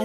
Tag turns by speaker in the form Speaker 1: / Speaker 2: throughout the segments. Speaker 1: À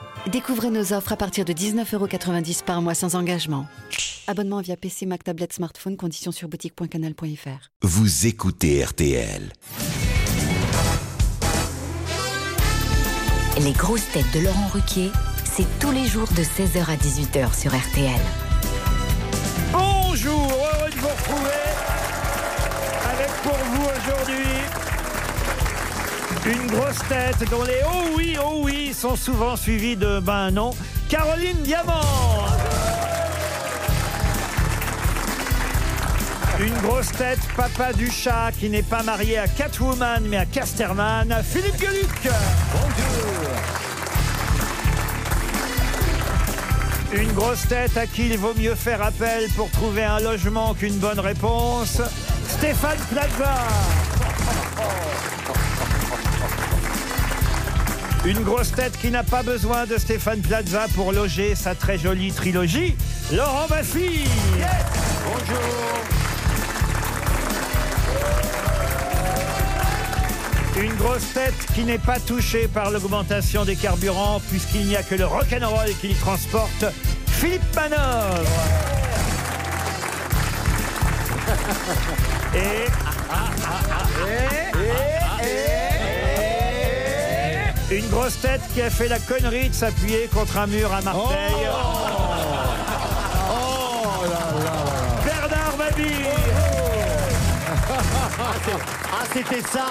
Speaker 1: Découvrez nos offres à partir de 19,90€ par mois sans engagement. Abonnement via PC, Mac, tablette, smartphone, conditions sur boutique.canal.fr.
Speaker 2: Vous écoutez RTL.
Speaker 3: Les grosses têtes de Laurent Ruquier, c'est tous les jours de 16h à 18h sur RTL.
Speaker 4: Bonjour, heureux de vous retrouver avec pour vous aujourd'hui une grosse tête dont les oh oui, oh oui sont souvent suivis de ben non, Caroline Diamant. Une grosse tête, papa du chat, qui n'est pas marié à Catwoman mais à Casterman, Philippe Gueluc. Une grosse tête à qui il vaut mieux faire appel pour trouver un logement qu'une bonne réponse. Stéphane Plaza. Une grosse tête qui n'a pas besoin de Stéphane Plaza pour loger sa très jolie trilogie. Laurent Baffy. Bonjour. Une grosse tête qui n'est pas touchée par l'augmentation des carburants puisqu'il n'y a que le rock'n'roll qui l'y transporte, Philippe Manœuvre. Et... Une grosse tête qui a fait la connerie de s'appuyer contre un mur à Marseille. Bernard Mabille
Speaker 5: Ah, c'était ça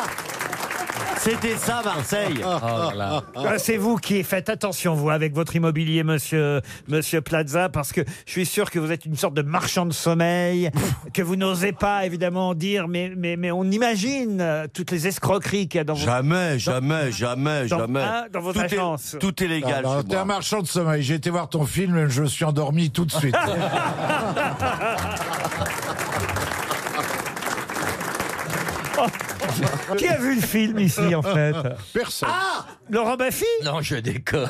Speaker 5: C'était ça, Marseille
Speaker 4: Ah, C'est vous qui faites attention, vous, avec votre immobilier, monsieur, monsieur Plaza, parce que je suis sûr que vous êtes une sorte de marchand de sommeil, que vous n'osez pas, évidemment, dire, mais, mais, mais on imagine euh, toutes les escroqueries qu'il y a dans votre...
Speaker 5: Jamais, jamais, jamais,
Speaker 4: Dans-
Speaker 5: jamais.
Speaker 4: ah, dans votre
Speaker 5: tout
Speaker 4: agence.
Speaker 5: Est, tout est légal
Speaker 6: Alors,
Speaker 5: chez
Speaker 6: Ah, bah, T'es un
Speaker 5: moi.
Speaker 6: marchand de sommeil. J'ai été voir ton film et je me suis endormi tout de suite.
Speaker 4: Qui a vu le film ici, en fait Ah,
Speaker 6: Personne.
Speaker 4: Laurent Baffy
Speaker 7: Non, je déconne.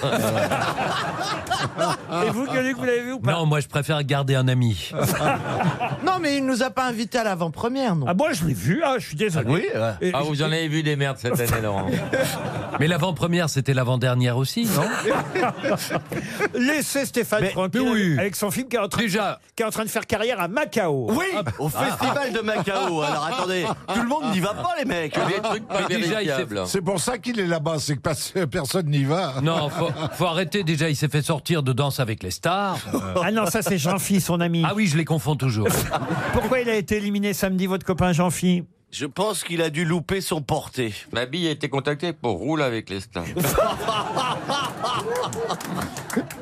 Speaker 4: Et vous, Gueuluc, vous l'avez vu ou pas Ah,
Speaker 7: Non, moi, je préfère garder un ami.
Speaker 8: Non, mais il nous a pas invités à l'avant-première, non
Speaker 4: Ah, moi, je l'ai vu. Ah, je suis désolé.
Speaker 5: Oui, ouais.
Speaker 4: Et-
Speaker 9: Ah, vous en avez vu des merdes cette année, Laurent.
Speaker 7: Mais l'avant-première, c'était l'avant-dernière aussi, non
Speaker 4: Laissez Stéphane tranquille
Speaker 7: mais oui.
Speaker 4: avec son film qui est, en train,
Speaker 7: Déjà.
Speaker 4: qui est en train de faire carrière à Macao. Ah bah.
Speaker 5: Oui, au festival de Macao. Alors attendez, tout le monde n'y va pas, les mecs.
Speaker 9: Que des trucs
Speaker 8: Ah,
Speaker 9: pas
Speaker 7: Mais déjà, il s'est-
Speaker 9: vérifiables.
Speaker 6: C'est pour ça qu'il est là-bas. C'est que parce que personne n'y va.
Speaker 7: Non, faut, faut arrêter. Déjà, il s'est fait sortir de Danse avec les stars.
Speaker 4: Ah non, ça c'est Jean-Phi, son ami.
Speaker 7: Ah oui, je les confonds toujours.
Speaker 4: Pourquoi il a été éliminé samedi, votre copain Jean-Phi
Speaker 5: Je pense qu'il a dû louper son porté.
Speaker 9: Ma bille a été contactée pour rouler avec les stars.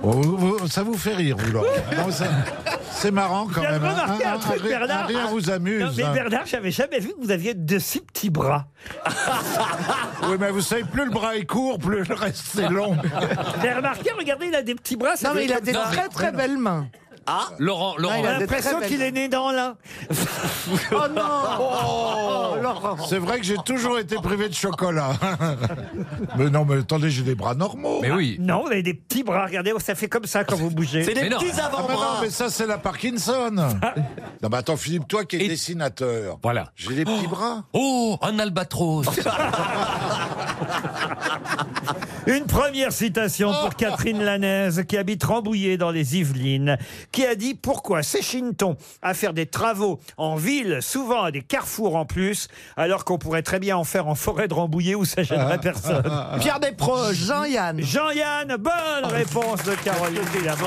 Speaker 6: Oh, vous- ça vous fait rire, vous, Laurent. Non, ça- C'est marrant quand
Speaker 4: J'ai
Speaker 6: même. hein.
Speaker 4: remarqué un truc,
Speaker 6: rire-
Speaker 4: Bernard. Ah,
Speaker 6: rire vous amuse.
Speaker 4: Non, mais
Speaker 6: hein.
Speaker 4: Bernard, j'avais jamais vu que vous aviez de si petits bras.
Speaker 6: Oui, mais vous savez, plus le bras est court, plus le reste c'est long.
Speaker 4: J'ai remarqué, regardez, il a des petits bras. ça
Speaker 8: Non, mais
Speaker 4: fait
Speaker 8: il a
Speaker 4: comme
Speaker 8: des
Speaker 4: ça.
Speaker 8: très très belles mains.
Speaker 7: Laurent, Laurent.
Speaker 8: Ah. il
Speaker 4: J'ai
Speaker 8: a des très
Speaker 4: l'impression
Speaker 8: belles
Speaker 4: qu'il est né dans l'un.
Speaker 8: Oh non Oh, Laurent
Speaker 6: C'est vrai que j'ai toujours été privé de chocolat. mais non, mais attendez, j'ai des bras normaux.
Speaker 7: Mais oui.
Speaker 4: Non, vous avez des petits bras. Regardez, ça fait comme ça quand vous bougez. Ah.
Speaker 5: C'est des
Speaker 7: Mais non.
Speaker 5: petits
Speaker 6: Ah, mais non,
Speaker 5: avant-bras.
Speaker 6: mais ça, c'est la Parkinson. non, mais attends, Philippe, toi qui es
Speaker 7: Et-
Speaker 6: dessinateur.
Speaker 7: Voilà.
Speaker 6: J'ai des petits bras.
Speaker 4: Ah,
Speaker 7: Oh, un albatros.
Speaker 4: Une première citation pour Catherine Lanaise, qui habite Rambouillet dans les Yvelines, qui a dit Pourquoi s'échine-t-on à faire des travaux en ville, souvent à des carrefours en plus, alors qu'on pourrait très bien en faire en forêt de Rambouillet où ça gênerait personne
Speaker 8: Ah. Pierre Desproges, Ah, Jean-Yann.
Speaker 4: Jean-Yann, bonne réponse de Caroline Diamant.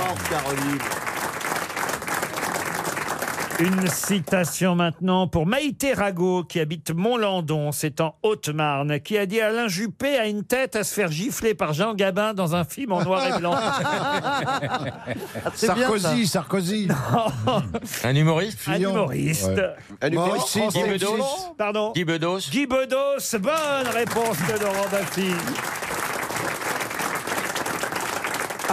Speaker 4: Une citation maintenant pour Maïté Rago, qui habite Montlandon, c'est en Haute-Marne, qui a dit Alain Juppé a une tête à se faire gifler par Jean Gabin dans un film en noir et blanc.
Speaker 8: C'est bien, ça.
Speaker 6: Sarkozy, Sarkozy.
Speaker 9: Hmm. Un humoriste
Speaker 4: Un
Speaker 6: Fillon.
Speaker 4: humoriste.
Speaker 6: Ouais. Moi aussi,
Speaker 9: Guy
Speaker 6: c'est-
Speaker 9: Bedos
Speaker 4: Pardon
Speaker 9: Guy Bedos
Speaker 4: Guy Bedos, bonne réponse de Laurent Baffy.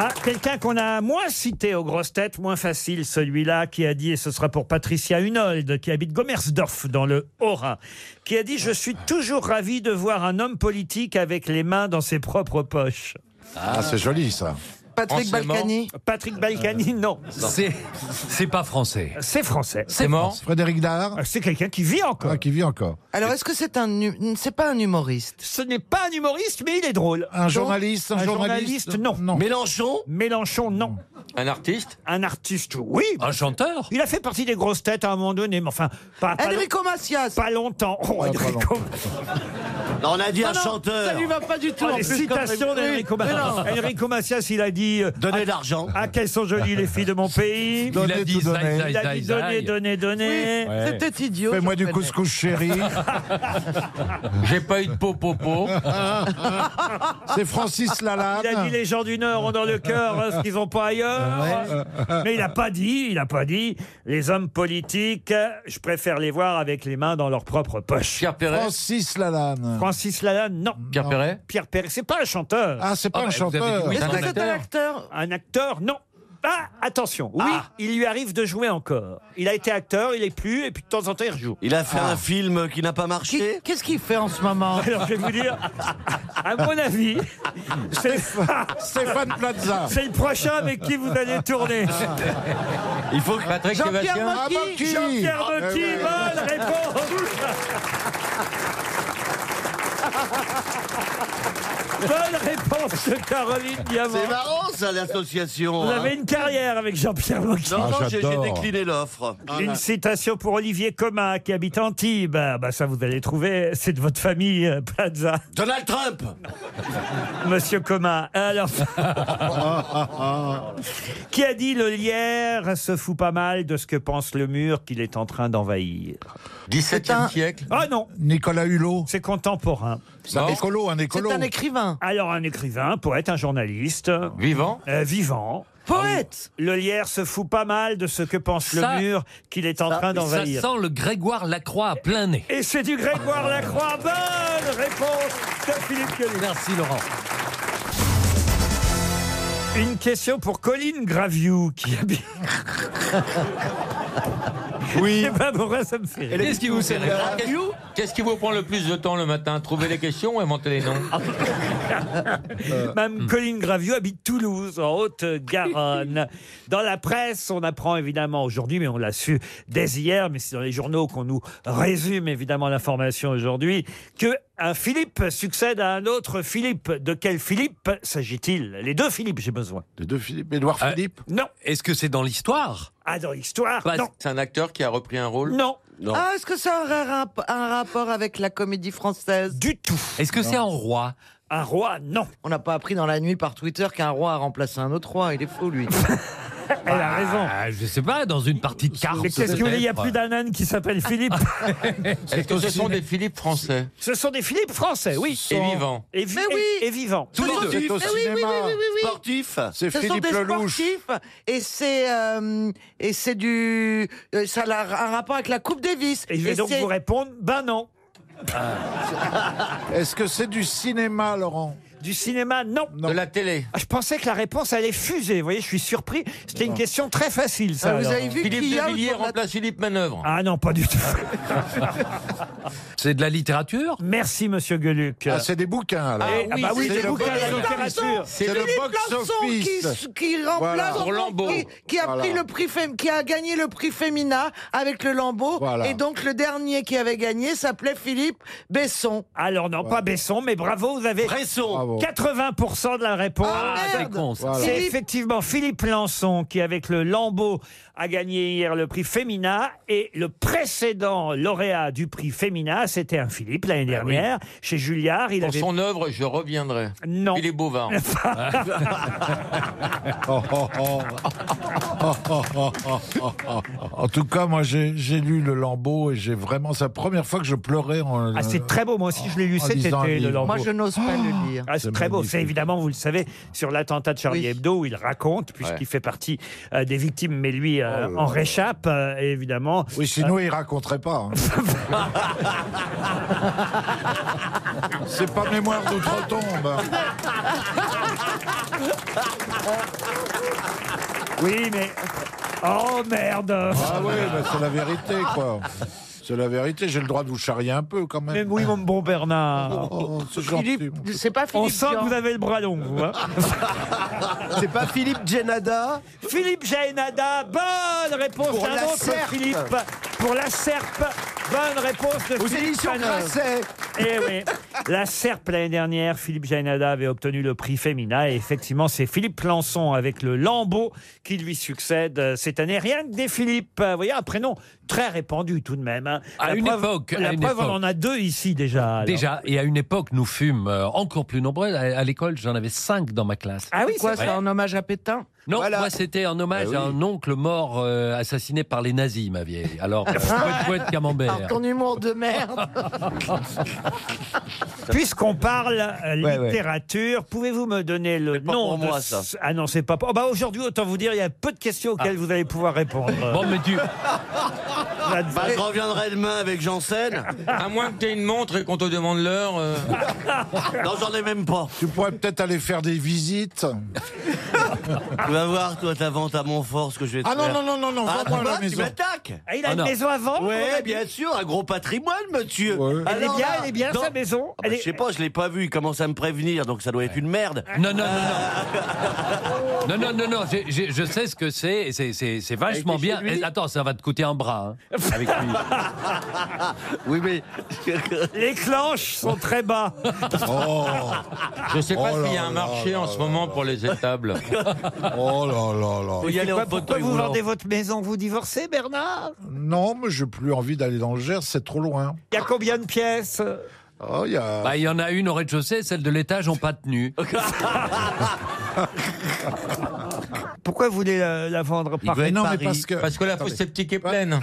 Speaker 4: Ah, quelqu'un qu'on a moins cité aux grosses têtes, moins facile celui-là, qui a dit, et ce sera pour Patricia Hunold, qui habite Gomersdorf dans le Haut-Rhin, qui a dit Je suis toujours ravi de voir un homme politique avec les mains dans ses propres poches.
Speaker 6: Ah, c'est joli ça.
Speaker 8: Patrick
Speaker 9: Anciennement.
Speaker 8: Balkany.
Speaker 4: Patrick Balkany, non.
Speaker 7: Euh, C'est c'est pas français.
Speaker 4: C'est français.
Speaker 7: C'est mort.
Speaker 6: Frédéric Dard,
Speaker 4: Ah, C'est quelqu'un qui vit encore.
Speaker 6: ah, qui vit encore.
Speaker 8: Alors, est-ce que c'est un, hu- c'est pas un humoriste
Speaker 4: Ce n'est pas un humoriste, mais il est drôle.
Speaker 6: Un journaliste, un,
Speaker 4: un journaliste, non.
Speaker 5: Mélenchon
Speaker 4: Mélenchon, non.
Speaker 9: Un artiste
Speaker 4: Un artiste, oui.
Speaker 7: Un chanteur.
Speaker 4: Il a fait partie des grosses têtes à un moment donné, mais enfin, pas, pas,
Speaker 8: Enrico Macias.
Speaker 4: pas longtemps. Oh,
Speaker 6: pas
Speaker 4: Enrico.
Speaker 6: longtemps.
Speaker 5: Non, on a
Speaker 4: Ah
Speaker 5: dit un
Speaker 8: Non,
Speaker 5: chanteur.
Speaker 8: Ça lui va pas du tout.
Speaker 4: Oh,
Speaker 8: en
Speaker 4: les
Speaker 8: plus,
Speaker 4: citations
Speaker 8: comme-
Speaker 4: d'Enrico
Speaker 8: Oui, mais non.
Speaker 4: Macias. Enrico Macias, il a dit euh,
Speaker 5: Donner de l'argent.
Speaker 4: Ah, qu'elles sont jolies les filles de mon pays.
Speaker 7: Il
Speaker 6: Donnez,
Speaker 7: a dit
Speaker 6: tout
Speaker 7: zaï,
Speaker 6: donnez.
Speaker 7: zaï,
Speaker 4: Il a
Speaker 7: zaï,
Speaker 4: dit
Speaker 7: zaï.
Speaker 4: donnez, donnez, donnez.
Speaker 8: Oui, C'était idiot.
Speaker 6: Fais-moi
Speaker 8: je
Speaker 6: du
Speaker 8: reconnais.
Speaker 6: couscous chéri.
Speaker 9: J'ai pas eu de popopo.
Speaker 6: C'est Francis Lalanne.
Speaker 4: Il a dit les gens du Nord ont dans le cœur hein, ce qu'ils n'ont pas ailleurs. Mais il n'a pas dit, il n'a pas dit, les hommes politiques, euh, je préfère les voir avec les mains dans leur propre poche.
Speaker 9: Pierre Perret.
Speaker 6: Francis Lalanne.
Speaker 4: Francis Lalanne, non.
Speaker 9: Pierre Perret.
Speaker 4: Pierre Perret, c'est pas un chanteur.
Speaker 6: Ah, c'est pas
Speaker 7: Ah, bah, vous
Speaker 6: un
Speaker 7: avez
Speaker 6: chanteur.
Speaker 7: dit oui.
Speaker 8: Est-ce
Speaker 9: Un
Speaker 8: que c'est un
Speaker 9: acteur.
Speaker 8: acteur
Speaker 4: Un acteur, non. Ah, attention, oui, il lui arrive de jouer encore. Il a été acteur, il est plus, et puis de temps en temps, il rejoue.
Speaker 5: Il a fait un film qui n'a pas marché.
Speaker 8: Ah. Qui- Qu'est-ce qu'il fait en ce moment
Speaker 4: Alors, je vais vous dire, à mon avis, c'est
Speaker 6: Stéphane Plaza.
Speaker 4: c'est le prochain avec qui vous allez tourner.
Speaker 9: Il faut que Patrick
Speaker 8: Jean-Pierre
Speaker 9: Sébastien.
Speaker 6: Ah,
Speaker 8: Mocky.
Speaker 6: Mocky.
Speaker 4: Pierre Mocky,
Speaker 6: Eh oui.
Speaker 4: bonne réponse Bonne réponse de Caroline Diamant.
Speaker 5: C'est marrant, ça, l'association.
Speaker 4: Vous
Speaker 5: hein.
Speaker 4: avez une carrière avec Jean-Pierre Mocky.
Speaker 5: Non,
Speaker 6: Ah,
Speaker 5: non, j'ai j'ai
Speaker 6: j'adore.
Speaker 5: décliné l'offre.
Speaker 4: Une citation pour Olivier Coma qui habite Antibes. Ah, Bah, ça, vous allez trouver. C'est de votre famille, euh, Plaza,
Speaker 5: Donald Trump
Speaker 4: monsieur Coma. Alors. qui a dit le lierre se fout pas mal de ce que pense le mur qu'il est en train d'envahir
Speaker 9: 17 e siècle.
Speaker 4: Ah non,
Speaker 6: Nicolas Hulot.
Speaker 4: c'est contemporain.
Speaker 6: C'est un
Speaker 9: Non.
Speaker 6: écolo, un écolo.
Speaker 8: C'est un écrivain.
Speaker 4: Alors, un écrivain, un poète, un journaliste, euh,
Speaker 9: Vivant.
Speaker 4: vivant.
Speaker 8: Poète
Speaker 4: Ah Le lierre se fout pas mal de ce que pense
Speaker 7: Ça-
Speaker 4: le mur qu'il est en train
Speaker 7: Ah, Ça
Speaker 4: d'envahir.
Speaker 7: sent le Grégoire Lacroix à plein nez. Ah.
Speaker 4: Et c'est du Grégoire Lacroix. Bonne réponse de Philippe Gueluc.
Speaker 7: Merci Laurent.
Speaker 4: Une question pour Colline Graviou qui habite. oui. Je sais pas pourquoi ça me fait rire.
Speaker 9: Qu'est-ce qui vous sert Qu'est-ce qui vous prend le plus de temps le matin Trouver les questions ou inventer les noms
Speaker 4: Ah, Mme Colline Gravieux habite Toulouse, en Haute-Garonne. Dans la presse, on apprend évidemment aujourd'hui, mais on l'a su dès hier, mais c'est dans les journaux qu'on nous résume évidemment l'information aujourd'hui, que un Philippe succède à un autre Philippe. De quel Philippe s'agit-il Les deux Philippe, j'ai besoin.
Speaker 6: Les deux Philippe. Édouard
Speaker 7: Euh,
Speaker 6: Philippe.
Speaker 4: Non.
Speaker 7: Est-ce que c'est dans l'histoire
Speaker 4: Ah, dans l'histoire
Speaker 7: Pas-
Speaker 4: Non.
Speaker 9: C'est un acteur qui a repris un rôle
Speaker 4: Non.
Speaker 8: Ah, est-ce que ça aurait un, rap- un rapport avec la comédie française
Speaker 4: Du tout.
Speaker 7: Est-ce que c'est un roi
Speaker 4: Un roi, non.
Speaker 8: On n'a pas appris dans la nuit par Twitter qu'un roi a remplacé un autre roi. Il est fou, lui.
Speaker 4: Elle a raison.
Speaker 7: Ah, Je sais pas, dans une partie de carte.
Speaker 4: Mais qu'est-ce que vous voulez Il y a plus d'un âne qui s'appelle Philippe.
Speaker 9: Est-ce que ce sont des Philippe français
Speaker 4: Ce sont des Philippe français, oui.
Speaker 9: Et vivants
Speaker 4: Et, vi-
Speaker 8: Mais oui.
Speaker 4: et- et vivants.
Speaker 6: Tous les deux. C'est au
Speaker 8: Eh oui, oui, oui,
Speaker 6: cinéma.
Speaker 8: oui, oui, oui.
Speaker 5: Sportif
Speaker 6: C'est
Speaker 8: Ce sont
Speaker 6: Philippe
Speaker 8: des
Speaker 6: Lelouch.
Speaker 8: sportifs et c'est euh, et c'est du euh, ça a un rapport avec la Coupe Davis.
Speaker 4: Et je vais donc
Speaker 8: c'est-
Speaker 4: vous répondre, ben non.
Speaker 6: Est-ce que c'est du cinéma, Laurent
Speaker 4: Du cinéma, non.
Speaker 6: Non.
Speaker 9: De la télé
Speaker 4: Ah, Je pensais que la réponse allait fuser. Vous voyez, je suis surpris. C'était une question très facile, ça.
Speaker 8: Ah, vous
Speaker 4: alors.
Speaker 8: avez vu
Speaker 9: Philippe
Speaker 8: qui y a
Speaker 9: Devilliers
Speaker 8: autour de la-
Speaker 9: remplace Philippe Manœuvre.
Speaker 4: Ah non, pas du tout.
Speaker 7: C'est de la littérature
Speaker 4: Merci, monsieur Gueluc.
Speaker 6: Ah, c'est des bouquins, alors.
Speaker 4: Eh, ah bah oui,
Speaker 6: c'est
Speaker 4: des
Speaker 6: le
Speaker 4: bouquins
Speaker 6: box-
Speaker 4: de littérature.
Speaker 6: C'est le
Speaker 8: Philippe Lançon qui,
Speaker 6: box-office.
Speaker 8: qui remplace
Speaker 6: Voilà.
Speaker 9: Pour Lambeau.
Speaker 8: qui, qui a
Speaker 6: Voilà.
Speaker 8: pris le prix Fem- qui a gagné le prix Femina avec le Lambeau
Speaker 6: Voilà.
Speaker 8: et donc le dernier qui avait gagné s'appelait Philippe Besson.
Speaker 4: Alors non, pas Besson, mais bravo, vous avez
Speaker 5: Presson
Speaker 6: Bravo.
Speaker 4: 80% de la réponse.
Speaker 8: Ah,
Speaker 7: C'est
Speaker 8: merde.
Speaker 7: con, ça.
Speaker 6: Voilà.
Speaker 4: C'est
Speaker 8: Philippe-
Speaker 4: effectivement Philippe Lançon qui, avec le Lambeau, a gagné hier le prix Femina. Et le précédent lauréat du prix Femina, c'était un Philippe l'année
Speaker 6: Bah
Speaker 4: dernière, chez Julliard. Il
Speaker 9: Pour
Speaker 4: avait...
Speaker 9: son œuvre, je reviendrai.
Speaker 4: Non.
Speaker 9: Il est Bovard.
Speaker 6: Oh, oh, oh. Oh, oh, oh, oh, oh, oh. En tout cas, moi, j'ai j'ai lu Le Lambeau et j'ai vraiment. C'est la première fois que je pleurais en. euh,
Speaker 4: Ah, c'est très beau, moi aussi je l'ai lu
Speaker 6: En
Speaker 4: cet
Speaker 6: lisant Oh, un
Speaker 4: été, le
Speaker 6: livre.
Speaker 4: Lambeau.
Speaker 8: Moi je n'ose pas le lire.
Speaker 4: Ah, Ah, c'est très beau. C'est évidemment, vous le savez, sur l'attentat de Charlie
Speaker 8: Oui.
Speaker 4: Hebdo où il raconte, puisqu'il fait partie euh, des victimes, mais lui euh, en réchappe, euh, évidemment. Euh,
Speaker 6: Oui, sinon, il raconterait pas. hein. C'est pas mémoire bah. d'outre-tombe.
Speaker 4: Oui, mais. Oh merde
Speaker 6: Ah oui, bah, c'est la vérité, quoi. C'est la vérité, j'ai le droit de vous charrier un peu, quand
Speaker 4: Mais
Speaker 6: même.
Speaker 4: oui, mon bon Bernard.
Speaker 6: Oh, c'est gentil.
Speaker 8: Philippe, c'est pas Philippe
Speaker 4: On sent que
Speaker 8: Jean.
Speaker 4: vous avez le bras long, vous. hein.
Speaker 5: C'est pas Philippe Genada
Speaker 4: Philippe Jaénada, bonne réponse
Speaker 5: Pour
Speaker 4: d'un
Speaker 5: la
Speaker 4: autre
Speaker 5: Serpe.
Speaker 4: Philippe. Pour la Serpe, bonne réponse de
Speaker 5: aux
Speaker 4: Philippe
Speaker 5: éditions
Speaker 4: Panov.
Speaker 5: Grasset.
Speaker 4: Eh oui. La Serpe, l'année dernière, Philippe Jainada avait obtenu le prix Femina. Et effectivement, c'est Philippe Plançon avec le Lambeau qui lui succède euh, cette année. Rien que des Philippe. euh, Vous voyez, un prénom très répandu tout de même. hein.
Speaker 7: À
Speaker 4: La
Speaker 7: une
Speaker 4: preuve-
Speaker 7: époque, à
Speaker 4: La
Speaker 7: une
Speaker 4: preuve,
Speaker 7: époque.
Speaker 4: on en a deux ici déjà. alors.
Speaker 7: Déjà, et à une époque, nous fûmes euh, encore plus nombreux. À, à l'école, j'en avais cinq dans ma classe.
Speaker 4: Ah oui,
Speaker 8: Quoi,
Speaker 4: c'est
Speaker 8: c'est
Speaker 4: vrai.
Speaker 8: en hommage à Pétain
Speaker 7: Non,
Speaker 5: Voilà.
Speaker 7: moi, c'était en hommage
Speaker 5: Ah oui.
Speaker 7: à un oncle mort euh, assassiné par les nazis, ma vieille. Alors, euh, poète, poète, camembert.
Speaker 8: Par ton humour de merde
Speaker 4: Puisqu'on parle euh,
Speaker 5: Ouais, ouais.
Speaker 4: littérature, pouvez-vous me donner le
Speaker 5: C'est pas
Speaker 4: nom
Speaker 5: pour
Speaker 4: de
Speaker 5: moi,
Speaker 4: ce-
Speaker 5: ça.
Speaker 4: Ah non, c'est pas. pour- Oh, bah aujourd'hui, autant vous dire, il y a peu de questions auxquelles vous allez pouvoir répondre.
Speaker 7: Ah. Bon, mais tu,
Speaker 4: J'adore.
Speaker 5: Bah, je reviendrai demain avec Janssen.
Speaker 9: À moins que tu aies une montre et qu'on te demande l'heure. euh,
Speaker 5: Non, j'en ai même pas.
Speaker 6: Tu pourrais peut-être aller faire des visites.
Speaker 5: Tu vas voir, toi, ta vente à Montfort, ce que je vais te
Speaker 6: Ah non,
Speaker 5: faire.
Speaker 6: non, non, non, non,
Speaker 5: Ah, tu
Speaker 6: vends-moi
Speaker 5: vois,
Speaker 6: la
Speaker 5: tu
Speaker 6: maison.
Speaker 5: m'attaques
Speaker 4: Ah, il a
Speaker 7: Ah
Speaker 4: une
Speaker 7: non.
Speaker 4: maison à vendre on a
Speaker 5: Ouais,
Speaker 4: dit.
Speaker 5: bien sûr, un gros patrimoine, monsieur.
Speaker 6: Ouais.
Speaker 4: Elle est
Speaker 5: Alors
Speaker 4: bien,
Speaker 5: là,
Speaker 4: elle est bien,
Speaker 5: dans-
Speaker 4: sa maison.
Speaker 5: Ah bah,
Speaker 4: Elle est-
Speaker 5: Je sais pas, je l'ai pas vu. Il commence à me prévenir, donc ça doit être une merde.
Speaker 7: Non, non, non, non. Non, non, non, non, j'ai- j'ai- je sais ce que c'est, et c'est- c'est c'est vachement
Speaker 5: Elle était
Speaker 7: bien.
Speaker 5: chez lui.
Speaker 7: Eh, Attends, ça va te coûter un bras, hein, avec lui.
Speaker 5: Oui, mais.
Speaker 4: Les clanches sont très bas.
Speaker 5: Ah,
Speaker 6: Oh,
Speaker 9: je sais pas
Speaker 6: Oh
Speaker 9: s'il y a
Speaker 6: là
Speaker 9: un
Speaker 6: là
Speaker 9: marché
Speaker 6: là
Speaker 9: en ce moment pour les étables.
Speaker 6: oh là là là.
Speaker 5: Faut y aller en
Speaker 4: Pourquoi, pourquoi
Speaker 5: fauteuil
Speaker 4: vous
Speaker 5: roulant.
Speaker 4: vendez votre maison Vous divorcez, Bernard
Speaker 6: Non, mais j'ai plus envie d'aller dans le Gers, c'est trop loin.
Speaker 4: Il y a combien de pièces
Speaker 6: Oh, il y a...
Speaker 7: Bah, il y en a une au rez-de-chaussée, celle de l'étage, on pas tenu.
Speaker 4: Pourquoi vous voulez euh, la vendre par
Speaker 5: veut
Speaker 6: mais
Speaker 5: être
Speaker 6: non, mais
Speaker 5: Paris.
Speaker 6: parce que...
Speaker 9: Parce que la
Speaker 6: Attendez.
Speaker 9: fosse sceptique est pleine.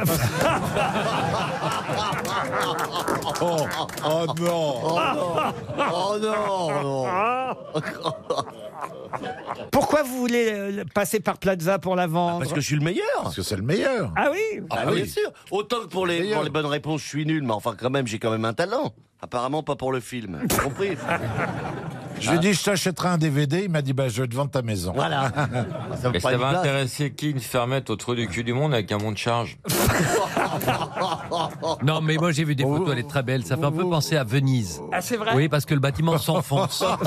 Speaker 6: Oh, oh non
Speaker 5: Oh non, non.
Speaker 4: Ah. Pourquoi vous voulez euh, passer par Plaza pour la vendre
Speaker 5: Parce que je suis le meilleur.
Speaker 6: Parce que c'est le meilleur.
Speaker 4: Ah oui
Speaker 5: Ah, bien sûr. Autant que pour les,
Speaker 6: D'ailleurs.
Speaker 5: pour les bonnes réponses, je suis nul, mais enfin, quand même, j'ai quand même un talent. Apparemment, pas pour le film. T'as compris Ah.
Speaker 6: Je lui ai dit, je t'achèterai un DVD. Il m'a dit, bah, je vais te vendre ta maison.
Speaker 5: Voilà. Ça me
Speaker 9: Et
Speaker 5: prend
Speaker 9: ça
Speaker 5: une
Speaker 9: va
Speaker 5: place.
Speaker 9: intéresser qui une fermette au trou du cul du monde avec un monde charge
Speaker 7: Non, mais moi, j'ai vu des photos, elle est très belle. Ça fait un peu penser à Venise.
Speaker 4: Ah, c'est vrai Ah,
Speaker 7: Oui, parce que le bâtiment s'enfonce.
Speaker 8: Ah.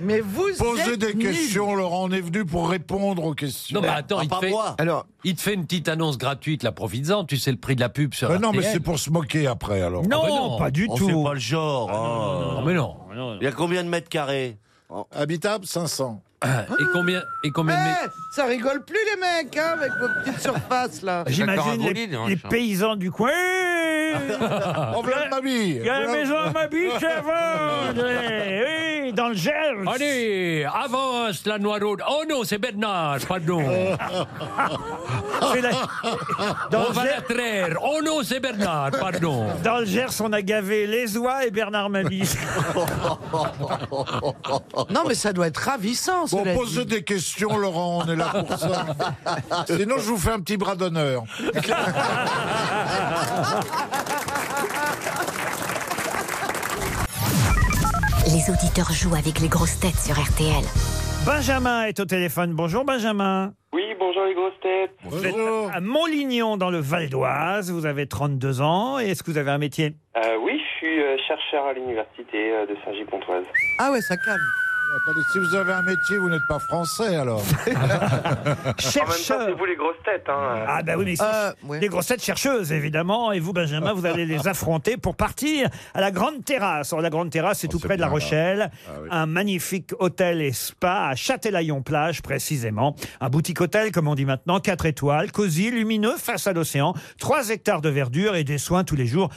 Speaker 8: Mais vous
Speaker 6: Posez
Speaker 8: êtes
Speaker 6: des
Speaker 8: nuls.
Speaker 6: questions, Laurent. On est venu pour répondre aux questions.
Speaker 7: Non, mais attends,
Speaker 5: Ah,
Speaker 7: il
Speaker 5: pas
Speaker 7: te, fait,
Speaker 5: moi.
Speaker 8: Alors,
Speaker 7: il te fait une petite annonce gratuite, la profites-en. Tu sais le prix de la pub sur
Speaker 6: Mais Ah non, mais
Speaker 7: RTL.
Speaker 6: c'est pour se moquer après, alors.
Speaker 4: non,
Speaker 7: Ah, bah non.
Speaker 4: pas du
Speaker 5: On sait
Speaker 4: tout.
Speaker 5: pas le genre.
Speaker 4: Ah,
Speaker 5: hein.
Speaker 7: Non, Ah, mais non.
Speaker 5: Il y a combien de mètres carrés
Speaker 6: Oh. Habitable, 500.
Speaker 7: Ah. Et combien, et combien de... mé-
Speaker 8: eh, ça rigole plus les mecs hein, avec vos petites surfaces
Speaker 4: Ah,
Speaker 8: là.
Speaker 9: D'accord,
Speaker 4: J'imagine
Speaker 9: un
Speaker 4: les,
Speaker 9: bolide, hein,
Speaker 4: les
Speaker 9: ça.
Speaker 4: paysans du coin.
Speaker 6: On vient de ma vie.
Speaker 4: Il y a la maison à ma biche à vendre. Oui, dans le Gers.
Speaker 7: Allez, avance la noiraude. Oh non, c'est Bernard, pardon.
Speaker 4: C'est la- Dans
Speaker 7: On
Speaker 4: le
Speaker 7: va
Speaker 4: Gers.
Speaker 7: la traire. Oh non, c'est Bernard, pardon.
Speaker 4: Dans le Gers, on a gavé les oies et Bernard Mabille.
Speaker 8: Oh, Non mais ça doit être ravissant.
Speaker 6: Bon,
Speaker 8: cela
Speaker 6: posez
Speaker 8: dit.
Speaker 6: des questions, Laurent. On est là pour ça. Sinon, je vous fais un petit bras d'honneur.
Speaker 3: Les auditeurs jouent avec les grosses têtes sur RTL.
Speaker 4: Benjamin est au téléphone. Bonjour, Benjamin.
Speaker 10: Oui, bonjour les grosses têtes.
Speaker 6: Bonjour.
Speaker 4: À Montlignon, dans le Val d'Oise, vous avez 32 ans. Et Est-ce que vous avez un métier
Speaker 10: Euh, oui, je suis euh, chercheur à l'université euh, de Saint-Gilles-Pontoise.
Speaker 8: Ah ouais, ça calme.
Speaker 6: Oh, Attendez, si vous avez un métier, vous n'êtes pas français, alors.
Speaker 10: En même temps, c'est
Speaker 4: Chercheur.
Speaker 10: vous les grosses têtes. Hein.
Speaker 4: Ah ben oui, mais
Speaker 8: Euh, ouais.
Speaker 4: des grossettes chercheuses, évidemment. Et vous, Benjamin, vous allez les affronter pour partir à la Grande Terrasse. Alors, la Grande Terrasse, c'est tout
Speaker 6: Oh, c'est
Speaker 4: près de La
Speaker 6: bien, là. Ah
Speaker 4: Rochelle. Un magnifique hôtel et spa à Châtelaillon-Plage, précisément. Un boutique hôtel, comme on dit maintenant, 4 étoiles, cosy, lumineux, face à l'océan, 3 hectares de verdure et des soins tous les jours.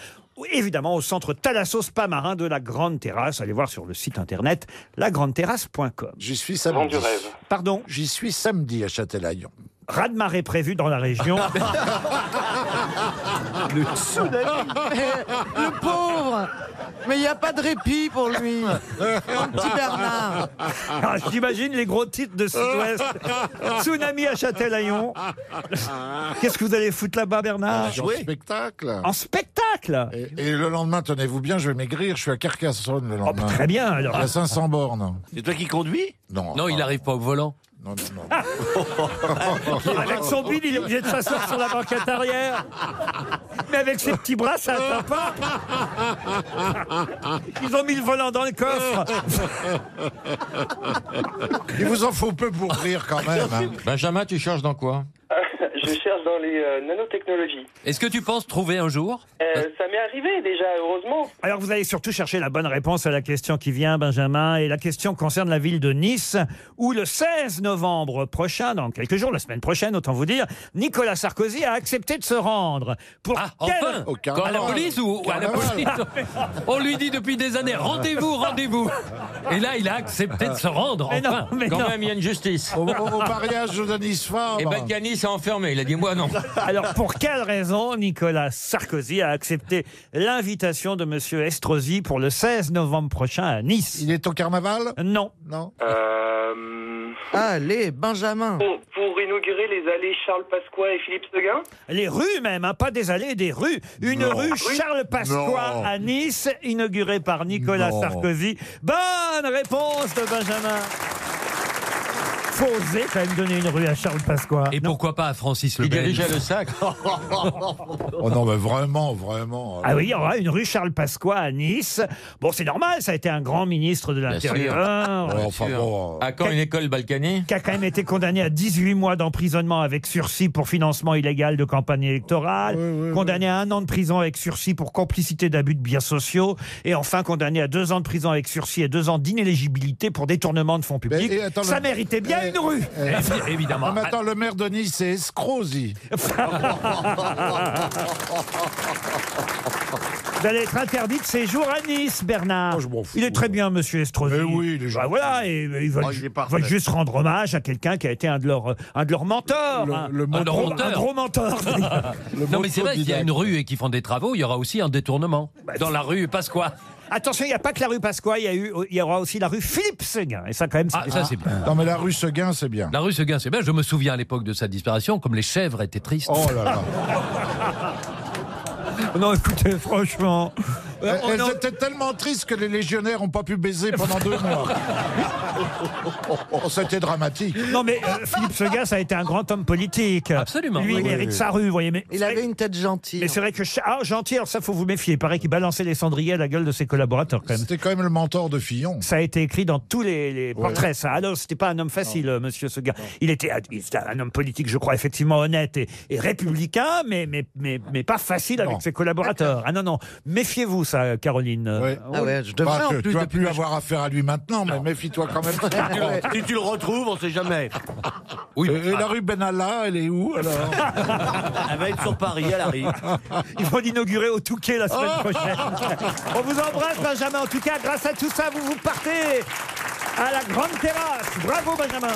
Speaker 4: Évidemment, au centre Thalasso Spa Marin de la Grande Terrasse. Allez voir sur le site internet lagrandeterrasse.com.
Speaker 6: J'y suis
Speaker 10: Vent
Speaker 6: samedi.
Speaker 10: du rêve.
Speaker 4: Pardon,
Speaker 6: J'y suis samedi à Châtelaillon.
Speaker 4: raz de marée prévu dans la région.
Speaker 8: Le tsunami. Le pauvre. Mais il n'y a pas de répit pour lui. Mon petit Bernard.
Speaker 4: Ah, J'imagine les gros titres de Sud-Ouest. Tsunami à Châtelaillon. Qu'est-ce que vous allez foutre là-bas, Bernard
Speaker 6: Ah, En spectacle.
Speaker 4: En spectacle
Speaker 6: et, et le lendemain, tenez-vous bien, je vais maigrir, je suis à Carcassonne le lendemain.
Speaker 4: Oh, bah, très bien, alors.
Speaker 6: À 500 bornes.
Speaker 5: C'est toi qui conduis
Speaker 6: Non.
Speaker 7: Non, il n'arrive pas au volant.
Speaker 6: Non, non, non.
Speaker 4: Avec son bide, il est obligé de s'asseoir sur la banquette arrière. Mais avec ses petits bras, ça atteint pas. Ils ont mis le volant dans le coffre.
Speaker 6: Il vous en faut peu pour rire quand même. hein.
Speaker 9: Benjamin, tu cherches dans quoi
Speaker 10: Je cherche dans les euh, nanotechnologies.
Speaker 7: Est-ce que tu penses trouver un jour
Speaker 10: Euh, ça m'est arrivé déjà, heureusement.
Speaker 4: Alors vous allez surtout chercher la bonne réponse à la question qui vient, Benjamin, et la question concerne la ville de Nice, où le 16 novembre prochain, dans quelques jours, la semaine prochaine, autant vous dire, Nicolas Sarkozy a accepté de se rendre. Pour
Speaker 7: Ah,
Speaker 4: quelle-
Speaker 7: enfin
Speaker 6: Au
Speaker 7: Quand à la
Speaker 6: carnaval.
Speaker 7: police ou, ou à la
Speaker 6: Carnaval.
Speaker 7: police On lui dit depuis des années, rendez-vous, rendez-vous. Et là, il a accepté de se rendre,
Speaker 4: Mais non,
Speaker 7: enfin.
Speaker 4: mais
Speaker 9: Quand
Speaker 4: non.
Speaker 9: même, il y a une justice.
Speaker 6: Au, au mariage de Denis Fabre.
Speaker 9: Et Badgani s'est enfermé. Il a dit Moi, non.
Speaker 4: Alors pour quelle raison Nicolas Sarkozy a accepté l'invitation de Monsieur Estrosi pour le 16 novembre prochain à Nice
Speaker 6: Il est au carnaval
Speaker 4: Non.
Speaker 6: Non.
Speaker 10: Euh,
Speaker 8: Allez, Benjamin.
Speaker 10: pour, pour inaugurer les allées Charles Pasqua et Philippe Seguin
Speaker 4: Les rues même, hein, pas des allées, des rues. Une
Speaker 6: Non.
Speaker 4: rue Charles Pasqua
Speaker 6: Non.
Speaker 4: à Nice, inaugurée par Nicolas
Speaker 6: Non.
Speaker 4: Sarkozy. Bonne réponse de Benjamin. Faut oser quand même donner une rue à Charles Pasqua.
Speaker 7: Et pourquoi pas à Francis
Speaker 9: Il
Speaker 7: Lebel
Speaker 9: dirigeait le sac.
Speaker 6: Oh non, mais vraiment, vraiment.
Speaker 4: Ah oui, il y aura une rue Charles Pasqua à Nice. Bon, c'est normal, ça a été un grand ministre de
Speaker 9: sûr.
Speaker 4: l'Intérieur. Hein,
Speaker 6: Oh, enfin bon, euh,
Speaker 9: À quand une école Balkany
Speaker 4: qui a quand même été condamné à 18 mois d'emprisonnement avec sursis pour financement illégal de campagne électorale, condamné à un an de prison avec sursis pour complicité d'abus de biens sociaux, et enfin condamné à deux ans de prison avec sursis et deux ans d'inéligibilité pour détournement de fonds publics.
Speaker 6: Ben, et attends,
Speaker 4: Ça
Speaker 6: le-
Speaker 4: méritait bien
Speaker 6: Eh,
Speaker 4: une rue
Speaker 7: Évi- Évidemment.
Speaker 6: non, mais attends, le maire de Nice, c'est Escrosi.
Speaker 4: Vous allez être interdit de séjour à Nice, Bernard.
Speaker 6: Oh, je m'en fous.
Speaker 4: il est très bien, monsieur Estrosi.
Speaker 6: Mais oui, il est
Speaker 4: Bah
Speaker 6: gentil.
Speaker 4: voilà, et, et ils veulent,
Speaker 5: Oh, il est parfait.
Speaker 4: veulent juste rendre hommage à quelqu'un qui a été un de leurs, euh, un de leurs mentors.
Speaker 6: Le-
Speaker 4: hein.
Speaker 6: le
Speaker 4: un,
Speaker 7: mentor.
Speaker 4: gros, un gros mentor.
Speaker 7: Non, mais c'est vrai, s'il y a une rue et qu'ils font des travaux, il y aura aussi un détournement.
Speaker 6: Bah,
Speaker 7: Dans la rue Pasqua.
Speaker 4: Attention, il n'y a pas que la rue Pasqua, il y, a eu, il y aura aussi la rue Philippe Seguin. Et ça, quand même,
Speaker 7: Ah, ça, c'est bien.
Speaker 6: Non, mais la rue Seguin, c'est bien.
Speaker 7: La rue Seguin, c'est bien. Je me souviens à l'époque de sa disparition, comme les chèvres étaient tristes.
Speaker 6: Oh là là.
Speaker 4: Non, écoutez, franchement. euh,
Speaker 6: Elles
Speaker 4: on
Speaker 6: elles
Speaker 4: en-
Speaker 6: étaient eh, tellement tristes que les légionnaires n'ont pas pu baiser pendant deux mois. Oh, C'était dramatique.
Speaker 4: Non, mais euh, Philippe Seguin, ça a été un grand homme politique.
Speaker 7: Absolument.
Speaker 4: Lui,
Speaker 7: Oui,
Speaker 4: il
Speaker 7: oui,
Speaker 4: hérite
Speaker 6: oui.
Speaker 4: sa rue, vous voyez. Mais
Speaker 8: Il avait une tête gentille. hein.
Speaker 4: Mais c'est vrai que. cha- Ah, gentil, alors ça, faut vous méfier. Il paraît qu'il balançait les cendriers à la gueule de ses collaborateurs, quand même.
Speaker 6: C'était quand même le mentor de Fillon.
Speaker 4: Ça a été écrit dans tous les, les portraits, ça. Alors, c'était pas un homme facile, euh, monsieur Seguin. Il était, ah, il était un homme politique, je crois, effectivement honnête et, et républicain, mais, mais, mais, mais pas facile
Speaker 6: Non.
Speaker 4: avec ses collaborateurs. Ah non, non. Méfiez-vous, ça, Caroline.
Speaker 6: Ouais.
Speaker 8: Ah ouais, je devrais
Speaker 6: Pas
Speaker 8: en
Speaker 6: que
Speaker 8: plus
Speaker 6: Bah, tu vas
Speaker 8: depuis
Speaker 6: plus
Speaker 8: que je-
Speaker 6: avoir affaire à lui maintenant, mais méfie-toi quand même.
Speaker 5: Si tu le retrouves, on sait jamais.
Speaker 7: Oui,
Speaker 6: Et,
Speaker 7: mais-
Speaker 6: et la rue Benalla, elle est où alors
Speaker 5: Elle va être sur Paris, elle arrive.
Speaker 4: Il faut l'inaugurer au Touquet la semaine prochaine. On vous embrasse, Benjamin. En tout cas, grâce à tout ça, vous vous partez à la grande terrasse. Bravo, Benjamin.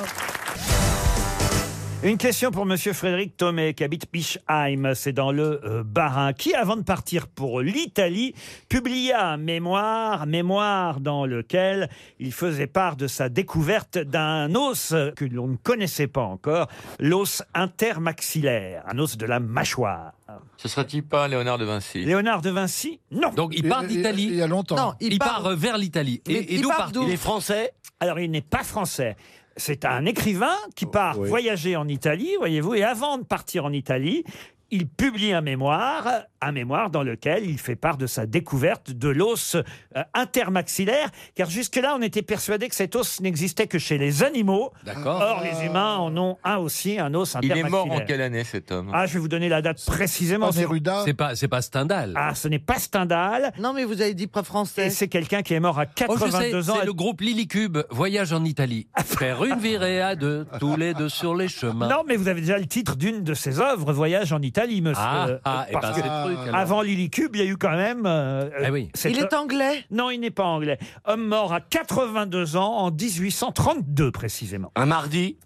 Speaker 4: Une question pour Monsieur Frédéric Thomé, qui habite Pichheim, c'est dans le euh, Bas-Rhin, qui, avant de partir pour l'Italie, publia un mémoire, mémoire dans lequel il faisait part de sa découverte d'un os que l'on ne connaissait pas encore, l'os intermaxillaire, un os de la mâchoire.
Speaker 9: Ce serait-il pas Léonard de Vinci
Speaker 4: Léonard de Vinci Non.
Speaker 7: Donc il part
Speaker 6: Il- il- Il y
Speaker 7: d'Italie.
Speaker 6: a longtemps.
Speaker 8: Non,
Speaker 7: Il,
Speaker 8: il,
Speaker 7: part
Speaker 8: part.
Speaker 7: euh, vers l'Italie.
Speaker 8: Mais
Speaker 7: Et, et
Speaker 8: il
Speaker 7: d'où
Speaker 8: part
Speaker 7: part
Speaker 8: d'où
Speaker 5: Il est français
Speaker 4: Alors, il n'est pas français. C'est un écrivain
Speaker 5: Oh,
Speaker 4: qui part
Speaker 6: oui.
Speaker 4: voyager en Italie, voyez-vous, et avant de partir en Italie, il publie un mémoire, un mémoire dans lequel il fait part de sa découverte de l'os euh, intermaxillaire, car jusque-là, on était persuadé que cet os n'existait que chez les animaux.
Speaker 7: D'accord.
Speaker 4: Or, les humains en ont un aussi, un os
Speaker 9: Il est
Speaker 4: intermaxillaire.
Speaker 9: mort en quelle année, cet homme
Speaker 4: Ah, je vais vous donner la date précisément.
Speaker 6: Pas Neruda.
Speaker 7: C'est pas, c'est pas Stendhal.
Speaker 4: Ah, ce n'est pas Stendhal,
Speaker 8: Non, mais vous avez dit pas français.
Speaker 4: et c'est quelqu'un qui est mort à
Speaker 7: Oh, je sais,
Speaker 4: 82 ans.
Speaker 7: c'est le groupe Lilicube, voyage en Italie. Faire une virée à deux, tous les deux sur les chemins.
Speaker 4: Non, mais vous avez déjà le titre d'une de ses œuvres, Voyage en Italie, monsieur.
Speaker 7: Ah, ah,
Speaker 4: Euh,
Speaker 7: eh
Speaker 4: parce
Speaker 7: ben,
Speaker 4: que
Speaker 7: c'est-
Speaker 8: truc, alors.
Speaker 4: Avant Lily Cube, il y a eu quand même. euh,
Speaker 7: Eh
Speaker 4: cette-
Speaker 8: Il est anglais
Speaker 4: Non, il n'est pas anglais. Homme mort à 82 ans en 1832 précisément. Un mardi.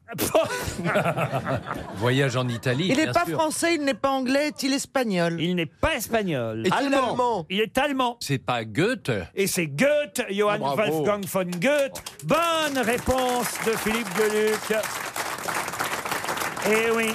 Speaker 7: Voyage en Italie.
Speaker 8: Il n'est
Speaker 7: bien
Speaker 8: pas
Speaker 7: sûr.
Speaker 8: français, il n'est pas anglais, est-il espagnol
Speaker 4: Il n'est pas espagnol.
Speaker 8: Est-il
Speaker 4: Allemand.
Speaker 8: allemand
Speaker 4: Il est allemand.
Speaker 7: C'est pas Goethe.
Speaker 4: Et c'est Goethe, Johann
Speaker 7: Ah, bravo.
Speaker 4: Wolfgang von Goethe. Bonne réponse de Philippe Gueluc. Eh oui.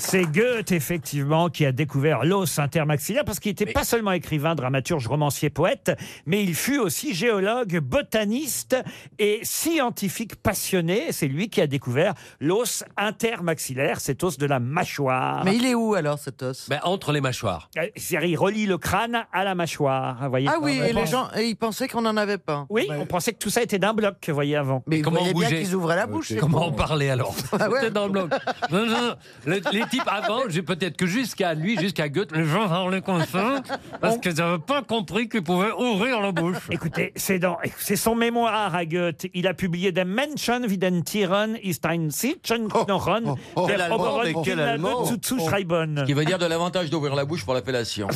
Speaker 4: C'est Goethe, effectivement, qui a découvert l'os intermaxillaire, parce qu'il n'était pas seulement écrivain, dramaturge, romancier, poète, mais il fut aussi géologue, botaniste et scientifique passionné. C'est lui qui a découvert l'os intermaxillaire, cet os de la mâchoire.
Speaker 8: Mais il est où alors cet os
Speaker 7: Ben, entre les mâchoires.
Speaker 4: Euh, C'est-à-dire, il relie le crâne à la mâchoire. vous voyez.
Speaker 8: Ah oui,
Speaker 4: On
Speaker 8: et les
Speaker 4: pense-
Speaker 8: gens, et ils pensaient qu'on n'en avait pas.
Speaker 4: Oui, on pensait que tout ça était d'un bloc, vous voyez, avant.
Speaker 8: Mais Comment voyez bien bouger qu'ils ouvraient la bouche, c'est
Speaker 7: Comment
Speaker 8: bon.
Speaker 7: en parler alors
Speaker 8: Ah ouais.
Speaker 7: Peut-être dans le bloc. Non, non, non. Le- les types avant, j'ai peut-être que jusqu'à lui, jusqu'à Goethe, les gens parlaient comme ça parce qu'ils n'avaient pas compris qu'ils pouvaient ouvrir la bouche.
Speaker 4: Écoutez, c'est dans, c'est son mémoire à Goethe. Il a publié des Menschen wie den Tieren ist ein Sichenknochen
Speaker 9: oh. Quel
Speaker 4: der
Speaker 9: Allemand,
Speaker 4: Oberen
Speaker 9: mais quel
Speaker 4: Kinder
Speaker 9: Allemand.
Speaker 4: zu
Speaker 8: Oh.
Speaker 4: zuschreiben.
Speaker 9: Qui veut dire de l'avantage d'ouvrir la bouche pour la fellation.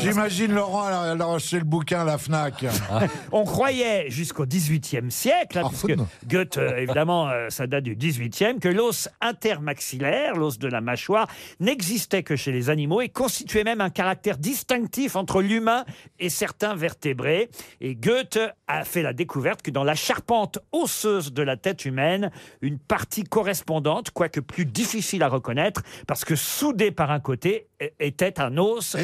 Speaker 6: J'imagine Laurent, elle a- elle a acheté le bouquin à la FNAC.
Speaker 4: On croyait jusqu'au XVIIIe siècle, hein, puisque Goethe, euh, évidemment, euh, ça date du XVIIIe, que l'os intermaxillaire, l'os de la mâchoire, n'existait que chez les animaux et constituait même un caractère distinctif entre l'humain et certains vertébrés. Et Goethe a fait la découverte que dans la charpente osseuse de la tête humaine, une partie correspondante, quoique plus difficile à reconnaître, parce que soudée par un côté, é- était un os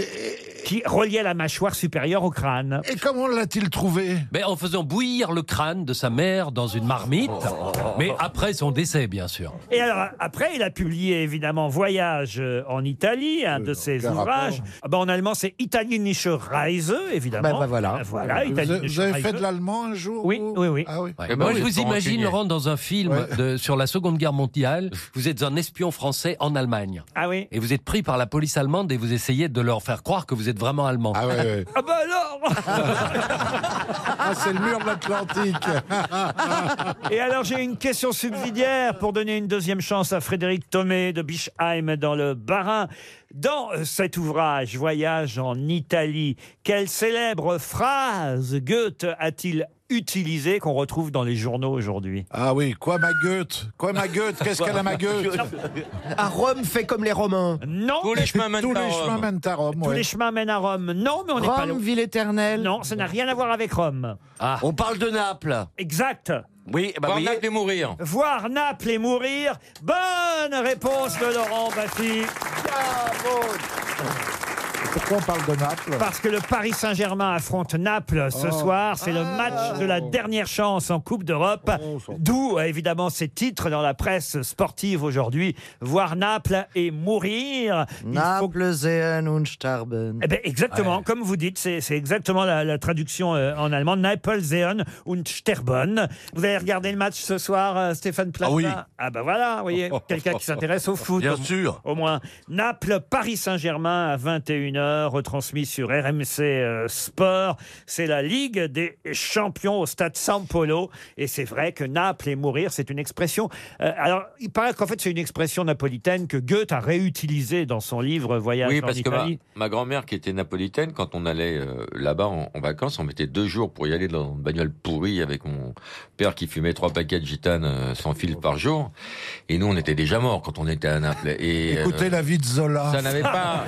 Speaker 4: qui reliait la mâchoire supérieure au crâne.
Speaker 6: Et comment l'a-t-il trouvé
Speaker 7: Mais en faisant bouillir le crâne de sa mère dans une marmite,
Speaker 8: Oh,
Speaker 7: mais après son décès, bien sûr.
Speaker 4: Et alors, après, il a publié évidemment Voyage euh, en Italie, un de ses
Speaker 6: aucun
Speaker 4: ouvrages. Ah ben, en allemand, c'est Italienische Reise, évidemment.
Speaker 6: Ben, ben, voilà.
Speaker 4: voilà
Speaker 6: Vous-
Speaker 4: Italienische
Speaker 6: vous avez fait
Speaker 4: Reise.
Speaker 6: de l'allemand un jour
Speaker 4: Oui,
Speaker 6: vous
Speaker 4: oui, oui.
Speaker 6: Ah oui.
Speaker 8: Eh ben,
Speaker 7: Et moi, je vous imagine, Laurent, dans un film
Speaker 6: Ouais.
Speaker 7: de- sur la Seconde Guerre mondiale, vous êtes un espion français en Allemagne.
Speaker 4: Ah oui
Speaker 7: Et vous êtes pris par la police allemande et vous essayez de leur faire croire que vous êtes vraiment allemand.
Speaker 6: Ah ouais, ouais.
Speaker 4: Ah bah alors
Speaker 6: Ah, c'est le mur de l'Atlantique.
Speaker 4: Et alors, j'ai une question subsidiaire pour donner une deuxième chance à Frédéric Thomé de Bischheim dans le Bas-Rhin. Dans euh, cet ouvrage, Voyage en Italie, quelle célèbre phrase Goethe a-t-il utilisée qu'on retrouve dans les journaux aujourd'hui
Speaker 6: ah oui, quoi ma Goethe Quoi ma Goethe Qu'est-ce qu'elle a ma Goethe
Speaker 8: À Ah, Rome, fait comme les Romains.
Speaker 4: Non
Speaker 9: Tous les chemins mènent
Speaker 6: Tous
Speaker 9: à
Speaker 6: les
Speaker 9: Rome.
Speaker 6: chemins mènent à Rome.
Speaker 4: Tous
Speaker 6: ouais.
Speaker 4: les chemins mènent à Rome. Non, mais on n'est pas
Speaker 8: Rome,
Speaker 4: loin.
Speaker 8: ville éternelle.
Speaker 4: Non, ça n'a rien à voir avec Rome.
Speaker 7: Ah,
Speaker 5: On parle de Naples.
Speaker 4: Exact.
Speaker 5: Oui, bah, vous
Speaker 9: Barnac
Speaker 5: voyez,
Speaker 9: de mourir.
Speaker 4: Voir Naples et mourir. Bonne réponse de Laurent Baffy.
Speaker 6: Pourquoi on parle de Naples Oh.
Speaker 4: Parce que le Paris Saint-Germain affronte Naples ce soir. C'est le
Speaker 6: Ah.
Speaker 4: match de la dernière chance en Coupe d'Europe.
Speaker 6: Oh,
Speaker 4: D'où, euh, évidemment, ces titres dans la presse sportive aujourd'hui. Voir Naples et mourir. Il faut
Speaker 8: Naples sehen und starben.
Speaker 4: Eh ben, exactement, comme vous dites, c'est c'est exactement la, la traduction euh, en allemand. Naples, Zeon und Sterben. Vous allez regarder le match ce soir, euh, Stéphane Plaza
Speaker 6: Ah oui.
Speaker 4: Ah ben voilà, vous voyez, quelqu'un qui s'intéresse au foot.
Speaker 5: Bien
Speaker 4: au-
Speaker 5: sûr.
Speaker 4: Au moins. Naples, Paris Saint-Germain à 21h, retransmis sur RMC euh, Sport. C'est la Ligue des champions au stade San Polo. Et c'est vrai que Naples et mourir, c'est une expression. euh, alors, il paraît qu'en fait, c'est une expression napolitaine que Goethe a réutilisée dans son livre Voyage
Speaker 9: Oui,
Speaker 4: en
Speaker 9: parce que ma,
Speaker 4: Italie.
Speaker 9: ma grand-mère qui était napolitaine, quand on allait euh, là-bas en, en vacances, on mettait deux jours pour y aller dans une bagnole pourrie avec mon père qui fumait trois paquets de gitane euh, sans fil par jour. Et nous, on était déjà morts quand on était à Naples. Et, euh,
Speaker 6: Écoutez la vie de Zola.
Speaker 9: ça n'avait pas.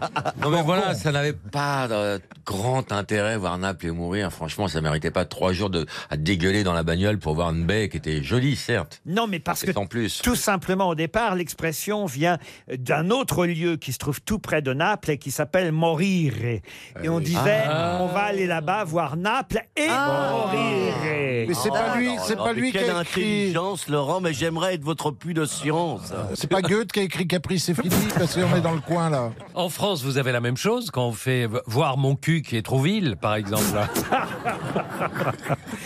Speaker 9: non mais voilà, ça n'avait pas de grand intérêt voir Naples et mourir. Franchement, ça méritait pas trois jours de à dégueuler dans la bagnole pour voir une baie qui était jolie, certes,
Speaker 4: Non, mais parce que
Speaker 9: et sans plus.
Speaker 4: tout simplement au départ, l'expression vient d'un autre lieu qui se trouve tout près de Naples et qui s'appelle Morire. Et on disait, on va aller là-bas voir Naples et Ah. Morire.
Speaker 6: Mais c'est pas lui, c'est
Speaker 5: Oh,
Speaker 6: pas
Speaker 5: mais
Speaker 6: lui qui
Speaker 5: Quelle
Speaker 6: a écrit.
Speaker 5: intelligence, Laurent, mais j'aimerais être votre puits de science.
Speaker 6: C'est pas Goethe qui a écrit Caprice et fini parce qu'on est dans le coin là.
Speaker 7: En France, vous avez la même chose quand on fait v- voir mon cul qui est Trouville, par exemple.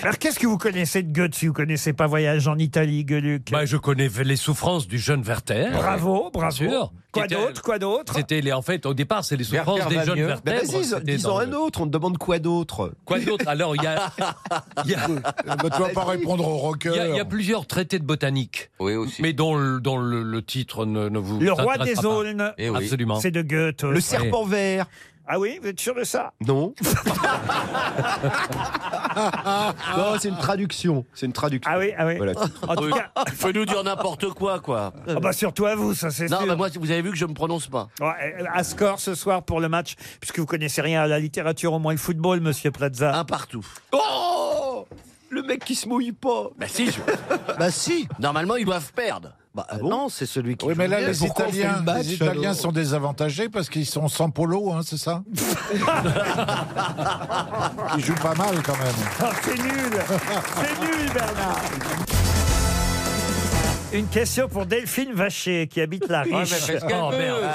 Speaker 4: Alors qu'est-ce que vous connaissez de Goethe si vous connaissez pas Voyage en Italie, Gueuluc
Speaker 7: Ben, bah, je connais les souffrances du jeune Werther.
Speaker 4: Bravo,
Speaker 7: Bien
Speaker 4: bravo.
Speaker 7: sûr,
Speaker 4: Quoi d'autre Quoi d'autre
Speaker 7: C'était les- en fait au départ c'est les souffrances
Speaker 11: Verter
Speaker 7: des
Speaker 11: va
Speaker 7: jeunes
Speaker 11: mieux.
Speaker 7: vertèbres.
Speaker 11: Ben, vas-y,
Speaker 7: c'était
Speaker 11: dis-en
Speaker 7: dans
Speaker 11: un
Speaker 7: le-
Speaker 11: autre, on te demande quoi d'autre
Speaker 7: Quoi d'autre Alors, il y a. il y a-
Speaker 11: Eh ben, tu vas pas répondre au rocker.
Speaker 7: Il y a- il y, a plusieurs traités de botanique. Mais dont le, dont le, le titre ne, ne vous.
Speaker 4: Le roi
Speaker 7: intéressera pas.
Speaker 4: des aulnes.
Speaker 11: Eh
Speaker 7: Absolument.
Speaker 4: C'est de Goethe.
Speaker 7: Le serpent
Speaker 4: vert. Ah oui, vous êtes sûr de ça
Speaker 11: Non. non, c'est une traduction. C'est une traduction. Ah
Speaker 4: oui, ah oui. En tout cas-
Speaker 5: Ah, Il faut nous dire n'importe quoi, quoi.
Speaker 4: Ah bah surtout à vous, ça c'est
Speaker 5: Non,
Speaker 4: sûr.
Speaker 5: bah moi, vous avez vu que je me prononce pas.
Speaker 4: Ouais, euh, à score ce soir pour le match, puisque vous connaissez rien à la littérature, au moins le football, monsieur Plaza. Un partout.
Speaker 5: Oh Le mec qui se mouille pas. Bah si, je...
Speaker 11: Bah si.
Speaker 5: Normalement, ils doivent perdre. Bah
Speaker 4: Ah
Speaker 5: euh, non, c'est celui qui.
Speaker 6: Oui, mais là,
Speaker 5: Mais
Speaker 6: les
Speaker 5: pourquoi on fait
Speaker 6: Italiens,
Speaker 5: le match,
Speaker 6: les Italiens
Speaker 5: euh,
Speaker 6: sont désavantagés parce qu'ils sont sans polo, hein, c'est ça Ils jouent pas mal quand même.
Speaker 4: Ah, c'est nul C'est nul, Bernard Une question pour Delphine Vacher, qui habite la
Speaker 9: Ouais, mais
Speaker 4: Riche.
Speaker 9: fais ce qu'elle veut.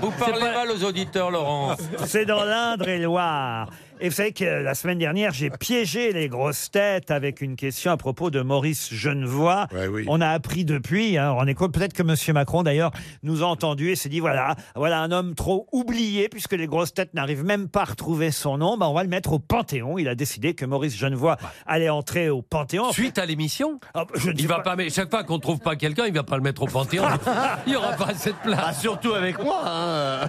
Speaker 9: Vous parlez mal aux auditeurs, Laurence.
Speaker 4: C'est dans l'Indre-et-Loire. Et vous savez que euh, la semaine dernière, j'ai piégé les grosses têtes avec une question à propos de Maurice Genevois. On a appris depuis, hein, on est compte, peut-être que M. Macron d'ailleurs nous a entendus et s'est dit voilà, voilà un homme trop oublié puisque les grosses têtes n'arrivent même pas à retrouver son nom, ben, on va le mettre au Panthéon. Il a décidé que Maurice Genevois allait entrer au Panthéon.
Speaker 7: Suite à l'émission
Speaker 4: dis
Speaker 7: Il va pas, mais chaque fois qu'on trouve pas quelqu'un, il va pas le mettre au Panthéon. Il y aura pas assez de place.
Speaker 11: Bah,
Speaker 5: surtout avec moi. hein.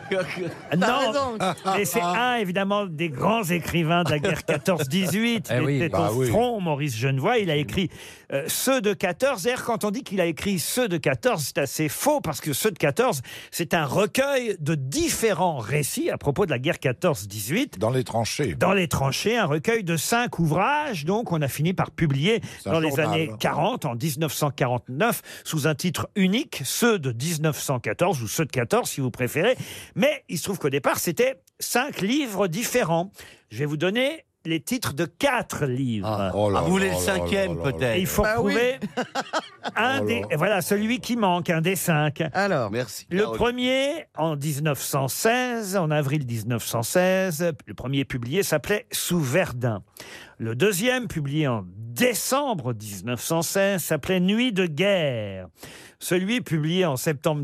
Speaker 4: Ah, Non, mais c'est un évidemment des grands écrivains de la guerre 14-18.
Speaker 7: Eh
Speaker 4: il
Speaker 7: oui.
Speaker 4: était
Speaker 7: Bah
Speaker 4: au
Speaker 7: oui.
Speaker 4: front, Maurice Genevois. Il a écrit euh, ceux de 14. D'ailleurs, quand on dit qu'il a écrit ceux de 14, c'est assez faux parce que ceux de 14, c'est un recueil de différents récits à propos de la guerre 14-18.
Speaker 6: Dans les tranchées.
Speaker 4: Dans les tranchées, un recueil de cinq ouvrages. Donc, on a fini par publier
Speaker 6: un
Speaker 4: dans les
Speaker 6: journal. hein.
Speaker 4: années 40, en 1949, sous un titre unique, ceux de 1914 ou ceux de 14 si vous préférez. Mais il se trouve qu'au départ, c'était cinq livres différents. Je vais vous donner les titres de quatre livres.
Speaker 5: là Ah, vous voulez là le là cinquième, là Oh là peut-être. là.
Speaker 4: Il faut
Speaker 5: Bah oui.
Speaker 4: trouver un des, voilà, celui qui manque, un des cinq.
Speaker 8: Alors,
Speaker 5: merci.
Speaker 4: Le premier, en 1916, en avril 1916, le premier publié s'appelait Sous Verdun. Le deuxième, publié en décembre 1916, s'appelait Nuit de guerre. Celui publié en septembre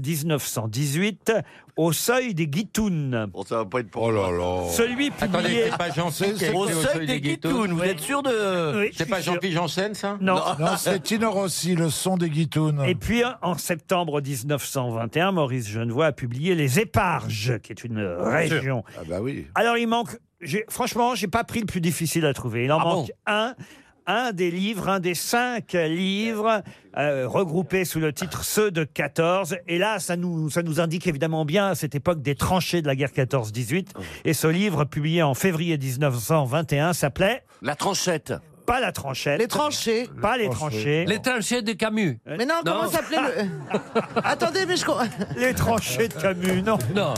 Speaker 4: 1918, Au seuil des Guitounes.
Speaker 5: ça va pas être pour
Speaker 6: Oh là là.
Speaker 4: Celui publié.
Speaker 9: Attendez, c'est pas Janssen qui a écrit
Speaker 5: Au seuil des guitounes, vous êtes sûr de.
Speaker 4: Oui,
Speaker 9: C'est pas
Speaker 4: je suis
Speaker 9: Jean-Pierre Janssen, ça
Speaker 6: Non, c'est Tino Rossi, le son des guitounes.
Speaker 4: Et puis, euh, en septembre 1921, Maurice Genevois a publié Les Éparges, qui est une région.
Speaker 6: Ah bah oui.
Speaker 4: Alors, il manque. j'ai- Franchement, j'ai pas pris le plus difficile à trouver. Il en manque un. Un des livres, un des cinq livres euh, regroupés sous le titre Ceux de 14. Et là, ça nous, ça nous indique évidemment bien à cette époque des tranchées de la guerre 14-18. Et ce livre, publié en février 1921, s'appelait
Speaker 5: La tranchette.
Speaker 4: Pas la tranchette. Les
Speaker 8: tranchées.
Speaker 4: Pas les tranchées.
Speaker 7: Les tranchées de Camus.
Speaker 4: Euh,
Speaker 8: Mais non, comment s'appelait le. Attendez, mais je. com-
Speaker 4: Les tranchées de Camus, non.
Speaker 7: Non.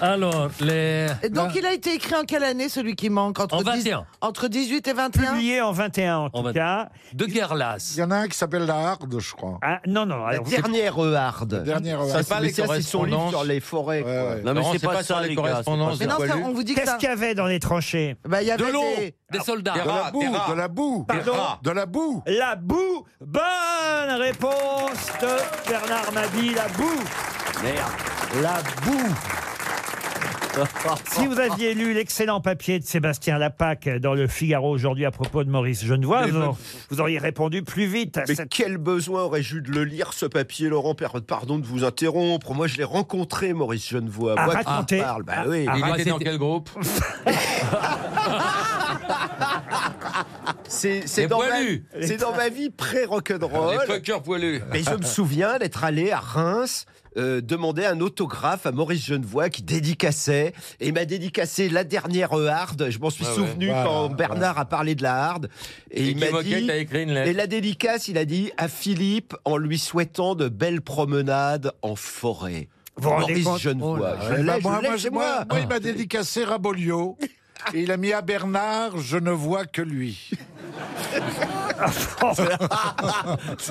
Speaker 7: Alors, les.
Speaker 8: Et Donc, il a été écrit en quelle année, celui qui manque entre,
Speaker 7: En
Speaker 8: 10
Speaker 7: 21.
Speaker 8: entre 18 et 21
Speaker 4: Publié en 21, en tout cas.
Speaker 7: De Guerlas.
Speaker 6: Il y en a un qui s'appelle la Harde, je crois.
Speaker 4: Ah, non, non.
Speaker 11: La dernière Harde.
Speaker 6: La dernière
Speaker 11: Ça,
Speaker 6: Harde.
Speaker 11: c'est pas les correspondances. sur les forêts.
Speaker 9: Non, mais c'est pas, ça, les correspondances.
Speaker 8: Mais non, ça, on vous dit que
Speaker 4: Qu'est-ce
Speaker 8: ça-
Speaker 4: qu'il y avait dans les tranchées
Speaker 8: Bah, il y avait
Speaker 7: l'eau,
Speaker 8: des-
Speaker 7: des soldats.
Speaker 9: Des
Speaker 6: De la
Speaker 9: rats,
Speaker 6: boue,
Speaker 9: des rats.
Speaker 6: de la boue.
Speaker 4: Pardon
Speaker 6: De la boue.
Speaker 4: La boue. Bonne réponse de Bernard Mabie. La boue.
Speaker 5: Merde.
Speaker 4: La boue. Si vous aviez lu l'excellent papier de Sébastien Lapac dans le Figaro aujourd'hui à propos de Maurice Genevois,
Speaker 11: Mais
Speaker 4: vous,
Speaker 11: non.
Speaker 4: vous auriez répondu plus vite à
Speaker 11: Mais
Speaker 4: cette
Speaker 11: quel besoin aurais-je eu de le lire, ce papier, Laurent Per- Pardon de vous interrompre. Moi, je l'ai rencontré, Maurice Genevois.
Speaker 4: À
Speaker 9: Ah,
Speaker 11: Moi qui
Speaker 4: raconter.
Speaker 11: vous parle.
Speaker 5: Ben
Speaker 11: Bah
Speaker 4: À-
Speaker 11: oui.
Speaker 4: à
Speaker 9: Il était dans
Speaker 4: c'était-
Speaker 9: quel groupe
Speaker 11: C'est c'est
Speaker 9: Les
Speaker 11: dans, ma-
Speaker 9: poilus.
Speaker 11: c'est dans ma vie pré-rock'n'roll.
Speaker 9: Les fuckers poilus.
Speaker 11: Mais je me souviens d'être allé à Reims euh, demander un autographe à Maurice Genevois qui dédicaçait. Et il m'a dédicacé la dernière harde. Je m'en suis
Speaker 9: Ouais,
Speaker 11: souvenu
Speaker 6: ouais.
Speaker 11: quand
Speaker 6: Voilà,
Speaker 11: Bernard a parlé de la harde. Et,
Speaker 9: Et
Speaker 11: il
Speaker 9: Guy
Speaker 11: m'a
Speaker 9: Moquet
Speaker 11: dit.
Speaker 9: t'a écrit une
Speaker 11: Et
Speaker 9: lettre.
Speaker 11: la dédicace, il a dit à Philippe en lui souhaitant de belles promenades en forêt.
Speaker 4: Vous vous rendez
Speaker 11: Maurice
Speaker 4: compte Oh
Speaker 11: Genevois.
Speaker 6: Ah,
Speaker 11: je
Speaker 6: bah,
Speaker 11: l'ai,
Speaker 6: moi,
Speaker 11: je l'ai
Speaker 6: moi,
Speaker 11: chez
Speaker 6: moi,
Speaker 11: moi.
Speaker 6: moi, il m'a dédicacé Rabolio. Et il a mis à Bernard, je ne vois que lui.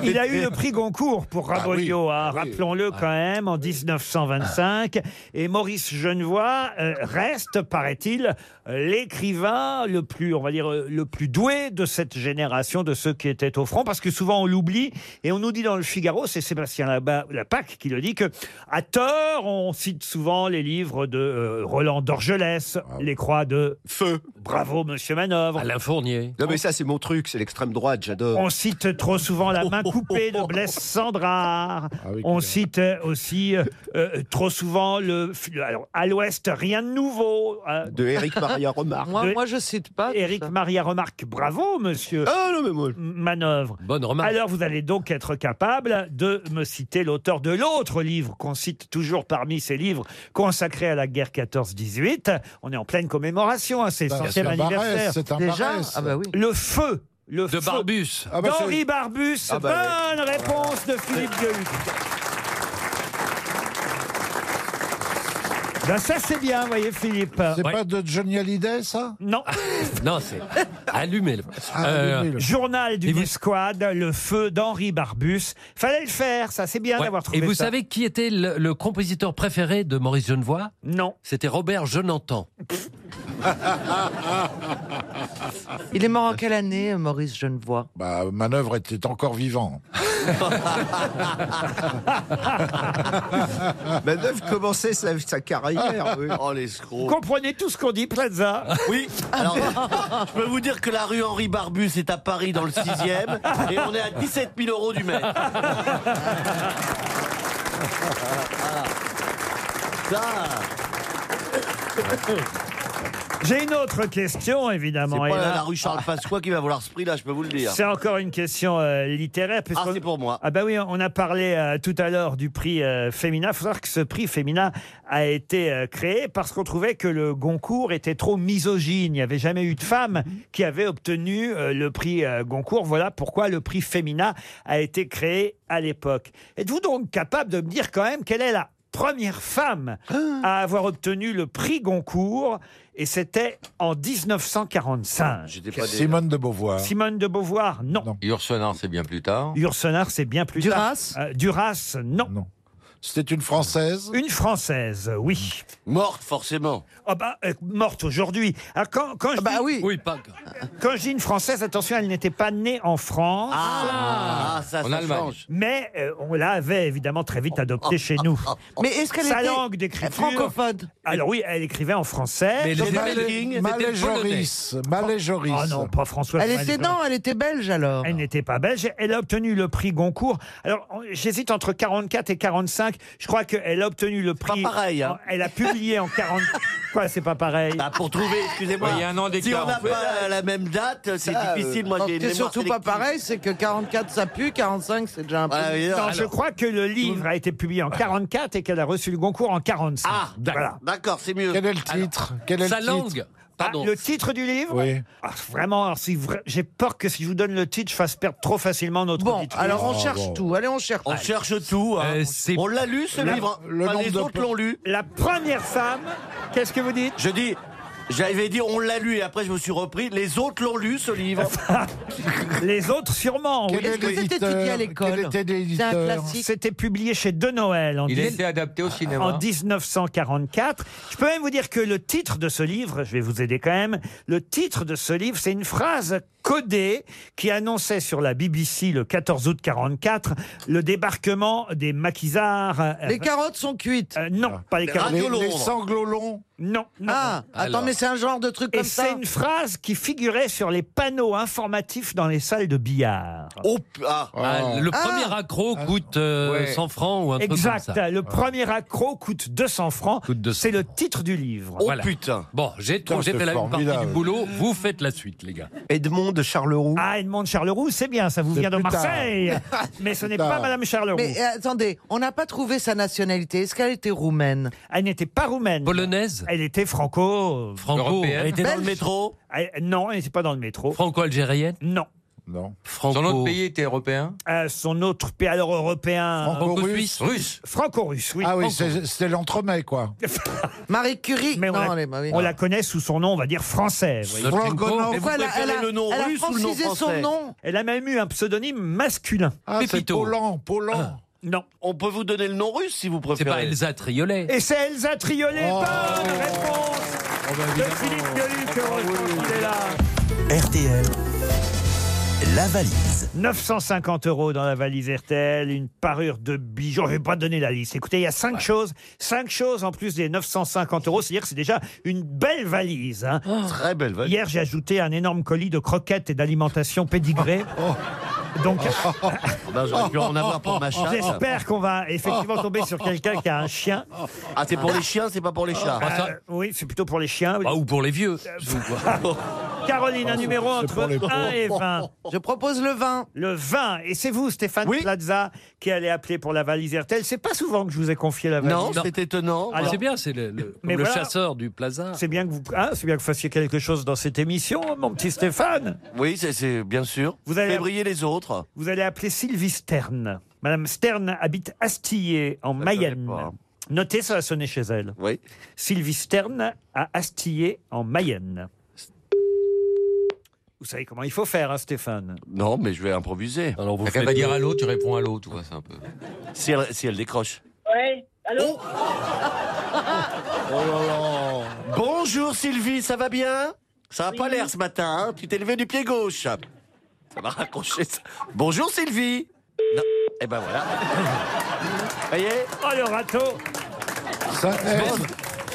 Speaker 4: Il a eu le prix Goncourt pour
Speaker 11: Ah
Speaker 4: Rabolio, hein, rappelons-le quand même, en 1925. Et Maurice Genevois euh, reste, paraît-il, euh, l'écrivain le plus, on va dire, euh, le plus doué de cette génération, de ceux qui étaient au front, parce que souvent on l'oublie. Et on nous dit dans le Figaro, c'est Sébastien Laba- Lapaque qui le dit, que à tort, on cite souvent les livres de euh, Roland d'Orgelès,
Speaker 11: Ah
Speaker 4: Les Croix de Feu. Bravo, monsieur Manœuvre.
Speaker 7: Alain Fournier.
Speaker 11: Non mais ça c'est mon truc, c'est l'extrême droite, j'adore.
Speaker 4: On cite trop souvent la
Speaker 11: Oh,
Speaker 4: main coupée de Blaise Sandrard.
Speaker 11: Ah oui,
Speaker 4: On cite euh, aussi euh, euh, trop souvent le, le- alors, à l'Ouest, rien de nouveau.
Speaker 11: De Éric Maria Remarque. Moi- moi,
Speaker 4: je cite pas. Éric Maria Remarque, bravo, monsieur.
Speaker 11: Ah non, mais moi.
Speaker 4: Manœuvre.
Speaker 7: Bonne remarque.
Speaker 4: Alors, vous allez donc être capable de me citer l'auteur de l'autre livre qu'on cite toujours parmi ces livres consacrés à la guerre 14-18. On est en pleine commémoration, hein, c'est le
Speaker 6: Bah,
Speaker 4: centième
Speaker 6: c'est un barès,
Speaker 4: anniversaire.
Speaker 6: c'est un Déjà barès. Ah bah oui.
Speaker 4: Le feu. Le
Speaker 7: De
Speaker 4: feu.
Speaker 7: Barbus.
Speaker 6: Ah bah c'est-
Speaker 4: D'Henri Barbus.
Speaker 6: Ah bah
Speaker 4: Bonne réponse de Philippe Gueluc. Ben ça c'est bien, voyez Philippe.
Speaker 6: C'est pas de Johnny Hallyday, ça Ah,
Speaker 4: Non.
Speaker 7: non, c'est allumez-le. Euh,
Speaker 4: Journal du Busquad, le feu d'Henri Barbus. Fallait le faire, ça c'est bien
Speaker 7: Ouais.
Speaker 4: d'avoir trouvé
Speaker 7: Et vous
Speaker 4: ça.
Speaker 7: savez qui était le, le compositeur préféré de Maurice Genevoix
Speaker 4: Non.
Speaker 7: C'était Robert Genentan.
Speaker 8: Il est mort en quelle année, euh, Maurice Genevois
Speaker 6: Bah, Manœuvre était encore vivant. Ah.
Speaker 11: Manœuvre commençait sa, sa carrière. Oui.
Speaker 5: Oh l'escroc.
Speaker 4: Comprenez tout ce qu'on dit, Plaza.
Speaker 5: Oui, alors je peux vous dire que la rue Henri Barbus est à Paris dans le 6 e et on est à 17 000 euros du mètre.
Speaker 4: Ah, J'ai une autre question
Speaker 5: C'est
Speaker 4: évidemment.
Speaker 5: pas
Speaker 4: et là-
Speaker 5: la rue Charles Pasqua qui va vouloir ce prix là, je peux vous le dire.
Speaker 4: C'est encore une question euh, littéraire. Ah, c'est
Speaker 5: pour moi.
Speaker 4: Ah bah oui, on a parlé euh, tout à l'heure du prix euh, Femina. Il faut savoir que ce prix Femina a été euh, créé parce qu'on trouvait que le Goncourt était trop misogyne. Il n'y avait jamais eu de femme qui avait obtenu euh, le prix euh, Goncourt. Voilà pourquoi le prix Femina a été créé à l'époque. Êtes-vous donc capable de me dire quand même quelle est la première femme
Speaker 5: Ah.
Speaker 4: à avoir obtenu le prix Goncourt et c'était en 1945.
Speaker 6: Simone de Beauvoir.
Speaker 4: Simone de Beauvoir, non.
Speaker 9: Ursenard, c'est bien plus tard.
Speaker 4: Ursenard, c'est bien plus
Speaker 9: Duras
Speaker 4: tard. Euh, Duras, non.
Speaker 6: C'était une Française
Speaker 4: Une Française, oui.
Speaker 5: Morte, forcément.
Speaker 4: Ah bah, euh, morte aujourd'hui. Ah, quand, quand je dis,
Speaker 7: oui. pas.
Speaker 4: Quand je dis une Française, attention, elle n'était pas née en France.
Speaker 5: Ah, ah, ça, En ça Allemagne. change.
Speaker 4: Mais euh, on l'avait évidemment très vite adoptée chez nous.
Speaker 8: Mais est-ce qu'elle
Speaker 4: Sa
Speaker 8: était
Speaker 4: langue d'écriture...
Speaker 8: francophone
Speaker 4: Alors oui, elle écrivait en français.
Speaker 6: Mais elle était
Speaker 4: Malais-
Speaker 6: belge, c'était
Speaker 4: Malais-
Speaker 6: Joris,
Speaker 4: Malais- Joris. Oh non, pas François
Speaker 8: Elle était- non,
Speaker 4: elle était belge alors. Elle n'était pas belge. Elle a obtenu le prix Goncourt. Alors, on- j'hésite entre 44 et 45. Je crois qu'elle a obtenu le prix.
Speaker 5: pas pareil, hein. Bah,
Speaker 4: Elle a publié en 40. Quoi, c'est pas pareil
Speaker 5: Pour trouver, excusez-moi.
Speaker 9: Ouais, il y a un an
Speaker 5: si
Speaker 9: d'écart,
Speaker 5: on n'a
Speaker 9: en fait.
Speaker 5: pas la même date, c'est
Speaker 8: Ça,
Speaker 5: difficile.
Speaker 8: euh,
Speaker 5: Moi, j'ai
Speaker 8: Ce
Speaker 5: une
Speaker 8: qui est
Speaker 5: mémoire
Speaker 8: surtout pas
Speaker 5: sélective. Ah,
Speaker 8: pareil, c'est que 44 ça pue, 45 c'est déjà un peu.
Speaker 4: Non, je crois que le livre a été publié en 44 et qu'elle a reçu le Goncourt en 45. Ah,
Speaker 5: D'accord, D'accord, c'est mieux.
Speaker 6: Quel est le titre Quel est le titre
Speaker 4: Ah, le titre du livre
Speaker 6: Oui.
Speaker 4: Ah, Vraiment, alors, si vra- j'ai peur que si je vous donne le titre, je fasse perdre trop facilement notre Bon,
Speaker 8: alors, on Ah, cherche bon. tout. Allez, on cherche
Speaker 5: On cherche tout. hein. on l'a lu ce
Speaker 4: La-
Speaker 5: livre.
Speaker 4: Euh, le
Speaker 5: Enfin,
Speaker 4: nombre
Speaker 5: les
Speaker 4: de
Speaker 5: autres
Speaker 4: pla-
Speaker 5: l'ont lu.
Speaker 4: La première femme. Qu'est-ce que vous dites
Speaker 5: Je dis. J'avais dit on l'a lu et après je me suis repris. Les autres l'ont lu ce livre.
Speaker 4: Les autres, sûrement.
Speaker 5: Quel est Est-ce que c'était l'éditeur étudié à l'école Quel était l'éditeur C'est un classique.
Speaker 4: C'était publié chez De Noël en,
Speaker 9: Il a
Speaker 4: dix-
Speaker 9: été adapté au cinéma.
Speaker 4: en 1944. Je peux même vous dire que le titre de ce livre, je vais vous aider quand même, le titre de ce livre, c'est une phrase codée qui annonçait sur la BBC le 14 août 44 le débarquement des maquisards. euh,
Speaker 8: Les carottes sont cuites.
Speaker 4: euh, non, pas les carottes.
Speaker 6: sanglots longs.
Speaker 4: Non, non.
Speaker 8: Ah, attends, mais c'est un genre de truc
Speaker 4: Et
Speaker 8: comme ça.
Speaker 4: c'est une phrase qui figurait sur les panneaux informatifs dans les salles de billard.
Speaker 7: Ah, le
Speaker 4: Ah.
Speaker 7: premier accro coûte euh,
Speaker 4: Ouais.
Speaker 7: 100 francs ou un truc comme
Speaker 4: exact.
Speaker 7: ça.
Speaker 4: Le premier accro coûte 200 francs. C'est le titre du livre.
Speaker 7: Voilà. Bon, j'ai
Speaker 4: Oh, Putain,
Speaker 7: trop- j'ai
Speaker 4: c'est
Speaker 7: fait la une partie
Speaker 4: formidable.
Speaker 7: du boulot. Vous faites la suite, les gars.
Speaker 11: Edmond de Charleroux.
Speaker 4: Ah, Edmond de Charleroux, c'est bien, ça vous
Speaker 11: C'est
Speaker 4: vient de
Speaker 11: plus tard.
Speaker 4: Marseille.
Speaker 8: Ah,
Speaker 4: Mais ce n'est pas Madame Charleroux.
Speaker 8: Mais euh, attendez, on n'a pas trouvé sa nationalité. Est-ce qu'elle était roumaine
Speaker 4: Elle n'était pas roumaine.
Speaker 7: Polonaise
Speaker 4: Elle était franco.
Speaker 7: Franco. Européenne.
Speaker 4: métro Non, elle n'était pas dans le métro.
Speaker 7: Franco-algérienne
Speaker 4: Non.
Speaker 6: Non.
Speaker 9: Son autre pays était européen
Speaker 4: Euh, son autre pays alors européen.
Speaker 6: Franco-russe
Speaker 9: Russe.
Speaker 4: Franco-russe, oui.
Speaker 6: Ah oui, c'est- c'était l'entremets, quoi.
Speaker 4: Marie Curie. Mais on,
Speaker 6: Non,
Speaker 4: la,
Speaker 6: les- bah oui.
Speaker 4: on la connaît sous son nom, on va dire français. vous voyez.
Speaker 6: Franco- Franco- Mais vous Pourquoi elle a- préférez elle a- le nom elle a russe ou le nom francisé son français nom
Speaker 4: Elle a même eu un pseudonyme masculin.
Speaker 6: Ah, c'est Pépito. Polan, Polan.
Speaker 4: Non.
Speaker 5: On peut vous donner le nom russe si vous préférez. Oh.
Speaker 7: C'est pas Elsa Triolet.
Speaker 4: Et c'est Elsa Triolet. Bonne réponse de Philippe Gueluc. heureusement qu'il est là.
Speaker 2: RTL, la valise.
Speaker 4: 950 euros dans la valise RTL, une parure de bijoux. Je vais pas donner la liste. Écoutez, il y a cinq choses, cinq choses en plus des 950 euros. C'est-à-dire que c'est déjà une belle valise. hein.
Speaker 5: Oh. Très belle valise.
Speaker 4: Hier, j'ai ajouté un énorme colis de croquettes et d'alimentation pédigrée. Donc,
Speaker 5: ben, Oh. j'aurais pu en avoir pour ma chatte.
Speaker 4: J'espère qu'on va effectivement tomber sur quelqu'un qui a un chien.
Speaker 5: Ah, c'est pour les chiens, c'est pas pour les chats.
Speaker 4: Euh, oui, c'est plutôt pour les chiens.
Speaker 7: Ah, ou pour les vieux.
Speaker 4: Euh, Caroline, un
Speaker 7: Oh,
Speaker 4: numéro
Speaker 7: c'est
Speaker 4: entre
Speaker 7: pour les pauvres.
Speaker 4: 1 et 20. Je propose le 20. Le 20. Et c'est vous, Stéphane Plaza, qui allez appeler pour la valise RTL. C'est pas souvent que je vous ai confié la valise.
Speaker 5: Non, c'est étonnant.
Speaker 7: Ah, c'est bien, c'est le, le-
Speaker 4: Mais
Speaker 7: le
Speaker 4: voilà.
Speaker 7: chasseur du plaza.
Speaker 4: C'est bien, que vous, hein, c'est bien que vous fassiez quelque chose dans cette émission, mon petit Stéphane.
Speaker 5: Oui, c'est- c'est bien sûr.
Speaker 4: Vous allez-
Speaker 5: Faites briller les autres.
Speaker 4: Vous allez appeler Sylvie Stern. Madame Stern habite Astillé, en Mayenne. Notez, ça va sonner chez elle.
Speaker 5: Oui.
Speaker 4: Sylvie Stern à Astillé, en Mayenne. Vous savez comment il faut faire, hein, Stéphane
Speaker 5: Non, mais je vais improviser.
Speaker 7: Alors vous
Speaker 9: Elle va dire à l'autre, tu réponds à l'autre. ouais, c'est un peu.
Speaker 5: Si elle, si elle décroche.
Speaker 12: Ouais, allô
Speaker 5: Oh. Bonjour Sylvie, ça va bien Ça a pas l'air ce matin, hein tu t'es levé du pied gauche. Ça va raccrocher ça. Bonjour Sylvie Non, eh ben voilà. Vous voyez
Speaker 4: Oh le râteau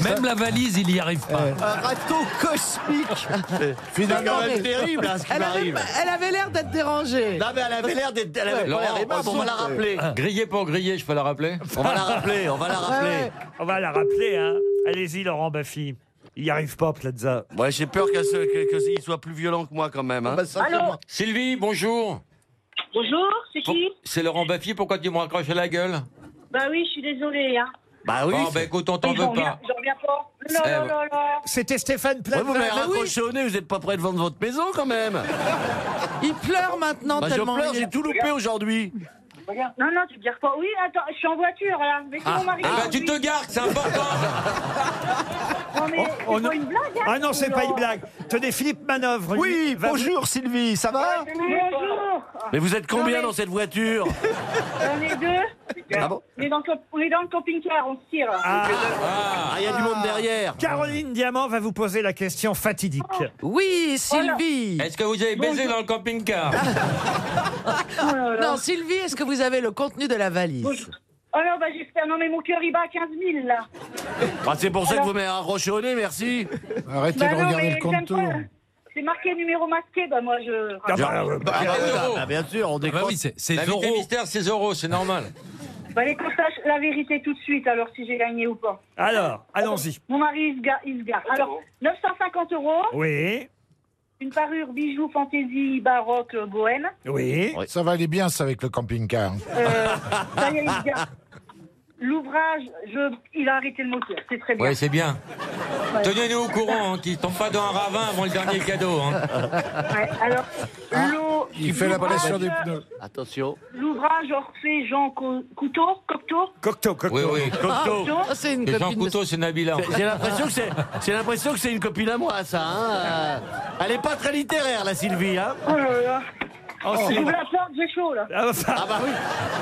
Speaker 7: Même la valise, il n'y arrive pas.
Speaker 5: Un râteau cosmique
Speaker 7: Finalement,
Speaker 5: C'est quand même
Speaker 7: mais-
Speaker 5: terrible hein, ce qui
Speaker 8: Elle avait,
Speaker 5: m'arrive.
Speaker 8: pas- elle avait l'air d'être dérangée.
Speaker 5: Non mais elle avait l'air d'être... Elle avait pas
Speaker 9: Laurent,
Speaker 5: l'air aimable, on va la rappeler.
Speaker 9: Grillé pour grillé, je peux la rappeler
Speaker 5: On va la rappeler, on va
Speaker 12: Ah
Speaker 5: la rappeler.
Speaker 4: On va la rappeler, hein. Allez-y, Laurent Baffy. Il n'y arrive pas, Plaza.
Speaker 5: Ouais, j'ai peur qu'il soit plus violent que moi quand même. hein.
Speaker 12: Allô
Speaker 9: Bah, Sylvie, bonjour.
Speaker 12: Bonjour, c'est qui
Speaker 9: C'est Laurent Baffy, pourquoi tu me raccroches la gueule
Speaker 12: Bah oui, je suis désolée. Hein. Oh
Speaker 5: Bah oui.
Speaker 9: Bon, bah écoute, on t'en
Speaker 12: J'en
Speaker 9: veut
Speaker 12: reviens,
Speaker 9: pas.
Speaker 12: j'en reviens pas. Non,
Speaker 9: Eh,
Speaker 12: non,
Speaker 9: ouais.
Speaker 12: non, non.
Speaker 4: C'était Stéphane
Speaker 5: Ouais,
Speaker 4: Plaza.
Speaker 5: vous m'avez
Speaker 4: Mais oui.
Speaker 5: raccroché au nez, vous n'êtes pas prêt de vendre votre maison quand même
Speaker 8: Il pleure maintenant
Speaker 5: Bah, Je
Speaker 8: tellement.
Speaker 5: pleure,
Speaker 8: il est-
Speaker 5: j'ai tout loupé aujourd'hui
Speaker 12: Regarde. Non, non, tu te gares pas. Oui, attends, je suis en voiture là. Mais c'est
Speaker 9: Ah,
Speaker 12: mon mari.
Speaker 5: bah,
Speaker 9: eh ben,
Speaker 12: aujourd'hui.
Speaker 9: tu te gardes, c'est
Speaker 4: Ah
Speaker 9: important.
Speaker 12: Non,
Speaker 8: Oh,
Speaker 12: mais c'est
Speaker 4: On- on-
Speaker 12: pas une blague. hein,
Speaker 4: Ah Oh, non, c'est
Speaker 12: sinon.
Speaker 4: pas une blague. Tenez, Philippe Manœuvre. lui,
Speaker 11: Oui,
Speaker 4: va-
Speaker 11: bonjour Sylvie, ça
Speaker 12: Ah,
Speaker 11: va
Speaker 12: Bonjour.
Speaker 8: Ah.
Speaker 5: Mais vous êtes combien dans cette voiture
Speaker 12: On est deux.
Speaker 5: Ah bon
Speaker 12: on, est dans le, co- on est dans le camping-car, on se tire.
Speaker 5: Ah, il y a du monde derrière
Speaker 4: Caroline Diamant va vous poser la question fatidique.
Speaker 12: Oh.
Speaker 8: Oui, Sylvie.
Speaker 9: Est-ce que vous avez baisé dans le camping-car
Speaker 12: Oh là là.
Speaker 8: Non, Sylvie, est-ce que vous avez le contenu de la valise
Speaker 12: Oh non, bah j'espère. Non, mais mon cœur il bat à 15 000 là.
Speaker 5: Ah, C'est pour ça que vous m'avez raccroché au nez, merci
Speaker 6: Arrêtez
Speaker 12: Bah
Speaker 6: de
Speaker 12: non,
Speaker 6: regarder
Speaker 12: mais
Speaker 6: le
Speaker 12: j'aime
Speaker 6: contour.
Speaker 12: pas. C'est marqué numéro masqué, bah moi je.
Speaker 5: Ah,
Speaker 4: Ah bah, euh,
Speaker 5: bah,
Speaker 9: Zéro.
Speaker 5: bah, bah, Bien sûr, on
Speaker 7: Bah
Speaker 5: décroche
Speaker 7: oui, c'est c'est
Speaker 9: La
Speaker 7: Zorro.
Speaker 9: vérité mystère, c'est euros, c'est normal.
Speaker 12: Bah allez qu'on sache la vérité tout de suite alors si j'ai gagné ou pas.
Speaker 4: Alors, allons-y.
Speaker 12: Mon mari il se gare. Il se gare. Alors 950 euros,
Speaker 4: Oui,
Speaker 12: une parure bijoux fantaisie baroque euh, bohème.
Speaker 4: oui.
Speaker 6: Ça va aller bien, ça, avec le camping-car.
Speaker 12: Euh, ça y est, il se gare. L'ouvrage, je... il a arrêté le moteur, c'est très bien.
Speaker 9: Ouais, c'est bien. Tenez-nous au courant, hein, qu'ils tombent pas dans un ravin avant le dernier cadeau. hein.
Speaker 12: Ouais, Alors l'eau,
Speaker 6: Ah, Il fait la
Speaker 12: l'ouvrage-
Speaker 6: pression des pneus.
Speaker 5: Attention
Speaker 12: L'ouvrage Orphée Jean Co- Couteau, Cocteau.
Speaker 4: Cocteau, cocteau.
Speaker 9: Oui, oui.
Speaker 5: Cocteau
Speaker 8: Ah, c'est une
Speaker 9: Et Jean
Speaker 8: copine. de-
Speaker 9: Couteau, c'est Nabila.
Speaker 5: J'ai l'impression que c'est, j'ai l'impression que c'est une copine à moi, ça. hein. Euh, Elle est pas très littéraire, la Sylvie. Hein.
Speaker 12: Oh là là.
Speaker 4: Ensuite-
Speaker 12: J'ouvre la porte, j'ai chaud là.
Speaker 4: Oh, Ah, enfin,
Speaker 5: Ah bah oui.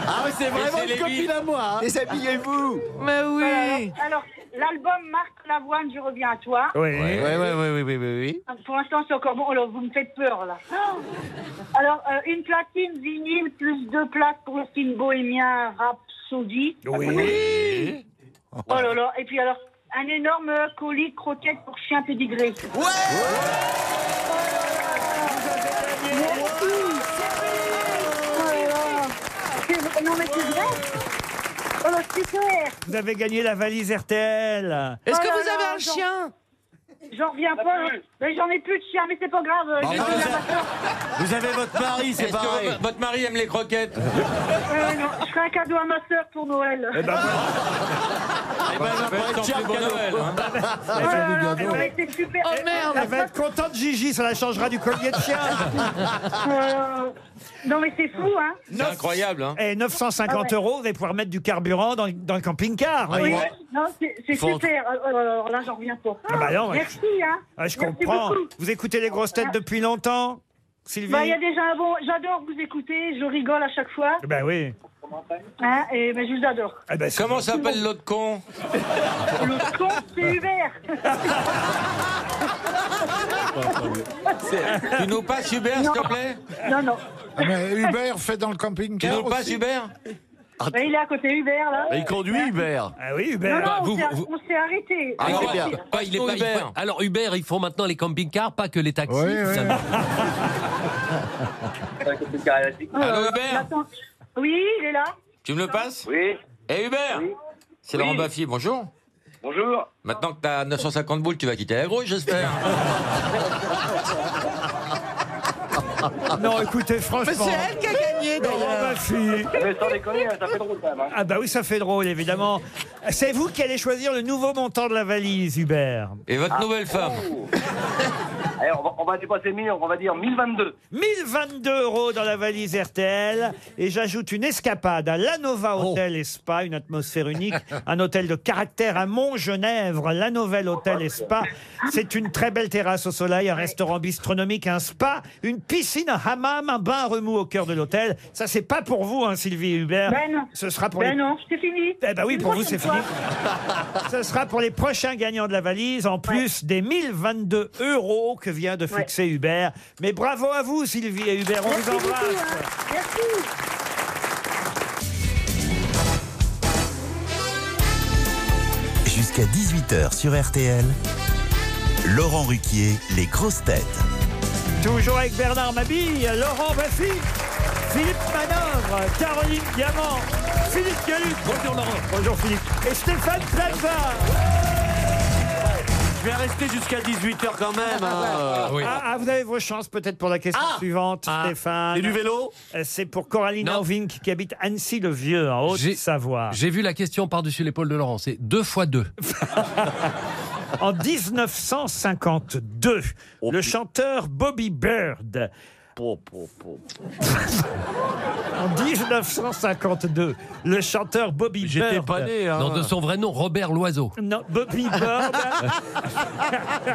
Speaker 5: Ah oui, c'est vraiment
Speaker 9: c'est
Speaker 5: une
Speaker 9: Lévi.
Speaker 5: copine à moi. hein.
Speaker 11: Déshabillez-vous
Speaker 8: Mais oui.
Speaker 12: Alors, alors, l'album Marc Lavoine, je reviens à toi.
Speaker 4: oui.
Speaker 5: Ouais, ouais, ouais, oui, oui, oui, oui.
Speaker 12: Ah, Pour l'instant, c'est encore bon. Oh là, vous me faites peur, là. Ah Alors, euh, une platine vinyle plus deux plaques pour le film bohémien Rhapsody.
Speaker 4: Oui.
Speaker 12: Oh là là. Et puis alors, un énorme colis de croquettes pour chien pédigré. Merci. Oh là là. C'est vrai- Non, mais c'est vrai Oh là, super
Speaker 4: Vous avez gagné la valise RTL.
Speaker 8: Est-ce
Speaker 12: Oh
Speaker 8: que
Speaker 12: là
Speaker 8: vous avez
Speaker 12: là,
Speaker 8: un
Speaker 12: Jean-
Speaker 8: chien
Speaker 12: J'en reviens pas. Mais j'en ai plus de chien, mais c'est pas grave. J'ai
Speaker 5: bah,
Speaker 12: plus
Speaker 5: vous
Speaker 12: la
Speaker 5: avez-
Speaker 12: voiture.
Speaker 5: Vous avez votre mari, c'est
Speaker 9: Est-ce
Speaker 5: pareil.
Speaker 9: que votre mari aime les croquettes
Speaker 12: Euh, non, je ferai un cadeau à ma sœur pour Noël.
Speaker 9: Eh ben, hein.
Speaker 12: Oh merde
Speaker 4: Elle va être contente, Gigi, ça la changera du collier de chien.
Speaker 12: Euh, Non mais c'est fou, hein
Speaker 9: C'est incroyable, hein
Speaker 4: Et 950
Speaker 12: Ah ouais.
Speaker 4: euros, vous allez pouvoir mettre du carburant dans, dans le camping-car.
Speaker 5: Ah
Speaker 12: Oui,
Speaker 4: voyez.
Speaker 12: non, c'est c'est
Speaker 4: Ah, Faut-
Speaker 12: super. Euh, euh, Alors là, j'en reviens pas.
Speaker 4: Ah bah non, ouais.
Speaker 12: Merci, hein.
Speaker 4: Ah, je
Speaker 12: Merci
Speaker 4: comprends.
Speaker 12: beaucoup.
Speaker 4: Vous écoutez les grosses têtes depuis longtemps, Sylvie
Speaker 12: Bah, il y a déjà un bon. J'adore vous écouter, je rigole à chaque fois.
Speaker 4: Eh Ben oui.
Speaker 12: Hein, et ben, je vous adore.
Speaker 4: Eh ben,
Speaker 9: Comment s'appelle l'autre con
Speaker 4: Ah.
Speaker 12: Le con, c'est Hubert.
Speaker 9: C'est- Tu nous passes Hubert, s'il te plaît
Speaker 12: Non, non.
Speaker 6: Ah, Mais Hubert fait dans le camping-car.
Speaker 9: Tu nous le passes,
Speaker 6: aussi
Speaker 9: Hubert
Speaker 12: Bah, il est à côté Hubert, là.
Speaker 6: Il conduit Hubert.
Speaker 4: Ah oui,
Speaker 12: Non, non, on
Speaker 7: Bah, Vous-
Speaker 12: s'est-
Speaker 7: vous-
Speaker 12: on s'est arrêté.
Speaker 4: Ah,
Speaker 5: Ah,
Speaker 7: Alors,
Speaker 12: On
Speaker 7: pas-
Speaker 12: s'est-
Speaker 7: pas- il est pas- il faut- alors, Uber, ils font maintenant les camping-cars, pas que les taxis. ça-
Speaker 9: Allô, Hubert
Speaker 12: Euh, Attends. Oui, il est là.
Speaker 9: Tu me le passes Oui. Eh Hubert C'est Laurent Baffy, bonjour. Bonjour. Maintenant que t'as 950 boules, tu vas quitter la grouille, j'espère.
Speaker 4: Non, écoutez, franchement.
Speaker 8: Mais c'est elle qui a gagné
Speaker 4: Laurent
Speaker 8: d'ailleurs.
Speaker 4: Baffy.
Speaker 10: Mais sans déconner, ça fait drôle quand même. hein.
Speaker 4: Ah bah oui, ça fait drôle, évidemment. C'est vous qui allez choisir le nouveau montant de la valise, Hubert.
Speaker 9: Et votre nouvelle femme
Speaker 10: Allez, on, va, on va dépasser 1000, on va dire 1022.
Speaker 4: 1022 euros dans la valise RTL. Et j'ajoute une escapade à l'Anova Hotel et Spa, une atmosphère unique, un hôtel de caractère à Mont-Genèvre, l'Anovelle Hôtel et Spa. C'est une très belle terrasse au soleil, un restaurant bistronomique, un spa, une piscine, un hammam, un bain à remous au cœur de l'hôtel. Ça, c'est pas pour vous, hein, Sylvie et Hubert.
Speaker 12: Ben non.
Speaker 4: Ce sera pour
Speaker 12: Ben
Speaker 4: les...
Speaker 12: non, c'est fini.
Speaker 4: Eh ben oui,
Speaker 12: Une
Speaker 4: pour vous, c'est
Speaker 12: prochaine
Speaker 4: fini.
Speaker 12: fois.
Speaker 4: Ce sera pour les prochains gagnants de la valise, en plus des 1022 euros que vient de fixer Hubert. Mais bravo à vous, Sylvie et Hubert. On
Speaker 12: Merci
Speaker 4: vous
Speaker 12: beaucoup,
Speaker 4: embrasse.
Speaker 12: hein. Merci.
Speaker 2: Jusqu'à 18h sur RTL, Laurent Ruquier, les grosses têtes.
Speaker 12: hein.
Speaker 4: Toujours avec Bernard Mabille, Laurent Baffy, Philippe Manœuvre, Caroline Diamant, Philippe Gueluc. Bonjour Laurent. Bonjour Philippe. Et Stéphane Plaza.
Speaker 5: Je vais rester jusqu'à 18h quand même. hein.
Speaker 4: Ah, ah, vous avez vos chances peut-être pour la question suivante, Stéphane.
Speaker 5: Ah. Et du vélo
Speaker 4: Euh, C'est pour Coraline Anvink qui habite Annecy-le-Vieux, en Haute-Savoie.
Speaker 7: J'ai vu la question par-dessus l'épaule de Laurent. C'est deux fois deux.
Speaker 4: En 1952, le chanteur Bobby Bird. En 1952, le chanteur Bobby Bird.
Speaker 5: hein.
Speaker 7: Non, de son vrai nom, Robert Loiseau.
Speaker 4: Non, Bobby Bird.
Speaker 13: ben.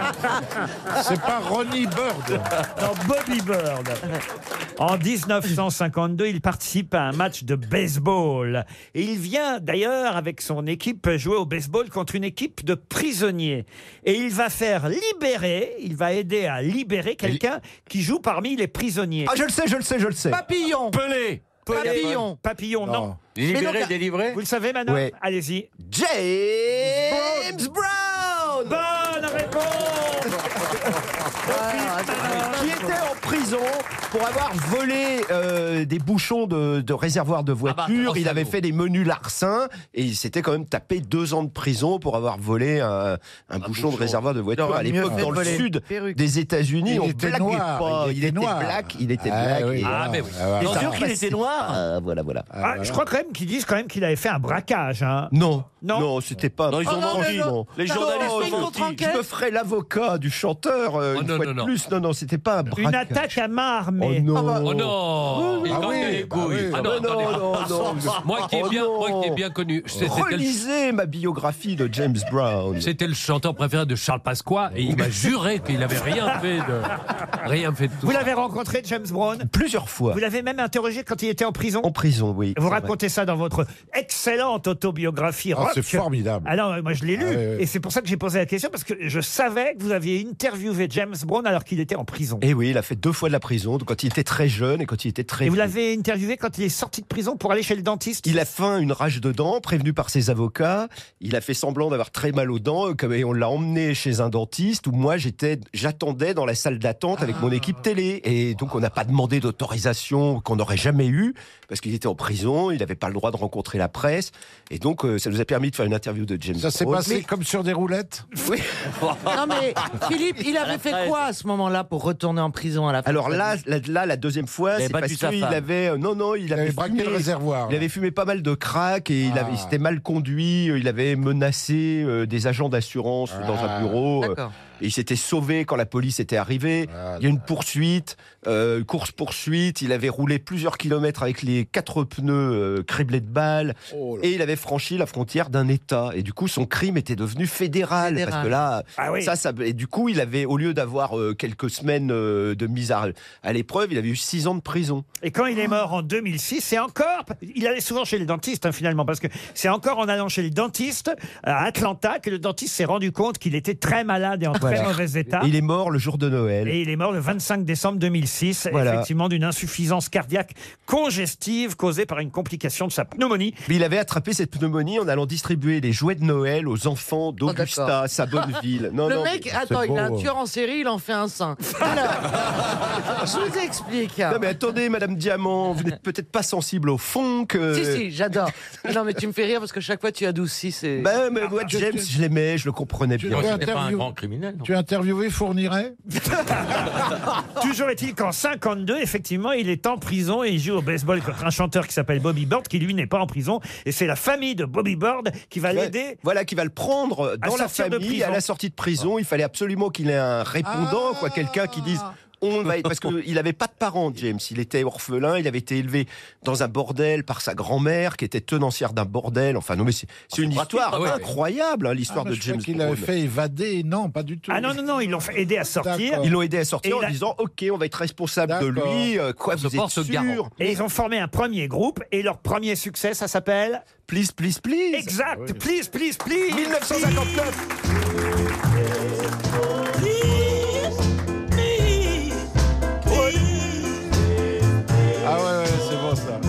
Speaker 6: C'est pas Ronnie Bird.
Speaker 4: Non, Bobby Bird. En 1952, il participe à un match de baseball. Et il vient d'ailleurs avec son équipe jouer au baseball contre une équipe de prisonniers. Et il va faire libérer, il va aider à libérer quelqu'un qui joue parmi les prisonniers.
Speaker 11: Ah, je le sais, je le sais, je le sais.
Speaker 8: Papillon.
Speaker 5: Pelé
Speaker 4: Pelé.
Speaker 8: Papillon.
Speaker 4: Euh, Papillon, non.
Speaker 11: Non.
Speaker 9: Libéré,
Speaker 8: donc,
Speaker 9: délivré
Speaker 4: Vous le savez maintenant
Speaker 11: Ouais.
Speaker 4: Allez-y.
Speaker 11: James Brown
Speaker 4: Bonne réponse
Speaker 11: qui était en prison pour avoir volé euh, des bouchons de, de réservoir de
Speaker 7: bah,
Speaker 11: voiture.
Speaker 7: oh,
Speaker 11: il avait
Speaker 7: salaud.
Speaker 11: fait des menus larcins et il s'était quand même tapé deux ans de prison pour avoir volé un, un bouchon,
Speaker 5: bouchon.
Speaker 11: de réservoir de voiture.
Speaker 8: aurait
Speaker 11: À
Speaker 8: mieux
Speaker 11: l'époque,
Speaker 8: fait
Speaker 11: dans
Speaker 8: de
Speaker 11: le
Speaker 8: voler une
Speaker 11: sud
Speaker 8: perruque.
Speaker 11: des États-Unis,
Speaker 6: Il
Speaker 11: on
Speaker 6: était
Speaker 11: blaguait
Speaker 6: noir,
Speaker 11: pas.
Speaker 6: il était noir.
Speaker 11: black, il était
Speaker 6: Ah,
Speaker 11: black.
Speaker 6: oui.
Speaker 11: et-
Speaker 7: Ah,
Speaker 6: Ah,
Speaker 7: ben oui.
Speaker 6: ah,
Speaker 5: Bien
Speaker 11: ça
Speaker 5: sûr qu'il
Speaker 11: passe.
Speaker 5: était noir
Speaker 11: Ah, voilà, voilà.
Speaker 4: Ah, Je crois quand même qu'ils disent quand même qu'il avait fait un braquage. hein.
Speaker 11: Non,
Speaker 4: Non.
Speaker 11: non, c'était pas.
Speaker 5: Non, ils ont
Speaker 11: Oh,
Speaker 5: menti.
Speaker 11: non.
Speaker 5: Les
Speaker 11: Non,
Speaker 5: journalistes ont
Speaker 11: je-
Speaker 5: menti.
Speaker 11: Je me ferai l'avocat du chanteur euh,
Speaker 7: Oh,
Speaker 11: une
Speaker 7: non,
Speaker 11: fois
Speaker 7: non,
Speaker 11: de
Speaker 7: non.
Speaker 11: plus. Non, non, c'était pas un braquage.
Speaker 4: Une attaque à main
Speaker 11: Oh
Speaker 4: armée.
Speaker 11: non.
Speaker 7: Oh non Il
Speaker 6: Ah
Speaker 7: tente
Speaker 6: oui,
Speaker 7: les
Speaker 6: bah
Speaker 7: couilles.
Speaker 6: oui.
Speaker 7: Ah non,
Speaker 11: non,
Speaker 7: attendez.
Speaker 11: non, non, non.
Speaker 7: Moi qui
Speaker 11: Oh
Speaker 7: est bien, moi
Speaker 11: non.
Speaker 7: qui est bien connu. c'est- C'était le,
Speaker 11: Relisez ma biographie de James Brown.
Speaker 7: c'était le chanteur préféré de Charles Pasqua et il m'a juré qu'il avait rien fait de rien fait de tout.
Speaker 4: Vous
Speaker 7: ça.
Speaker 4: l'avez rencontré, James Brown
Speaker 11: Plusieurs fois.
Speaker 4: Vous l'avez même interrogé quand il était en prison
Speaker 11: En prison, oui.
Speaker 4: Vous
Speaker 11: c'est vrai.
Speaker 4: racontez ça dans votre excellente autobiographie.
Speaker 6: Ah,
Speaker 4: rock.
Speaker 6: c'est formidable.
Speaker 4: Alors, moi, je l'ai lu.
Speaker 6: Ah, ouais, ouais.
Speaker 4: Et c'est pour ça que j'ai posé la question, parce que je savais que vous aviez interviewé James Brown alors qu'il était en prison. Et,
Speaker 11: Eh oui, il a fait deux fois de la prison, donc quand il était très jeune et quand il était très.
Speaker 4: vous
Speaker 11: vieux.
Speaker 4: l'avez interviewé quand il est sorti de prison pour aller chez le dentiste
Speaker 11: Il a faim, une rage de dents, prévenu par ses avocats. Il a fait semblant d'avoir très mal aux dents, euh, comme- et on l'a emmené chez un dentiste où moi j'étais, j'attendais dans la salle d'attente avec mon
Speaker 6: Ah.
Speaker 11: équipe télé. Et donc on n'a pas demandé d'autorisation qu'on n'aurait jamais eu parce qu'il était en prison, il n'avait pas le droit de rencontrer la presse. Et donc euh, ça nous a permis de faire une interview de James.
Speaker 6: Ça s'est
Speaker 11: Brown.
Speaker 6: passé comme sur des roulettes
Speaker 11: Oui.
Speaker 8: Non mais Philippe, il avait fait
Speaker 5: presse.
Speaker 8: quoi à ce moment-là pour retourner en prison à la fin
Speaker 11: Alors là, là, là, la deuxième fois,
Speaker 8: avait
Speaker 11: c'est
Speaker 8: battu
Speaker 11: parce
Speaker 8: sa
Speaker 11: qu'il
Speaker 8: femme.
Speaker 11: avait euh, non non, il, avait,
Speaker 6: braqué le réservoir. Ah.
Speaker 11: Il avait fumé pas mal de crack et il, avait- il s'était mal conduit. euh, Il avait menacé euh, des agents d'assurance dans
Speaker 6: Ah.
Speaker 11: un bureau. euh,
Speaker 6: D'accord.
Speaker 11: et il s'était sauvé quand la police était arrivée.
Speaker 6: Ah,
Speaker 11: il y a une poursuite, euh, course poursuite. Il avait roulé plusieurs kilomètres avec les quatre pneus euh, criblés de balles
Speaker 6: Oh
Speaker 11: et il avait franchi la frontière d'un État. Et du coup, son crime était devenu fédéral, parce
Speaker 8: Fédéral.
Speaker 11: que là,
Speaker 8: Ah oui.
Speaker 11: ça, ça- et du coup, il avait, au lieu d'avoir euh, quelques semaines euh, de mise à, à l'épreuve, il avait eu six ans de prison.
Speaker 4: Et quand il est mort en 2006, c'est encore. Il allait souvent chez le dentiste hein, finalement, parce que c'est encore en allant chez le dentiste à Atlanta que le dentiste s'est rendu compte qu'il était très malade et en
Speaker 11: Voilà.
Speaker 4: très mauvais état.
Speaker 11: Il est mort le jour de Noël.
Speaker 4: Et il est mort le 25 décembre 2006,
Speaker 11: Voilà.
Speaker 4: effectivement d'une insuffisance cardiaque congestive causée par une complication de sa pneumonie.
Speaker 11: Mais il avait attrapé cette pneumonie en allant distribuer les jouets de Noël aux enfants d'Augusta, sa bonne ville. Non,
Speaker 8: Oh, le
Speaker 11: non,
Speaker 8: mec,
Speaker 11: mais-
Speaker 8: attends, il a un tueur en série, il en fait un saint. Alors, je vous explique.
Speaker 11: Non, mais attendez, Madame Diamant, vous n'êtes peut-être pas sensible au fond que.
Speaker 8: Si, si, j'adore. Non, mais tu me fais rire parce que chaque fois tu adoucis. c'est-
Speaker 11: Ben, mais moi, James, je l'aimais, je le comprenais
Speaker 6: Tu
Speaker 11: bien.
Speaker 6: dois C'était pas un interview- grand
Speaker 9: criminel,
Speaker 6: Tu as interviewé Fourniret
Speaker 4: Toujours est-il qu'en 52, effectivement, il est en prison et il joue au baseball contre un chanteur qui s'appelle Bobby Bird, qui lui n'est pas en prison. Et c'est la famille de Bobby Bird qui va
Speaker 11: Ouais,
Speaker 4: l'aider.
Speaker 11: Voilà, qui va le prendre
Speaker 4: à
Speaker 11: dans la
Speaker 4: sortir de
Speaker 11: famille,
Speaker 4: prison.
Speaker 11: à la sortie de prison, il fallait absolument qu'il ait un répondant,
Speaker 8: Ah.
Speaker 11: quoi, quelqu'un qui dise. On va, parce qu'il n'avait pas de parents, James. Il était orphelin, il avait été élevé dans un bordel par sa grand-mère, qui était tenancière d'un bordel. Enfin, non, mais c'est c'est une histoire
Speaker 6: Ah ouais.
Speaker 11: incroyable, hein, l'histoire
Speaker 6: Ah,
Speaker 11: de
Speaker 6: je crois
Speaker 11: James
Speaker 6: qu'il l'avait
Speaker 11: Brown.
Speaker 6: fait évader, non, pas du tout.
Speaker 4: Ah non, non, non, ils l'ont fait aider à sortir.
Speaker 6: D'accord.
Speaker 11: Ils l'ont aidé à sortir
Speaker 4: Et
Speaker 11: en
Speaker 4: il a-
Speaker 11: disant Ok, on va être responsable de lui. euh, quoi,
Speaker 4: On se
Speaker 11: vous êtes
Speaker 4: porte
Speaker 11: sûr
Speaker 4: garant. Et ils ont formé un premier groupe et leur premier succès, ça s'appelle
Speaker 11: Please, please, please.
Speaker 4: Exact, please, please, please.
Speaker 11: 1959.
Speaker 6: Ah ouais, ouais, c'est bon ça.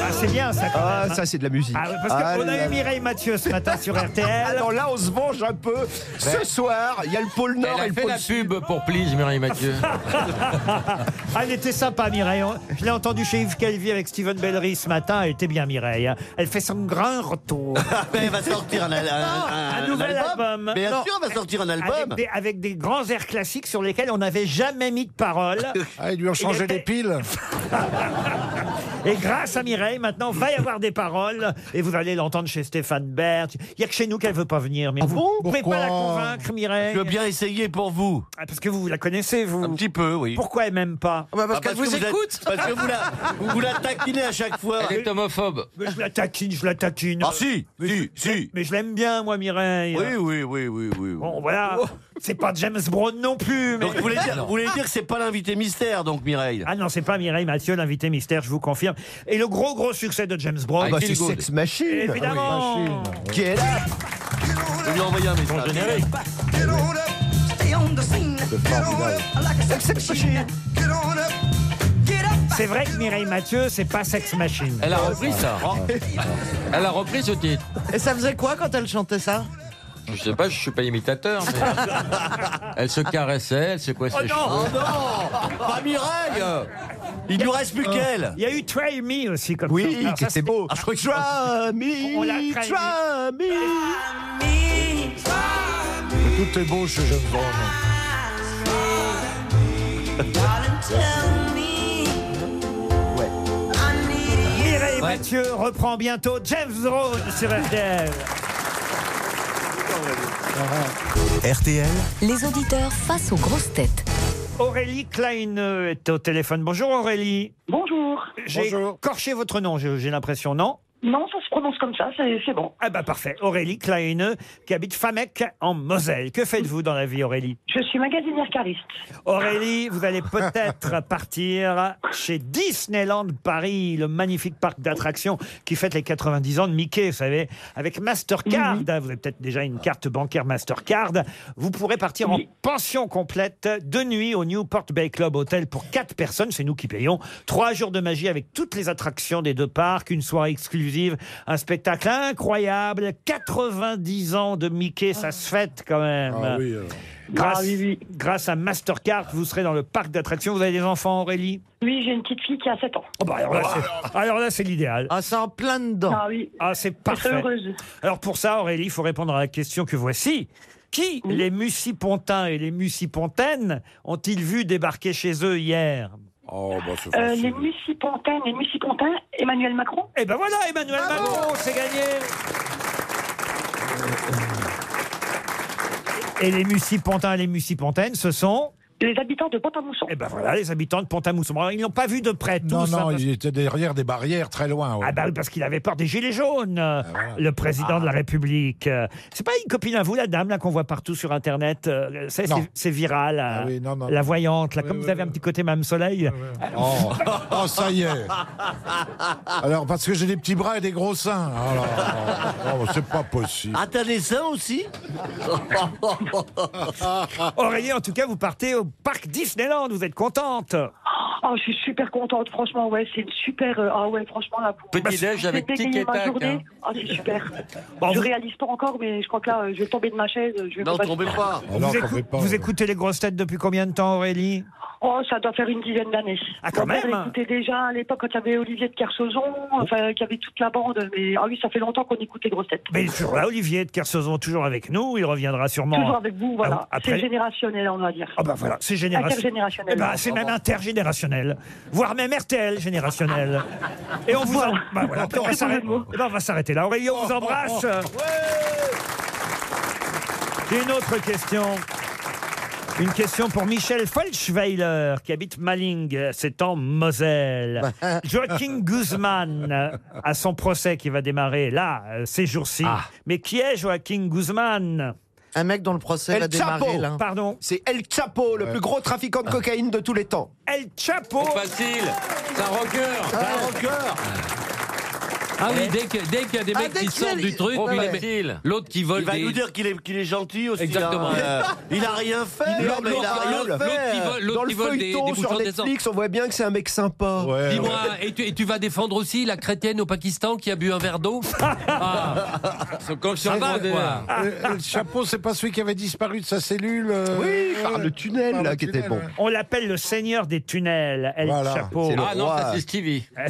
Speaker 4: Ah, c'est bien ça. quand
Speaker 11: Ah,
Speaker 4: même, hein.
Speaker 11: ça, c'est de la musique.
Speaker 4: Ah oui, parce
Speaker 11: Ah
Speaker 4: qu'on
Speaker 11: là
Speaker 4: a eu Mireille Mathieu ce matin sur RTL.
Speaker 11: Alors là, on se venge un peu. Ce soir, il y a le pôle Nord
Speaker 9: Elle
Speaker 11: et
Speaker 9: a
Speaker 11: le
Speaker 9: fait
Speaker 11: pôle
Speaker 9: la
Speaker 11: Sud.
Speaker 9: pub pour Please, Mireille Mathieu.
Speaker 4: Ah, elle était sympa, Mireille. On- Je l'ai entendue chez Yves Calvi avec Steven Bellery ce matin. Elle était bien, Mireille. hein. Elle fait son grand retour.
Speaker 5: Ah, Elle va sortir un, un- un-
Speaker 4: un
Speaker 5: un
Speaker 4: nouvel album.
Speaker 5: Bien
Speaker 4: Non.
Speaker 5: sûr, elle va sortir un album.
Speaker 4: Avec des, avec des grands airs classiques sur lesquels on n'avait jamais mis de parole.
Speaker 6: Ah, ils lui ont changé
Speaker 4: était-
Speaker 6: les piles.
Speaker 4: Et grâce à Mireille, maintenant, va y avoir des paroles. Et vous allez l'entendre chez Stéphane Bert. Il n'y a que chez nous qu'elle veut pas venir.
Speaker 5: Ah
Speaker 4: Mais vous ne pouvez pas la convaincre, Mireille.
Speaker 5: Je veux bien essayer pour vous.
Speaker 4: Ah, Parce que vous, vous la connaissez, vous. Un petit
Speaker 5: peu, oui.
Speaker 4: Pourquoi elle m'aime pas
Speaker 5: Ah, êtes- parce que vous la, vous la taquinez à chaque fois.
Speaker 9: Elle est homophobe.
Speaker 4: Mais je la taquine, je la taquine.
Speaker 5: Ah si, si, si.
Speaker 4: Mais je l'aime bien, moi, Mireille.
Speaker 5: Oui, oui, oui, oui, oui. Oh.
Speaker 4: Bon, voilà. C'est pas James Brown non plus. Mais...
Speaker 5: Donc vous voulez dire, vous voulez dire que c'est pas l'invité mystère, donc Mireille.
Speaker 4: Ah non, c'est pas Mireille Mathieu, l'invité mystère, je vous confirme. Et le gros, gros succès de James Brown.
Speaker 11: Ah bah, c'est Sex Machine.
Speaker 4: Évidemment.
Speaker 11: Qui est là
Speaker 5: Je vais lui envoyer un message. bah,
Speaker 4: C'est vrai que Mireille Mathieu, c'est pas Sex Machine.
Speaker 9: Elle a repris ça. Elle a repris ce titre.
Speaker 8: Et ça faisait quoi quand elle chantait ça
Speaker 9: Je sais pas, je suis pas imitateur. Mais... Elle se caressait, elle secouait
Speaker 5: Oh
Speaker 9: ses
Speaker 5: non,
Speaker 9: cheveux.
Speaker 5: oh non Pas Mireille Il nous reste plus qu'elle
Speaker 4: Il y a eu Try Me aussi comme
Speaker 11: Oui,
Speaker 4: ça. Alors
Speaker 11: qui
Speaker 4: ça,
Speaker 11: était beau.
Speaker 5: Ah, je crois que je-
Speaker 11: Try me,
Speaker 4: On l'a Ah. trahi.
Speaker 11: try me.
Speaker 6: Tout est beau chez James Brown.
Speaker 4: Mireille Mathieu reprend bientôt James Brown sur RTL.
Speaker 2: RTL,
Speaker 3: Les auditeurs face aux grosses têtes.
Speaker 4: Aurélie Klein est au téléphone. Bonjour Aurélie.
Speaker 12: Bonjour.
Speaker 4: J'ai corché votre nom, j'ai j'ai l'impression, non
Speaker 12: Non, ça se prononce comme ça, c'est c'est bon.
Speaker 4: Ah bah parfait. Aurélie Klein qui habite Famec en Moselle. Que faites-vous dans la vie Aurélie
Speaker 12: Je suis magasinière cariste.
Speaker 4: Aurélie, vous allez peut-être partir chez Disneyland Paris, le magnifique parc d'attractions qui fête les 90 ans de Mickey, vous savez, avec Mastercard. Vous avez peut-être déjà une carte bancaire Mastercard. Vous pourrez partir en pension complète de nuit au Newport Bay Club Hotel pour 4 personnes. C'est nous qui payons. Trois jours de magie avec toutes les attractions des deux parcs, une soirée exclusive exclusive. Un spectacle incroyable. 90 ans de Mickey, ça se fête quand même.
Speaker 6: Ah oui, alors.
Speaker 12: Ah,
Speaker 4: Grâce, grâce à Mastercard, vous serez dans le parc d'attractions. Vous avez des enfants, Aurélie
Speaker 12: Oui, j'ai une petite fille qui a 7 ans.
Speaker 4: Oh bah alors là, c'est- alors là, c'est l'idéal. Ah, c'est en plein dedans.
Speaker 12: Ah oui.
Speaker 4: Ah, c'est parfait.
Speaker 12: heureuse.
Speaker 4: Alors pour ça, Aurélie, il faut répondre à la question que voici. Qui, les Mussipontins et les Mussipontaines, ont-ils vu débarquer chez eux hier Oh, bah c'est
Speaker 12: Euh, les municipantins, les municipantins, Emmanuel Macron
Speaker 4: Eh ben voilà, Emmanuel Macron, c'est gagné Et les Mussipontins et les Mussipontaines, ce sont
Speaker 12: Les habitants de Pont-à-Mousson.
Speaker 4: Eh ben voilà, les habitants de Pont-à-Mousson. Bon, Ils n'ont pas vu de près tous.
Speaker 6: Non, non,
Speaker 4: hein, parce-
Speaker 6: il était derrière des barrières très loin. ouais.
Speaker 4: Ah bah oui, parce qu'il avait peur des gilets jaunes,
Speaker 6: Ah
Speaker 4: euh, le président de la République. Euh, C'est pas une copine à vous, la dame, là, qu'on voit partout sur Internet. euh, c'est-
Speaker 6: Non. Ah
Speaker 4: C'est c'est viral, euh, la voyante, là, comme vous avez un petit côté Mme Soleil.
Speaker 6: Oh. Oh, ça y est. Alors, parce que j'ai des petits bras et des gros seins. Alors, oh, c'est pas possible.
Speaker 5: Ah, t'as des seins aussi
Speaker 4: Aurélie, en tout cas, vous partez au parc Disneyland, vous êtes contente
Speaker 12: Oh, je suis super contente, franchement, ouais, c'est une super. euh, ah ouais, franchement, là. vous-
Speaker 9: Petit déj
Speaker 12: vous
Speaker 9: avec
Speaker 12: avez
Speaker 9: tic
Speaker 12: gagné
Speaker 9: et
Speaker 12: ma
Speaker 9: tac,
Speaker 12: journée.
Speaker 9: hein.
Speaker 12: Ah, c'est super.
Speaker 4: Bon,
Speaker 12: je
Speaker 4: vous-
Speaker 12: réalise pas encore, mais je crois que là, euh, je vais tomber de ma chaise. Je vais
Speaker 5: Non,
Speaker 12: pas-
Speaker 5: tombez pas.
Speaker 4: Vous, écou- vous écoutez les grosses têtes depuis combien de temps, Aurélie
Speaker 12: Oh, ça doit faire une dizaine d'années.
Speaker 4: Ah, quand
Speaker 12: Mon père
Speaker 4: même.
Speaker 12: écoutait déjà à l'époque quand il y avait Olivier de Kersauzon, enfin, qu'il y avait toute la bande. Mais ah oui, ça fait longtemps qu'on écoute les grosses têtes.
Speaker 4: Mais sur là, Olivier de Kersauzon, toujours avec nous, il reviendra sûrement.
Speaker 12: Toujours avec vous, voilà.
Speaker 4: Ah, après-
Speaker 12: C'est générationnel, on va dire.
Speaker 4: Ah bah voilà, c'est génération-
Speaker 12: Intergénérationnel.
Speaker 4: Eh ben, c'est même intergénérationnel, voire même RTL générationnel. Et on vous en- bah voilà, on va s'arrêter- Eh ben, on va s'arrêter là. Aurélie, on vous embrasse. J'ai une autre question. Une question pour Michel Folschweiler, qui habite Maling, c'est en Moselle. Joaquin Guzman a son procès qui va démarrer là, euh, ces jours-ci. Mais qui est Joaquin Guzman
Speaker 8: Ah. Un mec dont le procès va démarrer, là.
Speaker 4: Pardon Euh.
Speaker 11: C'est El Chapo, le plus gros trafiquant de cocaïne de tous les temps.
Speaker 4: El Chapo
Speaker 9: Facile C'est un rocker Eh.
Speaker 11: Un rocker
Speaker 7: Ah oui, dès que- dès qu'il y a des
Speaker 5: bah. Ah,
Speaker 7: mecs
Speaker 5: dès
Speaker 7: qui
Speaker 5: qu'il y a
Speaker 7: sortent
Speaker 5: les-
Speaker 7: du truc,
Speaker 5: Trop
Speaker 7: il est-
Speaker 5: facile.
Speaker 7: l'autre qui vole
Speaker 5: Il va
Speaker 7: des...
Speaker 5: nous dire qu'il est, qu'il est gentil aussi.
Speaker 7: Exactement.
Speaker 5: hein. Euh, il a rien fait.
Speaker 11: Il est
Speaker 5: non, mais il a rien
Speaker 11: adorable.
Speaker 5: fait.
Speaker 11: Dans le
Speaker 7: qui vole des-
Speaker 11: feuilleton
Speaker 7: des
Speaker 11: sur
Speaker 7: bouchons
Speaker 11: Netflix, on voit bien que c'est un mec sympa.
Speaker 7: Dis-moi, et tu, et tu vas défendre aussi la chrétienne au Pakistan qui a bu un verre d'eau ah, Ça va, quoi.
Speaker 6: Euh, Le, le chapeau, c'est pas celui qui avait disparu de sa cellule euh,
Speaker 11: Oui, par
Speaker 6: euh,
Speaker 11: le tunnel,
Speaker 6: par
Speaker 11: là,
Speaker 6: le
Speaker 11: qui était
Speaker 6: tunnel,
Speaker 11: bon.
Speaker 6: ouais.
Speaker 4: On l'appelle le seigneur des tunnels, El
Speaker 6: Voilà,
Speaker 4: Chapeau.
Speaker 11: c'est le Ah non, roi. ça, c'est
Speaker 9: Stevie.
Speaker 4: Eh,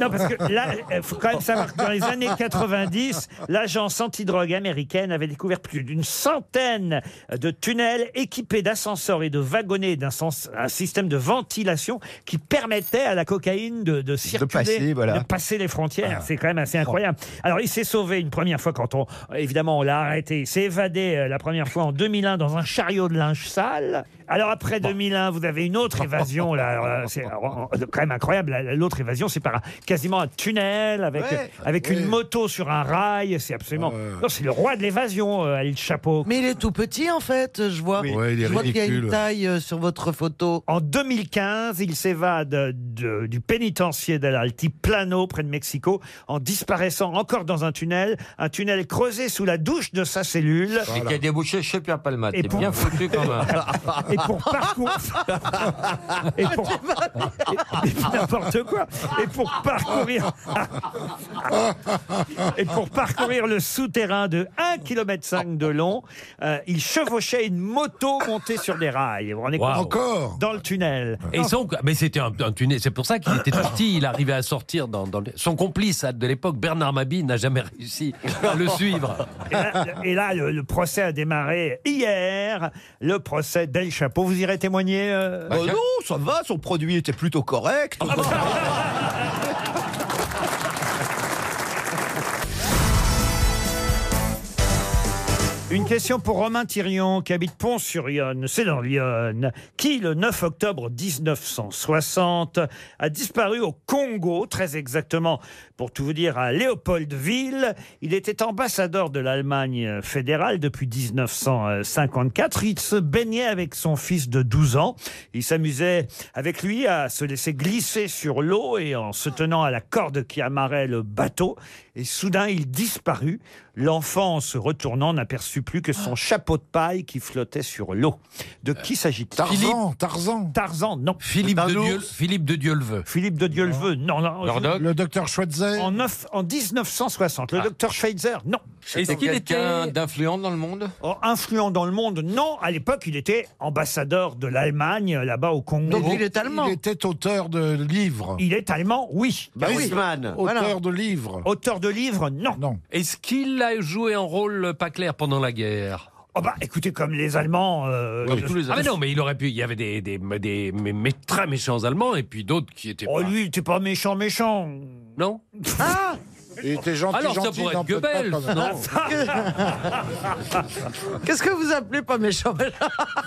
Speaker 4: non, parce que là, il faut quand même savoir que dans les années 90, l'agence antidrogue américaine avait découvert plus d'une centaine de tunnels équipés d'ascenseurs et de wagonnets et d'un sens- un système de ventilation qui permettait à la cocaïne de, de circuler,
Speaker 11: passer, voilà.
Speaker 4: de passer les frontières.
Speaker 6: Ah.
Speaker 4: C'est quand même
Speaker 6: Oh.
Speaker 4: assez incroyable. Alors, il s'est sauvé une première fois quand on, évidemment, on l'a arrêté. Il s'est évadé euh, la première fois en 2001 dans un chariot de linge sale. Alors, après 2001, vous avez une autre évasion, là. Alors là, c'est alors, on- quand même incroyable. L'autre évasion, c'est par un- quasiment un tunnel avec, euh,
Speaker 8: Ouais.
Speaker 4: avec une moto sur un rail. C'est absolument. Non, c'est le roi de l'évasion, euh, El Chapeau.
Speaker 8: Mais il est tout petit en fait, je vois.
Speaker 6: Oui. Ouais, il est
Speaker 8: je vois qu'il y a une
Speaker 6: ridicule.
Speaker 8: taille euh, sur votre photo.
Speaker 4: En 2015, il s'évade euh, de- du pénitencier d'El Altiplano, près de Mexico, en disparaissant encore dans un tunnel, un tunnel creusé sous la douche de sa cellule.
Speaker 9: Et qui a débouché chez Pierre Palmade.
Speaker 4: Et
Speaker 9: T'es
Speaker 4: pour-
Speaker 9: bien foutu quand même.
Speaker 4: Et pour parcourir. Et pour. Et- N'importe quoi. Et pour parcourir. Et pour parcourir le souterrain de 1,5 km de long, euh, il chevauchait une moto montée sur des rails. Vous vous rendez compte
Speaker 7: Waouh.
Speaker 6: Encore
Speaker 4: Dans le tunnel.
Speaker 7: Et son, mais c'était un, un tunnel, c'est pour ça qu'il était tout petit, il arrivait à sortir dans, dans le- son complice à- de l'époque, Bernard Mabie, n'a jamais réussi à le suivre.
Speaker 4: Et là, et là, le, le procès a démarré hier. Le procès d'El Chapeau. Vous irez témoigner euh,
Speaker 11: Oh non, ça va, son produit était plutôt correct.
Speaker 4: Une question pour Romain Thirion, qui habite Pont-sur-Yonne, c'est dans l'Yonne, qui, le 9 octobre 1960, a disparu au Congo, très exactement, pour tout vous dire, à Léopoldville. Il était ambassadeur de l'Allemagne fédérale depuis 1954. Il se baignait avec son fils de 12 ans. Il s'amusait avec lui à se laisser glisser sur l'eau et en se tenant à la corde qui amarrait le bateau. Et soudain, il disparut. L'enfant, en se retournant, n'aperçut plus que
Speaker 7: Ah.
Speaker 4: son chapeau de paille qui flottait sur l'eau. De qui s'agit-il
Speaker 6: Tarzan, Tarzan.
Speaker 4: Tarzan, non.
Speaker 7: Euh, Philippe de, Dieu, Philippe de Dieuleveux.
Speaker 4: Philippe de Dieuleveux, non. non,
Speaker 6: Murdoch Le docteur Schweitzer
Speaker 4: En, neuf- en 1960. Le docteur Schweitzer, non.
Speaker 9: Est-ce qu'il était d'influent dans le monde
Speaker 4: Oh, influent dans le monde, non. À l'époque, il était ambassadeur de l'Allemagne, là-bas au Congo.
Speaker 6: Il était auteur de livres.
Speaker 4: Il est allemand, oui.
Speaker 6: Bah oui. Griezmann. Auteur Voilà. de livres.
Speaker 4: Auteur de livres, non.
Speaker 6: Non.
Speaker 7: Est-ce qu'il a joué un rôle pas clair pendant la guerre
Speaker 4: Oh bah écoutez, comme les Allemands. euh,
Speaker 7: Comme tous les Ah mais non, mais il aurait pu. Il y avait des, des, des- mais- mais très méchants Allemands et puis d'autres qui étaient.
Speaker 4: Oh, lui, il était pas méchant, méchant.
Speaker 7: Non
Speaker 6: Il était gentil,
Speaker 7: Alors ça
Speaker 6: gentil,
Speaker 7: pourrait
Speaker 6: non,
Speaker 7: être
Speaker 6: peut-être pas
Speaker 7: Goebbels,
Speaker 6: quand même.
Speaker 7: non
Speaker 8: Qu'est-ce que vous appelez pas méchant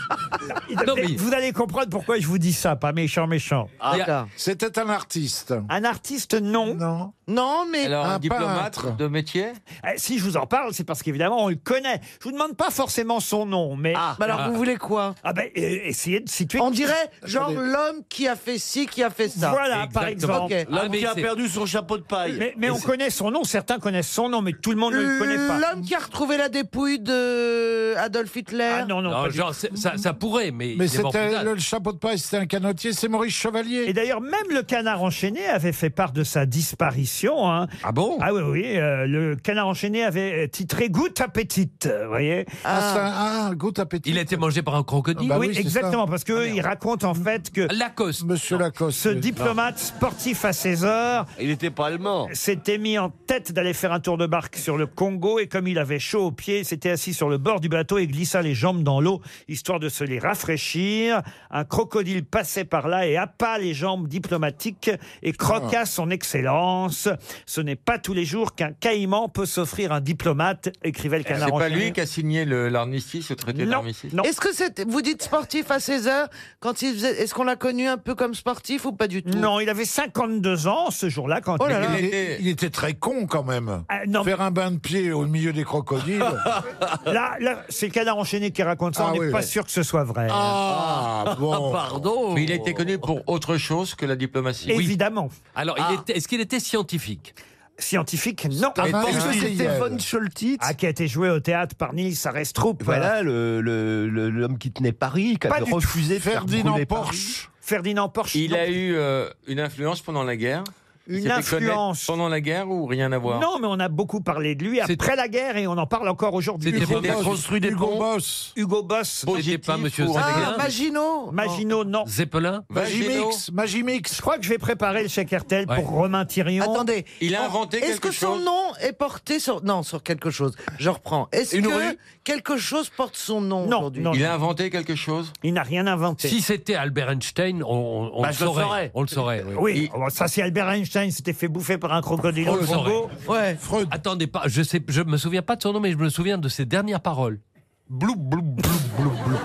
Speaker 4: Non, mais- Vous allez comprendre pourquoi je vous dis ça, pas méchant, méchant.
Speaker 9: Ah,
Speaker 6: C'était un artiste.
Speaker 4: Un artiste, non.
Speaker 6: Non.
Speaker 8: Non, mais.
Speaker 9: Alors, un,
Speaker 4: Un
Speaker 9: diplomate
Speaker 4: peintre.
Speaker 9: de métier
Speaker 4: Eh, si je vous en parle, c'est parce qu'évidemment, on le connaît. Je vous demande pas forcément son nom, mais. Ah,
Speaker 8: Bah alors, vous voulez quoi
Speaker 4: Ah, ben, euh, essayez de situer.
Speaker 8: On dirait, genre, euh,
Speaker 4: Attendez.
Speaker 8: l'homme qui a fait ci, qui a fait ça.
Speaker 4: Voilà, par exemple.
Speaker 8: Ok.
Speaker 5: L'homme qui a
Speaker 4: c'est-
Speaker 5: perdu son chapeau de paille.
Speaker 4: Mais, mais on connaît son nom, certains connaissent son nom, mais tout le monde ne le connaît pas.
Speaker 8: L'homme qui a retrouvé la dépouille de Adolf Hitler.
Speaker 4: Ah non, non.
Speaker 7: Non, genre, c'est- ça, ça pourrait, mais.
Speaker 6: Mais
Speaker 7: c'est mort plus
Speaker 6: c'était
Speaker 7: tard.
Speaker 6: le chapeau de paille, c'était un canotier, c'est Maurice Chevalier.
Speaker 4: Et d'ailleurs, même le canard enchaîné avait fait part de sa disparition. hein.
Speaker 11: Ah bon
Speaker 4: Ah oui, oui. euh, le canard enchaîné avait euh, titré Goutte appétite, vous voyez
Speaker 6: Ah, c'est un- ah, goutte appétit.
Speaker 7: Il a été mangé par un crocodile.
Speaker 6: Bah
Speaker 4: oui,
Speaker 6: oui, c'est
Speaker 4: exactement,
Speaker 6: ça.
Speaker 4: parce qu'eux, ils racontent en fait que
Speaker 7: Lacoste.
Speaker 6: Monsieur Lacoste.
Speaker 4: ce diplomate sportif à 16 heures
Speaker 5: Il n'était pas allemand.
Speaker 4: s'était mis en tête d'aller faire un tour de barque sur le Congo et comme il avait chaud aux pieds, il s'était assis sur le bord du bateau et glissa les jambes dans l'eau, histoire de se les rafraîchir. Un crocodile passait par là et appa les jambes diplomatiques et croqua son excellence. Ce n'est pas tous les jours qu'un caïman peut s'offrir un diplomate, écrivait le
Speaker 9: Eh, C'est
Speaker 4: canard
Speaker 9: pas
Speaker 4: Ah, enchaîné.
Speaker 9: lui qui a signé le- l'armistice, le traité
Speaker 4: Non,
Speaker 9: d'armistice
Speaker 4: non.
Speaker 8: Est-ce que c'était. Vous dites sportif à 16 heures, quand il faisait- Est-ce qu'on l'a connu un peu comme sportif ou pas du tout
Speaker 4: Non, il avait 52 ans ce jour-là quand
Speaker 8: Oh là
Speaker 4: il-
Speaker 8: là.
Speaker 6: Il,
Speaker 9: Il
Speaker 6: est-
Speaker 9: était-
Speaker 6: il était très con quand même.
Speaker 4: Ah, non,
Speaker 6: Faire un bain de pied au milieu des crocodiles.
Speaker 4: Là, là, c'est le canard enchaîné qui raconte ça.
Speaker 6: Ah
Speaker 4: on n'est
Speaker 6: oui,
Speaker 4: pas
Speaker 6: ouais.
Speaker 4: sûr que ce soit vrai.
Speaker 6: ah bon.
Speaker 5: Pardon.
Speaker 9: Mais il était connu pour autre chose que la diplomatie.
Speaker 4: Évidemment. Ah.
Speaker 7: Alors, il était- est-ce qu'il était scientifique
Speaker 4: Scientifique, non.
Speaker 6: Ah, mince,
Speaker 11: Est-ce que
Speaker 6: il y
Speaker 11: c'était
Speaker 6: a-
Speaker 11: Von Scholtitz
Speaker 4: Ah, qui a été joué au théâtre par Nils Arestrup.
Speaker 11: Voilà le- le- le- l'homme qui tenait Paris, qui
Speaker 4: Pas
Speaker 11: avait
Speaker 4: du tout.
Speaker 11: refusé de faire
Speaker 6: Ferdinand
Speaker 11: brûler Paris.
Speaker 6: Porsche.
Speaker 4: Ferdinand Porsche.
Speaker 9: Il
Speaker 4: non.
Speaker 9: a eu euh, une influence pendant la guerre
Speaker 4: Une
Speaker 9: C'était connu
Speaker 4: influence.
Speaker 9: Pendant la guerre ou rien à voir
Speaker 4: Non, mais on a beaucoup parlé de lui après
Speaker 7: C'était-
Speaker 4: la guerre et on en parle encore aujourd'hui.
Speaker 7: C'était
Speaker 4: Hugo,
Speaker 7: pas-
Speaker 9: Il a
Speaker 6: Boss,
Speaker 9: construit des
Speaker 6: Hugo
Speaker 9: ponts.
Speaker 6: Boss.
Speaker 4: Hugo Boss.
Speaker 7: C'était pas Monsieur
Speaker 9: ou-
Speaker 8: Ah,
Speaker 7: Sénégal.
Speaker 8: Maginot
Speaker 4: Maginot, non.
Speaker 7: Zeppelin
Speaker 9: Vagino.
Speaker 6: Magimix. Magimix.
Speaker 4: Je crois que je vais préparer le chèque RTL
Speaker 7: Ouais.
Speaker 4: pour Romain Thirion.
Speaker 8: Attendez.
Speaker 9: Il a
Speaker 8: Non,
Speaker 9: inventé
Speaker 8: Est-ce
Speaker 9: quelque
Speaker 8: que son
Speaker 9: chose.
Speaker 8: nom est porté sur non sur quelque chose Je reprends. Est-ce
Speaker 5: Une
Speaker 8: que
Speaker 5: rue
Speaker 8: quelque chose porte son nom
Speaker 4: Non,
Speaker 8: aujourd'hui
Speaker 4: non.
Speaker 9: Il a inventé quelque chose
Speaker 4: Il n'a rien inventé.
Speaker 7: Si c'était Albert Einstein, on, on- on
Speaker 5: Bah,
Speaker 7: le
Speaker 5: je le
Speaker 7: saurait.
Speaker 5: saurais.
Speaker 7: On le saurait. oui.
Speaker 4: Oui, oh, ça c'est Albert Einstein s'était fait bouffer par un crocodile
Speaker 7: On
Speaker 4: au
Speaker 7: le
Speaker 4: Congo.
Speaker 8: Ouais.
Speaker 6: Freud.
Speaker 7: Attendez pas, je sais, je me souviens pas de son nom, mais je me souviens de ses dernières paroles. Blou, blou, blou, blou, blou.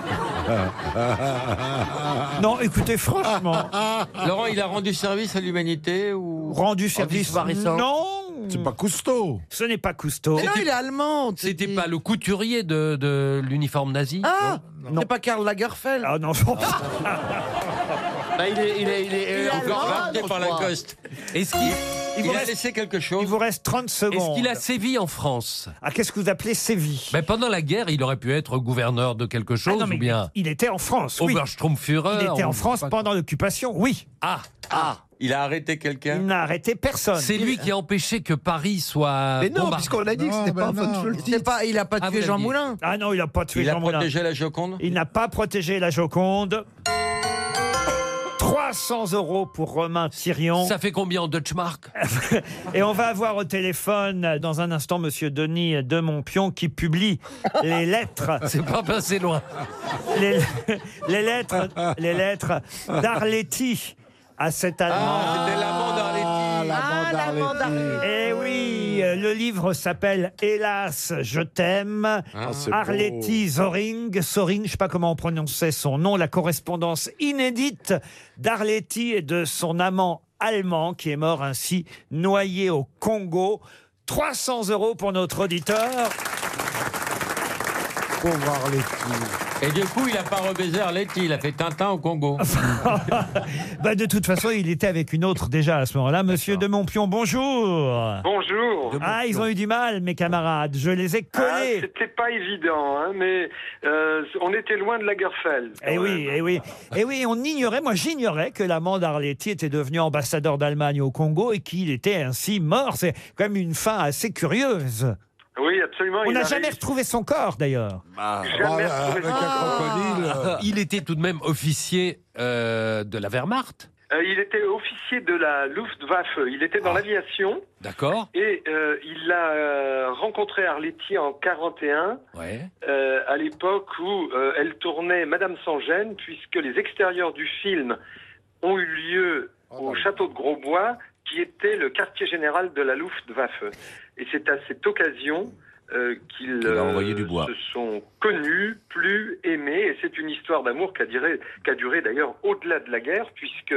Speaker 4: Non, écoutez, franchement,
Speaker 9: Laurent, il a rendu service à l'humanité ou
Speaker 4: rendu service.
Speaker 8: disparaissant.
Speaker 4: Non,
Speaker 6: C'est pas Cousteau.
Speaker 4: ce n'est pas Cousteau.
Speaker 8: Mais non, il est allemand. tu
Speaker 7: C'était
Speaker 8: dis.
Speaker 7: pas le couturier de, de l'uniforme nazi
Speaker 8: Ah, c'est pas Karl Lagerfeld.
Speaker 4: Ah non,
Speaker 5: Bah, il est, il est, il est-
Speaker 8: Il est
Speaker 5: euh,
Speaker 9: Encore
Speaker 8: allemand,
Speaker 9: raté
Speaker 8: je
Speaker 9: par
Speaker 8: crois.
Speaker 9: Lacoste.
Speaker 7: Est-ce qu'il
Speaker 4: il
Speaker 9: Il,
Speaker 4: vous
Speaker 9: a
Speaker 4: reste,
Speaker 9: laissé quelque
Speaker 4: il
Speaker 9: chose
Speaker 4: vous reste 30 secondes.
Speaker 7: est-ce qu'il a sévi en France
Speaker 4: Ah, qu'est-ce que vous appelez Séville
Speaker 7: Ben, Pendant la guerre, il aurait pu être gouverneur de quelque
Speaker 4: Ah
Speaker 7: chose
Speaker 4: non, mais
Speaker 7: ou bien
Speaker 4: il, il était en France, oui.
Speaker 7: Obersturmführer.
Speaker 4: Il était
Speaker 7: on-
Speaker 4: en France pendant l'occupation, oui.
Speaker 7: Ah,
Speaker 9: Ah, il a arrêté
Speaker 4: Il
Speaker 9: quelqu'un
Speaker 4: n'a arrêté personne.
Speaker 7: c'est lui qui a empêché que Paris soit
Speaker 11: Mais non,
Speaker 7: bombardé.
Speaker 11: puisqu'on a dit que
Speaker 6: Non,
Speaker 11: c'était
Speaker 6: bah
Speaker 11: pas Von
Speaker 6: non.
Speaker 11: Scholtitz.
Speaker 8: C'est pas. Il a pas
Speaker 7: Ah,
Speaker 8: tué
Speaker 7: vous
Speaker 8: Jean
Speaker 7: l'aviez.
Speaker 8: Moulin.
Speaker 4: Ah non, il n'a pas tué
Speaker 9: Il a
Speaker 4: Jean Moulin.
Speaker 9: protégé la Joconde
Speaker 4: Il n'a pas protégé la Joconde. 300 euros pour Romain Thirion.
Speaker 7: Ça fait combien en Deutschmark
Speaker 4: Et on va avoir au téléphone dans un instant Monsieur Denis de Montpion qui publie les lettres,
Speaker 7: C'est pas passé loin.
Speaker 4: les, les lettres, les lettres d'Arletty à cet Allemand.
Speaker 9: Ah, c'était l'amant d'Arletty.
Speaker 8: Ah, la mandarine.
Speaker 4: Eh oui, euh, le livre s'appelle Hélas, je t'aime.
Speaker 8: Ah,
Speaker 6: c'est
Speaker 4: Arletty Zoring, Soring, je sais pas comment on prononçait son nom, la correspondance inédite d'Arletty et de son amant allemand qui est mort ainsi noyé au Congo. 300 euros pour notre auditeur.
Speaker 6: Pauvre Arletty.
Speaker 9: Et du coup, il a pas rebaisé Arletty, il a fait Tintin au Congo.
Speaker 4: Bah, de toute façon, il était avec une autre déjà à ce moment-là. Monsieur de Montpion, bonjour.
Speaker 10: Bonjour.
Speaker 4: Ah, ils ont eu du mal, mes camarades. Je les ai
Speaker 10: Ah,
Speaker 4: collés.
Speaker 10: C'était pas évident, hein, mais euh, on était loin de Lagerfeld.
Speaker 4: Eh oui, eh oui. Eh oui, on ignorait, moi j'ignorais que l'amant d'Arletty était devenu ambassadeur d'Allemagne au Congo et qu'il était ainsi mort. C'est quand même une fin assez curieuse.
Speaker 10: Oui, absolument.
Speaker 4: On
Speaker 10: il
Speaker 4: n'a
Speaker 10: a
Speaker 4: jamais
Speaker 10: réussi.
Speaker 4: retrouvé son corps d'ailleurs.
Speaker 9: Bah,
Speaker 10: Jamais retrouvé son
Speaker 7: Ah.
Speaker 10: corps.
Speaker 7: Il était tout de même officier euh, de la Wehrmacht,
Speaker 10: Euh, il était officier de la Luftwaffe. Il était dans
Speaker 4: Ah.
Speaker 10: l'aviation.
Speaker 7: d'accord
Speaker 10: Et euh, il a euh, rencontré Arletty en 41,
Speaker 7: Ouais.
Speaker 10: euh, à l'époque où euh, elle tournait Madame sans gêne, puisque les extérieurs du film ont eu lieu au château de Grosbois, qui était le quartier général de la Luftwaffe. Et c'est à cette occasion euh, qu'ils
Speaker 5: Qu'il a
Speaker 10: euh,
Speaker 5: envoyé du bois.
Speaker 10: se sont connus, plus aimés, et c'est une histoire d'amour qui a duré, qui a duré d'ailleurs au-delà de la guerre, puisque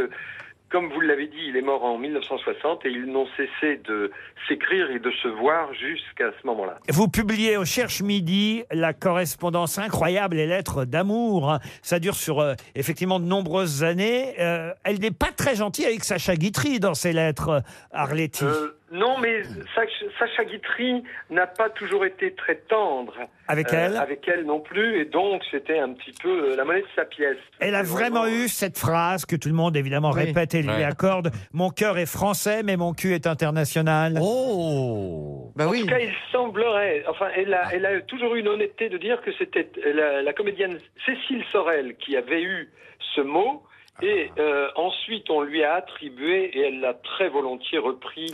Speaker 10: comme vous l'avez dit, il est mort en 1960 et ils n'ont cessé de s'écrire et de se voir jusqu'à ce moment-là.
Speaker 4: Vous publiez au Cherche Midi la correspondance incroyable, les lettres d'amour. hein. Ça dure sur euh, effectivement de nombreuses années. Euh, elle n'est pas très gentille avec Sacha Guitry dans ses lettres, euh, Arletty.
Speaker 10: Euh, non, mais Sach- Sacha Guitry n'a pas toujours été très tendre. Euh,
Speaker 4: Avec elle
Speaker 10: Avec elle non plus, et donc c'était un petit peu euh, la monnaie de sa pièce.
Speaker 4: Elle a vraiment eu cette phrase que tout le monde évidemment
Speaker 10: Oui.
Speaker 4: répète et lui
Speaker 10: Ouais.
Speaker 4: accorde. Mon cœur est français, mais mon cul est international. Oh
Speaker 10: en tout cas, il semblerait, enfin, elle
Speaker 4: Ah.
Speaker 10: a, elle a toujours eu l'honnêteté de dire que c'était euh, la, la comédienne Cécile Sorel qui avait eu ce mot.
Speaker 4: Ah.
Speaker 10: Et euh, ensuite, on lui a attribué, et elle l'a très volontiers repris.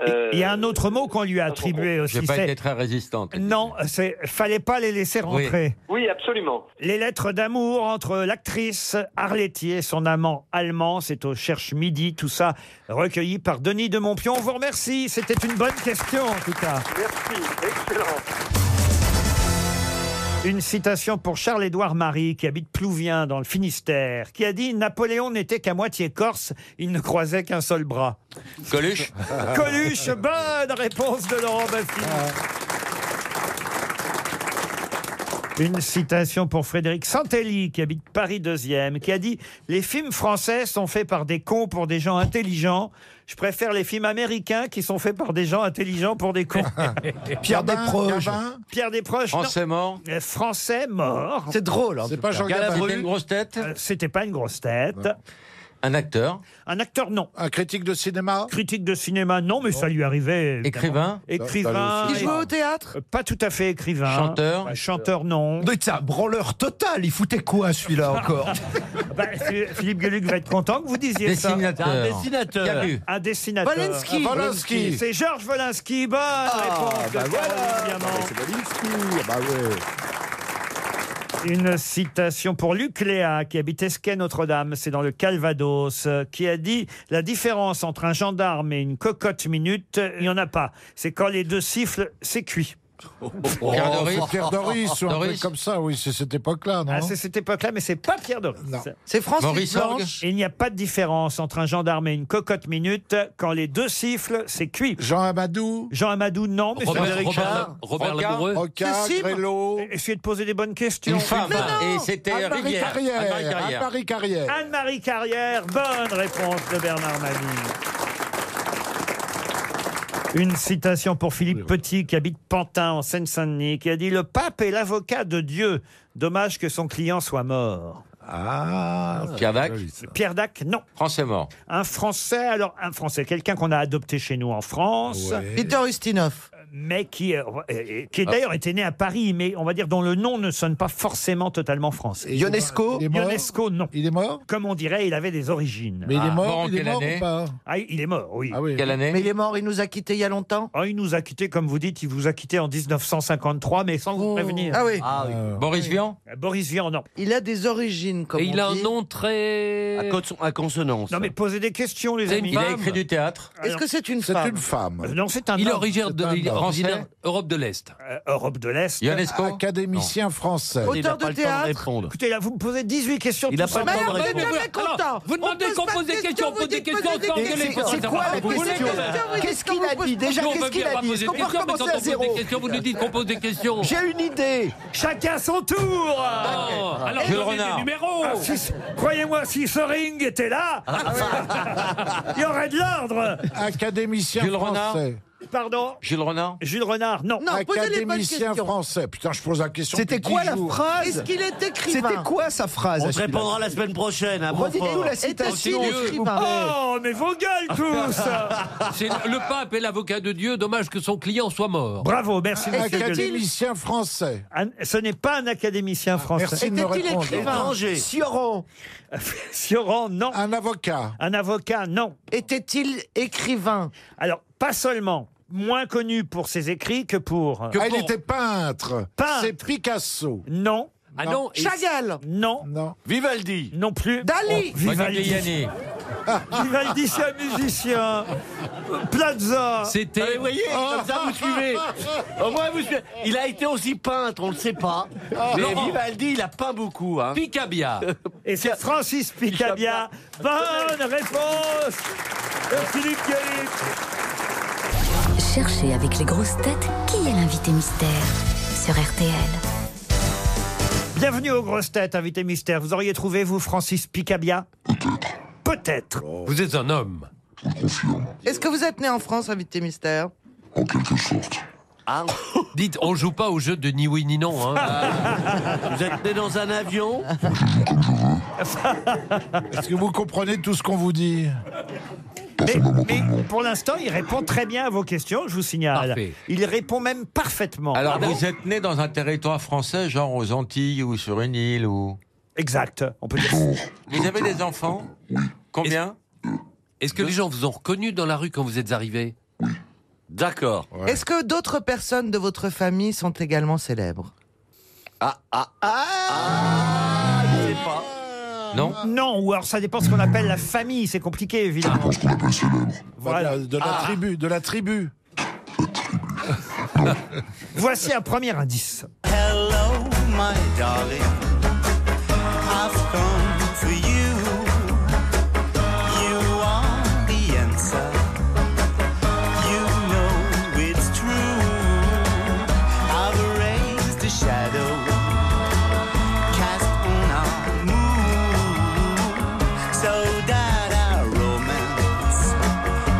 Speaker 10: euh,
Speaker 4: Il y a un autre mot qu'on lui a attribué aussi.
Speaker 9: J'ai pas
Speaker 4: c'est-
Speaker 9: été très résistante.
Speaker 4: Non, c'est fallait pas les laisser rentrer.
Speaker 10: Oui, absolument.
Speaker 4: Les lettres d'amour entre l'actrice Arletty et son amant allemand, c'est au Cherche Midi, tout ça recueilli par Denis de Montpion. On vous remercie, c'était une bonne question en tout cas.
Speaker 10: Euh, Merci, excellent.
Speaker 4: Une citation pour Charles-Édouard Marie, qui habite Plouvien, dans le Finistère, qui a dit « Napoléon n'était qu'à moitié corse, il ne croisait qu'un seul bras
Speaker 9: Coluche ».
Speaker 4: Coluche, bonne réponse de Laurent Bastille. Une citation pour Frédéric Santelli, qui habite Paris 2e, qui a dit « Les films français sont faits par des cons pour des gens intelligents. Je préfère les films américains qui sont faits par des gens intelligents pour des cons. »
Speaker 11: Pierre Gabin, Desproges.
Speaker 4: Gabin Pierre Desproges. non.
Speaker 9: Français mort.
Speaker 4: Euh, Français mort.
Speaker 11: C'est drôle, hein, en C'est tout pas cas. Jean Gabin.
Speaker 9: C'était une grosse tête
Speaker 4: Euh, C'était pas une grosse tête.
Speaker 9: Un acteur
Speaker 4: Un acteur, non.
Speaker 6: Un critique de cinéma
Speaker 4: Critique de cinéma, non, mais ça lui arrivait. évidemment.
Speaker 9: Écrivain
Speaker 4: Écrivain.
Speaker 8: Il jouait au théâtre
Speaker 4: Euh, Pas tout à fait écrivain.
Speaker 9: Chanteur
Speaker 4: Bah, Chanteur, non.
Speaker 11: Mais c'est un branleur total, il foutait quoi celui-là encore
Speaker 4: Bah, Philippe Gueluc va être content que vous disiez
Speaker 11: Dessinateur.
Speaker 4: ça.
Speaker 11: Un dessinateur. Camus.
Speaker 4: Un dessinateur.
Speaker 11: Volinsky.
Speaker 4: Ah,
Speaker 11: Volinsky.
Speaker 4: C'est Georges Volinsky. Bonne réponse de
Speaker 11: bah
Speaker 4: Caroline
Speaker 11: voilà.
Speaker 4: Diamant.
Speaker 6: bah ouais.
Speaker 4: Oh, Une citation pour Luc Léa, qui habite Esquet Notre-Dame, c'est dans le Calvados, euh, qui a dit « La différence entre un gendarme et une cocotte minute, euh, il n'y en a pas. C'est quand les deux sifflent, c'est cuit.
Speaker 6: Oh, c'est Pierre Doris ou un truc comme ça, oui, c'est cette époque-là, non
Speaker 4: Ah, c'est cette époque-là, mais c'est pas Pierre Doris.
Speaker 8: C'est Francis Maurice Blanche.
Speaker 4: Blanche. Il n'y a pas de différence entre un gendarme et une cocotte minute. Quand les deux sifflent, c'est cuit.
Speaker 6: Jean Amadou
Speaker 4: Jean Amadou, non. Mais
Speaker 7: Robert-
Speaker 4: c'est-
Speaker 7: Robert- Robert Robert Lamoureux.
Speaker 6: Rocard,
Speaker 4: C'est cible.
Speaker 6: Grélo.
Speaker 4: Essayez de poser des bonnes questions.
Speaker 9: Une femme.
Speaker 4: Mais non
Speaker 9: Et c'était
Speaker 6: Anne-Marie
Speaker 9: Rivière.
Speaker 6: Carrière.
Speaker 9: Anne-Marie Carrière.
Speaker 6: Anne-Marie Carrière.
Speaker 4: Anne-Marie Carrière, bonne réponse de Bernard Mabille. Une citation pour Philippe Petit, qui habite Pantin, en Seine-Saint-Denis, qui a dit Le pape est l'avocat de Dieu. Dommage que son client soit mort.
Speaker 11: Ah
Speaker 9: Pierre Dac
Speaker 4: Pierre Dac, non.
Speaker 9: Français mort.
Speaker 4: Un Français, alors un Français, quelqu'un qu'on a adopté chez nous en France.
Speaker 8: Ouais. Peter Ustinov.
Speaker 4: Mais qui, euh, euh, qui est
Speaker 9: Ah.
Speaker 4: d'ailleurs était né à Paris, mais on va dire dont le nom ne sonne pas forcément totalement français.
Speaker 11: Ionesco
Speaker 6: Il est mort
Speaker 4: Ionesco, non.
Speaker 6: Il est mort
Speaker 4: Comme on dirait, il avait des origines.
Speaker 6: Mais il est
Speaker 9: Ah,
Speaker 6: mort,
Speaker 9: mort en
Speaker 6: il est
Speaker 9: quelle
Speaker 6: mort
Speaker 9: année
Speaker 6: ou pas
Speaker 4: Ah, il est mort, oui.
Speaker 6: Ah oui.
Speaker 9: Quelle année
Speaker 8: Mais il est mort, Oh, il nous a quittés il y a longtemps.
Speaker 4: Ah, il nous a quittés, comme vous dites, il vous a quittés en 1953, mais sans vous prévenir.
Speaker 8: Ah oui.
Speaker 9: Boris Vian
Speaker 4: Euh, Boris Vian, non.
Speaker 8: Il a des origines, comme
Speaker 7: Et il
Speaker 8: on
Speaker 7: a un
Speaker 8: dit.
Speaker 7: nom très...
Speaker 5: À consonance.
Speaker 4: Non, mais posez des questions, les
Speaker 7: C'est une
Speaker 4: amis.
Speaker 7: femme.
Speaker 9: Il a écrit du théâtre.
Speaker 8: Est-ce que c'est une
Speaker 6: C'est
Speaker 8: femme
Speaker 6: une femme.
Speaker 4: Euh, Non, c'est un
Speaker 7: Il est
Speaker 4: homme.
Speaker 7: originaire de,
Speaker 6: C'est un
Speaker 7: il est
Speaker 6: homme.
Speaker 7: Français Europe de l'Est.
Speaker 4: Euh, Europe de l'Est.
Speaker 7: Ionesco
Speaker 6: Académicien français.
Speaker 7: Auteur Il n'a de pas le temps de théâtre. répondre.
Speaker 4: Écoutez, là, vous me posez 18 questions.
Speaker 7: Il
Speaker 4: tout
Speaker 7: n'a pas le
Speaker 4: seul.
Speaker 7: temps de Mais répondre. vous êtes jamais content.
Speaker 4: Alors,
Speaker 7: Vous ne
Speaker 4: on
Speaker 7: posez
Speaker 4: décompose
Speaker 7: pas de
Speaker 4: des
Speaker 7: questions,
Speaker 4: questions, on
Speaker 7: vous
Speaker 4: pose des
Speaker 7: dites
Speaker 4: questions,
Speaker 7: pas des
Speaker 4: on s'engueule,
Speaker 7: questions.
Speaker 4: les gens,
Speaker 7: C'est
Speaker 4: ça
Speaker 7: quoi
Speaker 4: va
Speaker 7: la
Speaker 4: pas. Vous voulez
Speaker 7: question
Speaker 4: que-
Speaker 7: Qu'est-ce
Speaker 11: qu'il a dit Déjà,
Speaker 7: Nous, on
Speaker 11: qu'est-ce
Speaker 7: veut
Speaker 11: qu'il
Speaker 7: bien
Speaker 11: a
Speaker 7: pas
Speaker 11: dit
Speaker 7: poser
Speaker 11: Est-ce
Speaker 7: de
Speaker 11: qu'on peut
Speaker 7: questions, mais
Speaker 11: recommencer
Speaker 7: quand
Speaker 11: à
Speaker 7: on pose des
Speaker 11: zéro
Speaker 7: questions, vous nous dites qu'on pose des questions.
Speaker 11: J'ai une idée
Speaker 4: Chacun son tour
Speaker 7: Ah, alors Jules donnez des Renard. numéros.
Speaker 4: Ah, si ce- Croyez-moi, si ce ring était là,
Speaker 7: Ah.
Speaker 4: il y aurait de l'ordre
Speaker 6: Académicien
Speaker 4: Jules Renard.
Speaker 6: français.
Speaker 4: Pardon
Speaker 9: Jules Renard
Speaker 4: Jules Renard, non.
Speaker 6: Académicien français. Putain, je pose la question.
Speaker 11: C'était
Speaker 6: depuis
Speaker 11: quoi
Speaker 6: dix
Speaker 11: la
Speaker 6: jours.
Speaker 11: phrase C'était quoi sa phrase
Speaker 5: On te
Speaker 11: Achille
Speaker 5: répondra la semaine prochaine. hein, à
Speaker 11: Redites-nous
Speaker 5: Montfort.
Speaker 11: la citation,
Speaker 7: Est-il
Speaker 11: s'il
Speaker 7: mieux
Speaker 11: vous plaît.
Speaker 4: Oh, mais vos gueules tous
Speaker 7: C'est le pape et l'avocat de Dieu. Dommage que son client soit mort.
Speaker 4: Bravo, merci
Speaker 9: Ah,
Speaker 7: Est-ce
Speaker 4: monsieur
Speaker 7: que-
Speaker 4: Gueluc.
Speaker 6: Ah, Académicien français. Ah,
Speaker 4: Un- Ce n'est pas un académicien français.
Speaker 6: merci de me Était-il répondre. écrivain Étranger.
Speaker 4: Sioran. Sioran, non.
Speaker 6: Un avocat.
Speaker 4: Un avocat, non. Était-il écrivain Alors, pas seulement. Moins connu pour ses écrits que pour... euh,
Speaker 6: Ah, il était peintre.
Speaker 4: Peintre.
Speaker 6: C'est Picasso.
Speaker 4: Non.
Speaker 7: Ah non, et-
Speaker 4: Chagall Non.
Speaker 6: Non.
Speaker 5: Vivaldi
Speaker 4: Non plus.
Speaker 8: Dali.
Speaker 4: Oh, Vivaldi. Ah.
Speaker 9: Modigliani.
Speaker 4: Vivaldi, c'est un musicien. Plaza.
Speaker 5: Ah, mais
Speaker 7: C'était.
Speaker 5: vous voyez, comme ça vous suivez. Au moins vous suivez. Il a été aussi peintre, on ne le sait pas. Mais
Speaker 7: Laurent.
Speaker 5: Vivaldi, il a peint beaucoup. Hein.
Speaker 7: Picabia.
Speaker 4: Et c'est Francis Picabia. Bonne réponse de Philippe Gueluc.
Speaker 3: Cherchez avec les grosses têtes qui est l'invité mystère sur RTL.
Speaker 4: Bienvenue aux grosses têtes, invité mystère. Vous auriez trouvé, vous, Francis Picabia Peut-être.
Speaker 7: Vous êtes un homme.
Speaker 8: Est-ce que vous êtes né en France, invité mystère
Speaker 5: Ah,
Speaker 7: Dites, on joue pas au jeu de ni oui ni non. Hein.
Speaker 5: vous êtes né dans un avion
Speaker 6: Est-ce que vous comprenez tout ce qu'on vous dit
Speaker 4: Mais, mais pour l'instant, il répond très bien à vos questions, je vous signale.
Speaker 7: Parfait.
Speaker 4: Il répond même parfaitement. Ah
Speaker 9: Alors, vous êtes né dans un territoire français, genre aux Antilles ou sur une île ou.
Speaker 4: Exact. On peut dire.
Speaker 9: Vous avez des enfants Combien
Speaker 7: Est-ce que les gens vous ont reconnu dans la rue quand vous êtes arrivé
Speaker 5: D'accord.
Speaker 8: Est-ce que d'autres personnes de votre famille sont également célèbres
Speaker 5: Ah, ah, ah, ah, je sais pas.
Speaker 9: Non
Speaker 4: Non, ou alors ça dépend ce qu'on appelle la famille. C'est compliqué, évidemment. Ah. Voilà.
Speaker 6: Bah, De la, de la
Speaker 11: Ah.
Speaker 6: tribu, de la tribu.
Speaker 4: Voici un premier indice.
Speaker 14: Hello, my darling. I've come for you. You are the answer. You know it's true. I've raised a shadow cast on our moon so that our romance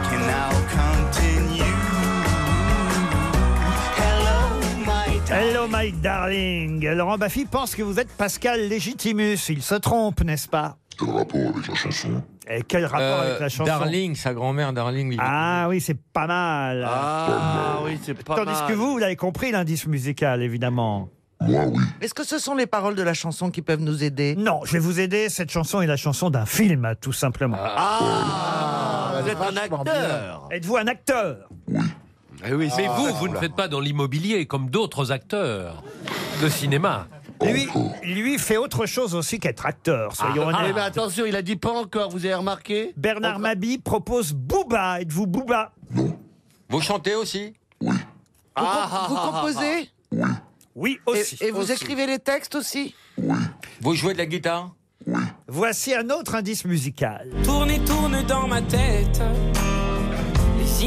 Speaker 14: can now continue. Hello, my darling.
Speaker 4: Hello, my darling. Laurent Baffy pense que vous êtes Pascal Légitimus. Il se trompe, n'est-ce pas Et Quel rapport
Speaker 9: Euh,
Speaker 4: avec la chanson
Speaker 9: Darling, sa grand-mère, Darling.
Speaker 4: Ah oui, c'est pas mal.
Speaker 5: Ah, oui, c'est pas
Speaker 4: Tandis
Speaker 5: mal.
Speaker 4: que vous, vous avez compris l'indice musical, évidemment.
Speaker 8: Est-ce que ce sont les paroles de la chanson qui peuvent nous aider
Speaker 4: Non, je vais vous aider. Cette chanson est la chanson d'un film, tout simplement.
Speaker 5: Ah, vous êtes un
Speaker 6: Vachement
Speaker 5: acteur.
Speaker 4: Êtes-vous un acteur
Speaker 7: Mais vous, vous ne faites pas dans l'immobilier comme d'autres acteurs de cinéma.
Speaker 4: lui, lui fait autre chose aussi qu'être acteur, soyons
Speaker 5: Ah,
Speaker 8: eh ben,
Speaker 4: honnêtes.
Speaker 5: mais attention, il a dit pas encore, vous avez remarqué
Speaker 4: Bernard Mabi propose Booba. Êtes-vous Booba
Speaker 9: Vous chantez aussi Ah,
Speaker 8: Vous,
Speaker 5: Ah,
Speaker 8: com- vous composez
Speaker 4: Oui,
Speaker 8: et,
Speaker 4: aussi.
Speaker 8: et vous écrivez les textes aussi
Speaker 9: Vous jouez de la guitare
Speaker 4: Voici un autre indice musical.
Speaker 15: Tourne et tourne dans ma tête les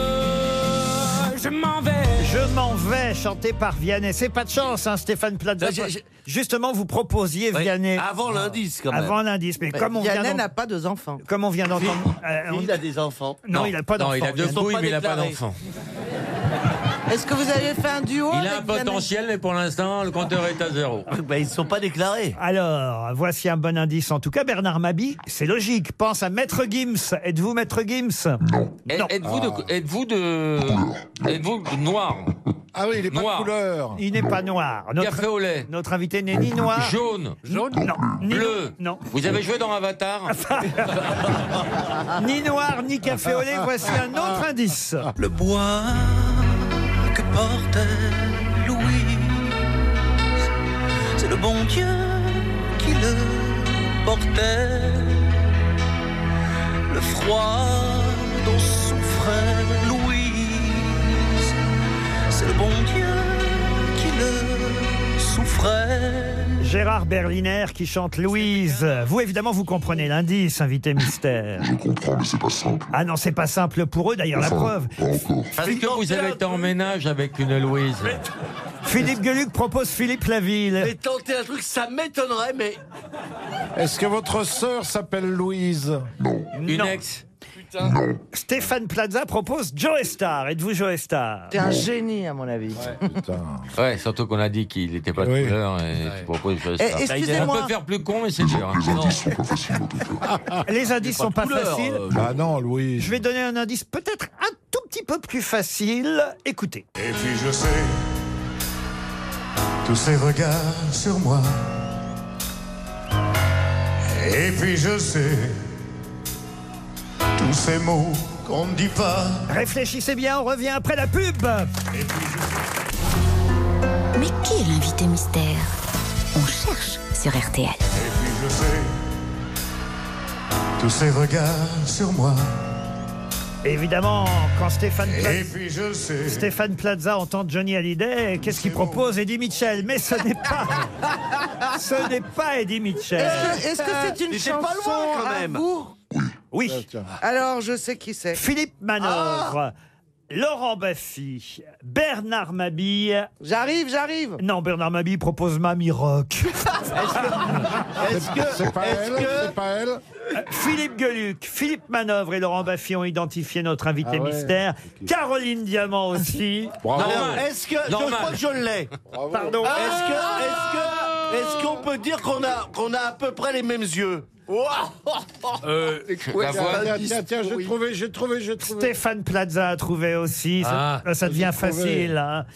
Speaker 15: Oh, je m'en vais.
Speaker 4: Je m'en vais, chanté par Vianney. C'est pas de chance, hein, Stéphane Plaza.
Speaker 5: Ouais, j'ai- j'ai-
Speaker 4: Justement, vous proposiez
Speaker 5: Oui,
Speaker 4: Vianney
Speaker 5: Avant l'indice, quand même.
Speaker 4: avant l'indice, mais comme on vient
Speaker 8: Yannet n'a
Speaker 4: d'en-
Speaker 8: pas deux enfants.
Speaker 4: comme on vient d'entendre, euh, on-
Speaker 5: Il a des enfants.
Speaker 4: non, il a pas
Speaker 9: Non, il a
Speaker 4: d'enfant,
Speaker 9: deux
Speaker 4: Vianney.
Speaker 5: sont
Speaker 9: couilles,
Speaker 5: pas
Speaker 9: mais il n'a pas
Speaker 5: déclarés.
Speaker 9: d'enfant.
Speaker 8: Est-ce que vous avez fait un duo
Speaker 9: Il a un
Speaker 8: avec Vianney
Speaker 9: potentiel, mais pour l'instant, le compteur est à zéro.
Speaker 5: Bah, ils ne sont pas déclarés.
Speaker 4: Alors, voici un bon indice. En tout cas, Bernard Mabi, c'est logique. Pense à Maître Gims. Êtes-vous Maître Gims
Speaker 9: Ah. Êtes- Êtes-vous de, êtes-vous de, êtes-vous de noir
Speaker 6: Ah oui, il est pas de
Speaker 9: Noir.
Speaker 6: couleur.
Speaker 4: Il n'est pas noir.
Speaker 9: Café au lait.
Speaker 4: Notre invité n'est ni noir.
Speaker 9: Jaune.
Speaker 4: Jaune Non. Ni
Speaker 9: Bleu.
Speaker 4: Non. Ah,
Speaker 9: Vous avez joué dans Avatar
Speaker 4: Ni noir, ni café au lait. Voici un
Speaker 9: Ah.
Speaker 4: autre indice.
Speaker 14: Le bois que portait Louise, c'est le bon Dieu qui le portait. Le froid dont souffrait Louise, c'est le bon Dieu qui le souffrait.
Speaker 4: Gérard Berliner qui chante Louise. Vous, évidemment, vous comprenez l'indice, invité mystère.
Speaker 13: Je comprends, mais c'est pas simple.
Speaker 4: Ah non, c'est pas simple pour eux, d'ailleurs, la
Speaker 13: Enfin,
Speaker 4: preuve.
Speaker 13: Pas encore.
Speaker 9: Parce que vous avez été en ménage avec une Louise.
Speaker 4: Philippe Gueluc propose Philippe Laville.
Speaker 5: J'ai tenté un truc, ça m'étonnerait, mais.
Speaker 6: Est-ce que votre sœur s'appelle Louise
Speaker 9: Une ex
Speaker 4: Stéphane Plaza propose Joe Star. Êtes-vous Joe Star
Speaker 8: T'es
Speaker 5: Ah
Speaker 8: un génie, à mon avis.
Speaker 9: Ouais, surtout qu'on a dit qu'il n'était pas de couleur et tu proposes de faire
Speaker 8: Eh,
Speaker 9: ça.
Speaker 8: excusez-moi.
Speaker 9: On peut faire plus con, mais c'est dur. hein.
Speaker 4: Les indices
Speaker 9: Il y a
Speaker 4: sont
Speaker 9: pas
Speaker 4: pas
Speaker 9: de couleur,
Speaker 4: faciles.
Speaker 9: euh,
Speaker 6: Ah non, Louise.
Speaker 4: Je vais donner un indice peut-être un tout petit peu plus facile. Écoutez.
Speaker 13: Et puis je sais, tous ces regards sur moi. Et puis je sais, tous ces mots qu'on ne dit pas.
Speaker 4: Réfléchissez bien, on revient après la pub.
Speaker 3: Mais qui est l'invité mystère On cherche sur RTL.
Speaker 13: Et puis je sais, tous ces regards sur moi.
Speaker 4: Évidemment, quand Stéphane
Speaker 13: Et
Speaker 4: Plaza,
Speaker 13: puis je sais,
Speaker 4: Bah, Stéphane Plaza entend Johnny Hallyday, qu'est-ce qu'il propose Eddie Mitchell. Mais ce n'est pas, ce n'est pas Eddie Mitchell.
Speaker 8: Est-ce que- est-ce que c'est une chanson à vous
Speaker 4: Oui.
Speaker 8: Alors, je sais qui c'est. Ah
Speaker 4: Philippe Manœuvre, Laurent Baffy, Bernard Mabille.
Speaker 8: J'arrive, j'arrive.
Speaker 4: Non, Bernard Mabille propose Mamie Rock.
Speaker 6: Est-ce que. C'est pas elle C'est pas elle
Speaker 4: Euh, Philippe Gueluc, Philippe Manœuvre et Laurent Baffy ont identifié notre invité
Speaker 6: Ah ouais.
Speaker 4: mystère. Caroline Diamant aussi.
Speaker 6: Bravo.
Speaker 5: Non, Est-ce que. Je
Speaker 4: Normal.
Speaker 5: crois que je l'ai.
Speaker 4: Pardon.
Speaker 5: Est-ce que.
Speaker 16: Ah.
Speaker 5: Est-ce que. Est-ce qu'on peut dire qu'on a, qu'on a à peu près les mêmes yeux
Speaker 7: Euh,
Speaker 6: Tiens, tiens, tiens, tiens, j'ai trouvé, j'ai trouvé, j'ai trouvé.
Speaker 4: Stéphane Plaza a trouvé aussi. Ça,
Speaker 7: Ah.
Speaker 4: ça devient
Speaker 6: J'ai trouvé.
Speaker 4: facile. hein.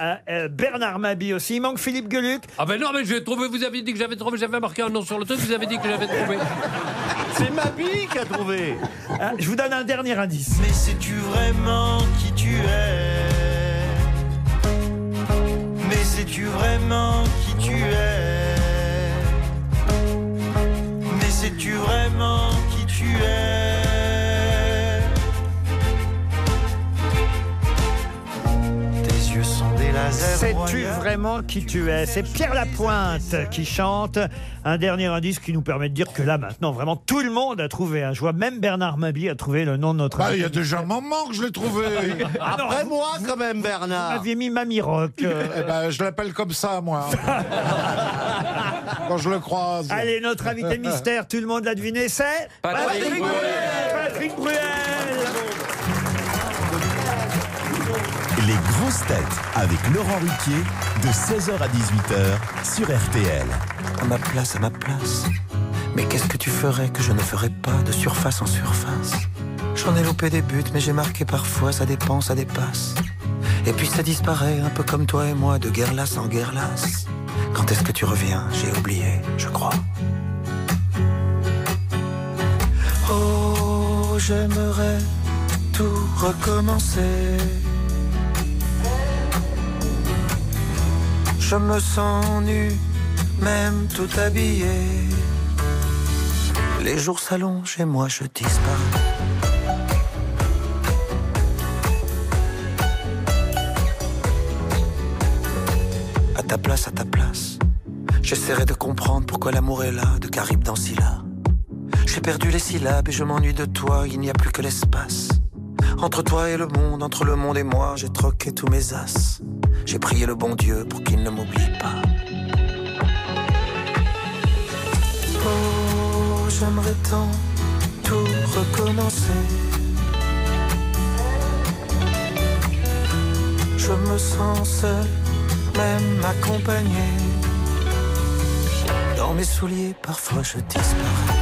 Speaker 4: Euh, euh, Bernard Mabie aussi. Il manque Philippe Gueluc.
Speaker 7: Ah ben non, mais j'ai trouvé, vous aviez dit que j'avais trouvé, j'avais marqué un nom sur le truc, vous avez dit que j'avais trouvé.
Speaker 5: C'est ma bille qui a trouvé.
Speaker 4: Euh, je vous donne un dernier indice.
Speaker 14: Mais sais-tu vraiment qui tu es Mais sais-tu vraiment qui tu es Mais sais-tu vraiment qui tu es Tes yeux sont des lasers.
Speaker 4: Sais-tu
Speaker 14: royaux.
Speaker 4: vraiment qui tu es C'est Pierre Lapointe qui chante. Un dernier indice qui nous permet de dire que là, maintenant, vraiment, tout le monde a trouvé. hein. Je vois même Bernard Mabie a trouvé le nom de notre
Speaker 6: Bah, il y
Speaker 4: invité.
Speaker 6: a
Speaker 4: Ah,
Speaker 6: déjà un moment que je l'ai trouvé.
Speaker 5: Après moi, quand même,
Speaker 4: Vous
Speaker 5: Bernard.
Speaker 4: aviez mis Mamie Rock. euh.
Speaker 6: Eh ben, je l'appelle comme ça, moi. hein. Quand je le croise.
Speaker 4: Allez, notre invité mystère, tout le monde l'a deviné, c'est
Speaker 9: Patrick Bruel.
Speaker 4: Patrick Bruel
Speaker 2: Les grosses têtes avec Laurent Ruquier de 16h à 18h sur RTL.
Speaker 14: À ma place, à ma place. Mais qu'est-ce que tu ferais que je ne ferais pas de surface en surface J'en ai loupé des buts, mais j'ai marqué parfois, ça dépend, ça dépasse. Et puis ça disparaît, un peu comme toi et moi, de guerre lasse en guerre lasse. Quand est-ce que tu reviens J'ai oublié, je crois. Oh, j'aimerais tout recommencer. Je me sens nu même tout habillé. Les jours s'allongent et moi je disparais. À ta place, à ta place, j'essaierai de comprendre pourquoi l'amour est là, de Caribe dans Scylla. J'ai perdu les syllabes et je m'ennuie de toi, il n'y a plus que l'espace. Entre toi et le monde, entre le monde et moi, j'ai troqué tous mes as. J'ai prié le bon Dieu pour qu'il ne m'oublie pas. Oh, j'aimerais tant tout recommencer. Je me sens seul, même accompagné. Dans mes souliers, parfois je disparais.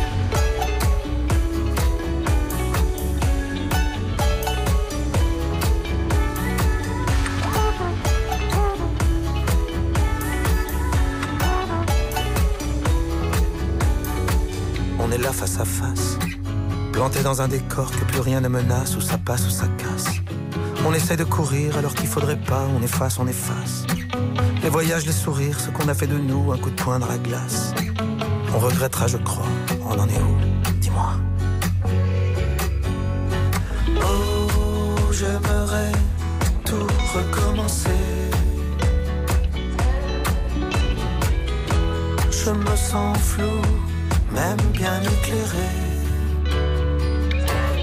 Speaker 14: on est là face à face. Planté dans un décor que plus rien ne menace, où ça passe, où ça casse. On essaie de courir alors qu'il faudrait pas, on efface, on efface. Les voyages, les sourires, ce qu'on a fait de nous, un coup de poing dans la glace. On regrettera, je crois. On en est où Dis-moi.
Speaker 17: Oh, j'aimerais tout recommencer.
Speaker 14: Je me sens flou, même bien éclairé.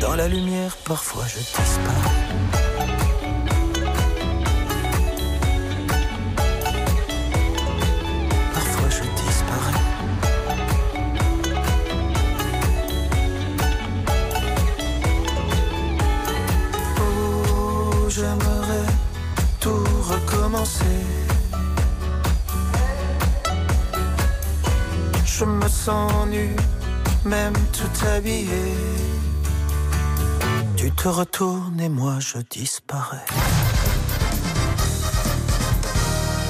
Speaker 14: Dans la lumière, parfois je disparais. Parfois je disparais.
Speaker 17: Oh, j'aimerais tout recommencer.
Speaker 14: Je me sens nu, même tout habillé. Tu te retournes et moi je disparais.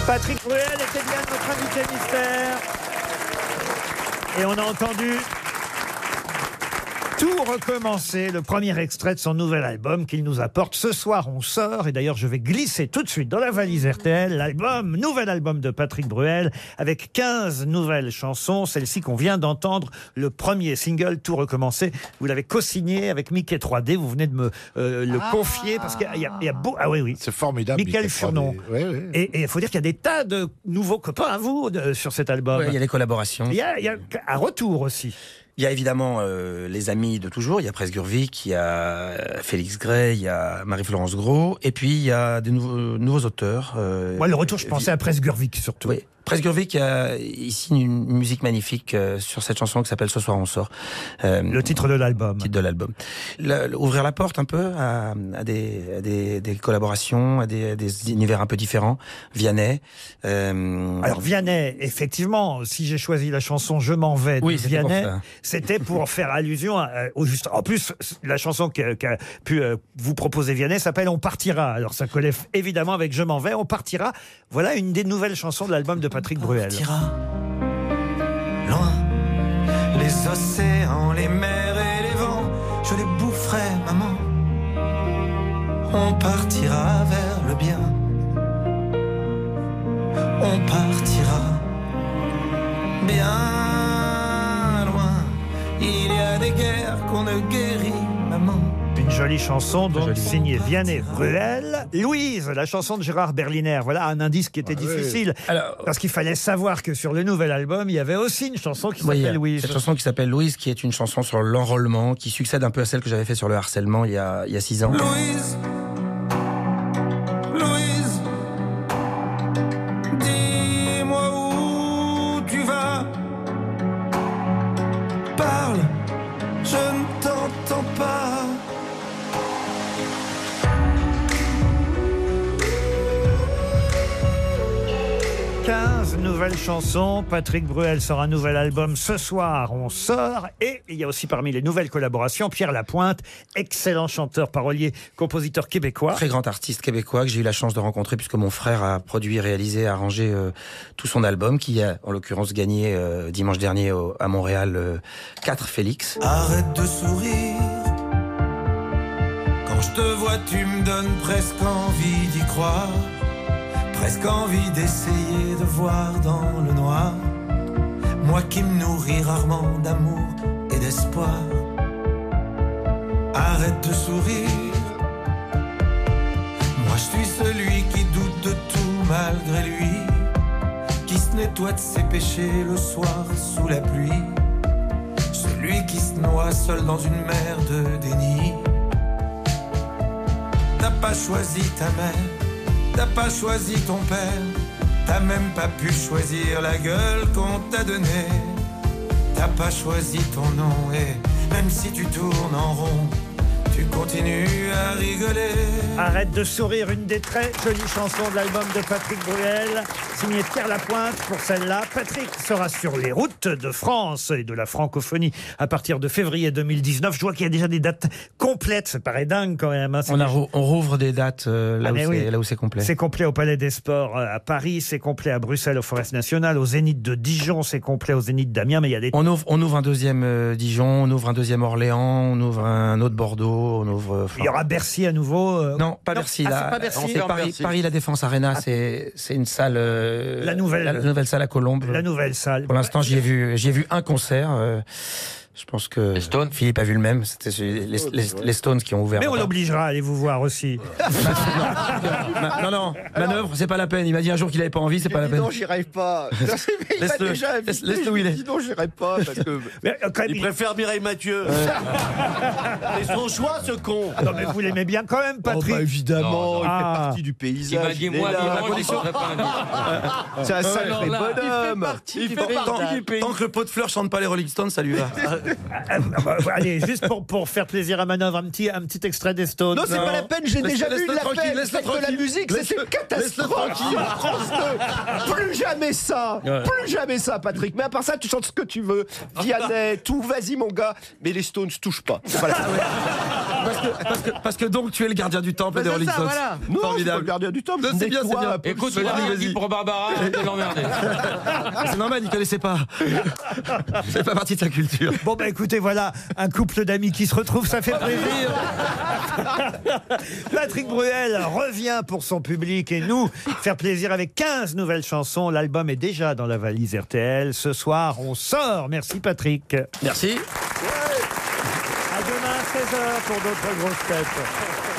Speaker 4: Patrick Bruel était bien notre invité mystère. Et on a entendu tout recommencer, le premier extrait de son nouvel album qu'il nous apporte. Ce soir, on sort, et d'ailleurs, je vais glisser tout de suite dans la valise RTL, l'album, nouvel album de Patrick Bruel, avec 15 nouvelles chansons. Celle-ci qu'on vient d'entendre, le premier single, Tout recommencer. Vous l'avez co-signé avec Mickey 3D, vous venez de me euh, le confier, parce qu'il y a, il y a beau. Ah oui, oui.
Speaker 6: Ah. C'est formidable.
Speaker 4: Michael Furnon. Et et il faut dire qu'il y a des tas de nouveaux copains à vous de- sur cet album.
Speaker 16: Ouais, il y a les collaborations.
Speaker 4: Il y a- il y a un retour aussi.
Speaker 16: Il y a évidemment euh, les amis de toujours, il y a Presse Gurvic, il y a euh, Félix Gray, il y a Marie-Florence Gros, et puis il y a des nouveaux, nouveaux auteurs. euh,
Speaker 4: Moi, le retour, je pensais à Presgurvic surtout.
Speaker 16: Oui. Presse Gurvic a ici une musique magnifique euh, sur cette chanson qui s'appelle Ce soir on sort. Euh,
Speaker 4: le titre de l'album.
Speaker 16: Titre de l'album. La- ouvrir la porte un peu à, à des, à des, des collaborations, à des, à des univers un peu différents. Vianney. euh,
Speaker 4: Alors Vianney, effectivement, si j'ai choisi la chanson Je m'en vais de
Speaker 16: Oui, c'était pour
Speaker 4: Vianney,
Speaker 16: ça.
Speaker 4: c'était pour faire allusion à- euh, au juste. En plus, la chanson que- qu'a pu euh, vous proposer Vianney s'appelle On partira. Alors ça collait f- évidemment avec Je m'en vais, On partira. Voilà une des nouvelles chansons de l'album de Patrick Bruel.
Speaker 14: loin. Les océans, les mers et les vents, je les boufferai, maman. On partira vers le bien. On partira bien loin. Il y a des guerres qu'on ne guérit, maman.
Speaker 4: Une jolie chanson, donc signée Vianney Bruel. Louise, la chanson de Gérard Berliner. Voilà un indice qui était
Speaker 16: Ah
Speaker 4: difficile. parce qu'il fallait savoir que sur le nouvel album, il y avait aussi une chanson qui
Speaker 16: Oui,
Speaker 4: s'appelle Louise.
Speaker 16: Cette chanson qui s'appelle Louise, qui est une chanson sur l'enrôlement, qui succède un peu à celle que j'avais fait sur le harcèlement il y a, il y a six ans.
Speaker 17: Louise, Louise, dis-moi où tu vas.
Speaker 14: Parle, je ne t'entends pas.
Speaker 4: Louise. 15 nouvelles chansons. Patrick Bruel sort un nouvel album ce soir. On sort. Et il y a aussi parmi les nouvelles collaborations Pierre Lapointe, excellent chanteur, parolier, compositeur québécois.
Speaker 16: Très grand artiste québécois que j'ai eu la chance de rencontrer puisque mon frère a produit, réalisé, arrangé euh, tout son album qui a en l'occurrence gagné euh, dimanche dernier au- à Montréal euh, 4 Félix.
Speaker 4: Ah,
Speaker 17: Arrête de sourire. Quand je te vois, tu me donnes presque envie d'y croire. Presque envie d'essayer de voir dans le noir. Moi qui me nourris rarement d'amour et d'espoir. Arrête de sourire. Moi je suis celui qui doute de tout malgré lui. Qui se nettoie de ses péchés le soir sous la pluie. Celui qui se noie seul dans une mer de déni. T'as pas choisi ta mère, t'as pas choisi ton père, t'as même pas pu choisir la gueule qu'on t'a donnée. T'as pas choisi ton nom et même si tu tournes en rond, tu continues à rigoler.
Speaker 4: Arrête de sourire, une des très jolies chansons de l'album de Patrick Bruel, signée Pierre Lapointe. Pour celle-là, Patrick sera sur les routes de France et de la francophonie à partir de février 2019. Je vois qu'il y a déjà des dates complètes, ça paraît dingue quand même. hein. C'est
Speaker 16: On, a
Speaker 4: des-
Speaker 16: rou- on rouvre des dates euh, là,
Speaker 4: Ah,
Speaker 16: où
Speaker 4: mais
Speaker 16: c'est-
Speaker 4: oui.
Speaker 16: là où c'est complet.
Speaker 4: C'est complet au Palais des Sports euh, à Paris, c'est complet à Bruxelles au Forest National, au Zénith de Dijon, c'est complet au Zénith d'Amiens, mais il y a des...
Speaker 16: On ouvre, on ouvre un deuxième euh, Dijon, on ouvre un deuxième Orléans, on ouvre un autre Bordeaux, on ouvre. euh,
Speaker 4: Il y aura Bercy à nouveau.
Speaker 16: Non, pas Bercy.
Speaker 4: Ah,
Speaker 16: là.
Speaker 4: c'est pas Bercy.
Speaker 16: C'est Paris,
Speaker 4: Bercy.
Speaker 16: Paris, la Défense Arena, c'est c'est une salle. euh,
Speaker 4: La nouvelle.
Speaker 16: La, nouvelle salle à Colombes.
Speaker 4: La nouvelle salle.
Speaker 16: Pour l'instant, j'y ai vu, j'y ai vu un concert. euh, je pense que Philippe a vu le même. C'était celui- les, les- les Stones qui ont ouvert.
Speaker 4: Mais on l'obligera à aller vous voir aussi.
Speaker 11: Oh,
Speaker 16: Ma- non, non, manœuvre, c'est pas la peine. Il m'a dit un jour qu'il avait pas envie, c'est pas la peine.
Speaker 11: Non, j'y rêve pas. Non, mais il m'a
Speaker 16: Laisse-le.
Speaker 11: déjà invité,
Speaker 16: Laisse-le
Speaker 11: je
Speaker 16: où
Speaker 11: lui
Speaker 16: il est.
Speaker 11: dis Non, j'y rêve pas parce que.
Speaker 4: euh, il
Speaker 5: préfère Mireille Mathieu. C'est son choix, ce con.
Speaker 4: Ah Non, mais vous l'aimez bien quand même, Patrick.
Speaker 11: bah, évidemment, il fait
Speaker 4: Ah.
Speaker 11: partie du paysage.
Speaker 4: Il m'a dit,
Speaker 11: est
Speaker 4: moi,
Speaker 11: là.
Speaker 4: vivement,
Speaker 11: La
Speaker 4: je
Speaker 11: condition-
Speaker 4: serai pas invité.
Speaker 11: Ah. C'est un
Speaker 4: Alors
Speaker 11: sacré
Speaker 4: là,
Speaker 11: bonhomme.
Speaker 16: Il fait partie du pays. Tant que le pot de fleurs chante pas les Rolling Stones, ça lui va.
Speaker 4: Ah, Allez, juste pour, pour faire plaisir à Manœuvre, un petit, un petit extrait des Stones.
Speaker 11: Non, c'est pas la peine, j'ai déjà vu la
Speaker 4: peine.
Speaker 11: fête de la musique, c'est une catastrophe.
Speaker 4: tranquille.
Speaker 11: France 2. Plus jamais ça,
Speaker 4: Ouais.
Speaker 11: plus jamais ça, Patrick. Mais à part ça, tu chantes ce que tu veux. Vianney, tout, vas-y, mon gars. Mais les Stones, touche pas. C'est pas la
Speaker 4: Ah
Speaker 11: peine.
Speaker 16: Parce que, parce, que, parce que donc tu es le gardien du temple
Speaker 11: Mais
Speaker 16: des
Speaker 11: Bah, c'est
Speaker 16: Rolling
Speaker 11: ça,
Speaker 16: Stones.
Speaker 11: voilà. Non, je suis pas le gardien du temple,
Speaker 16: Non, c'est
Speaker 11: mais
Speaker 16: bien, c'est
Speaker 11: toi,
Speaker 16: bien.
Speaker 11: Paul Écoute,
Speaker 9: Soir, vas-y, vas-y. pour Barbara, arrête de l'emmerder.
Speaker 16: C'est normal, il connaissait pas. C'est pas partie de sa culture.
Speaker 4: Bon, bah écoutez, voilà un couple d'amis qui se retrouve, ça fait plaisir. Patrick Bruel revient pour son public et nous faire plaisir avec 15 nouvelles chansons. L'album est déjà dans la valise RTL. Ce soir, on sort. Merci, Patrick.
Speaker 16: Merci.
Speaker 4: À demain, 16h, pour d'autres grosses têtes.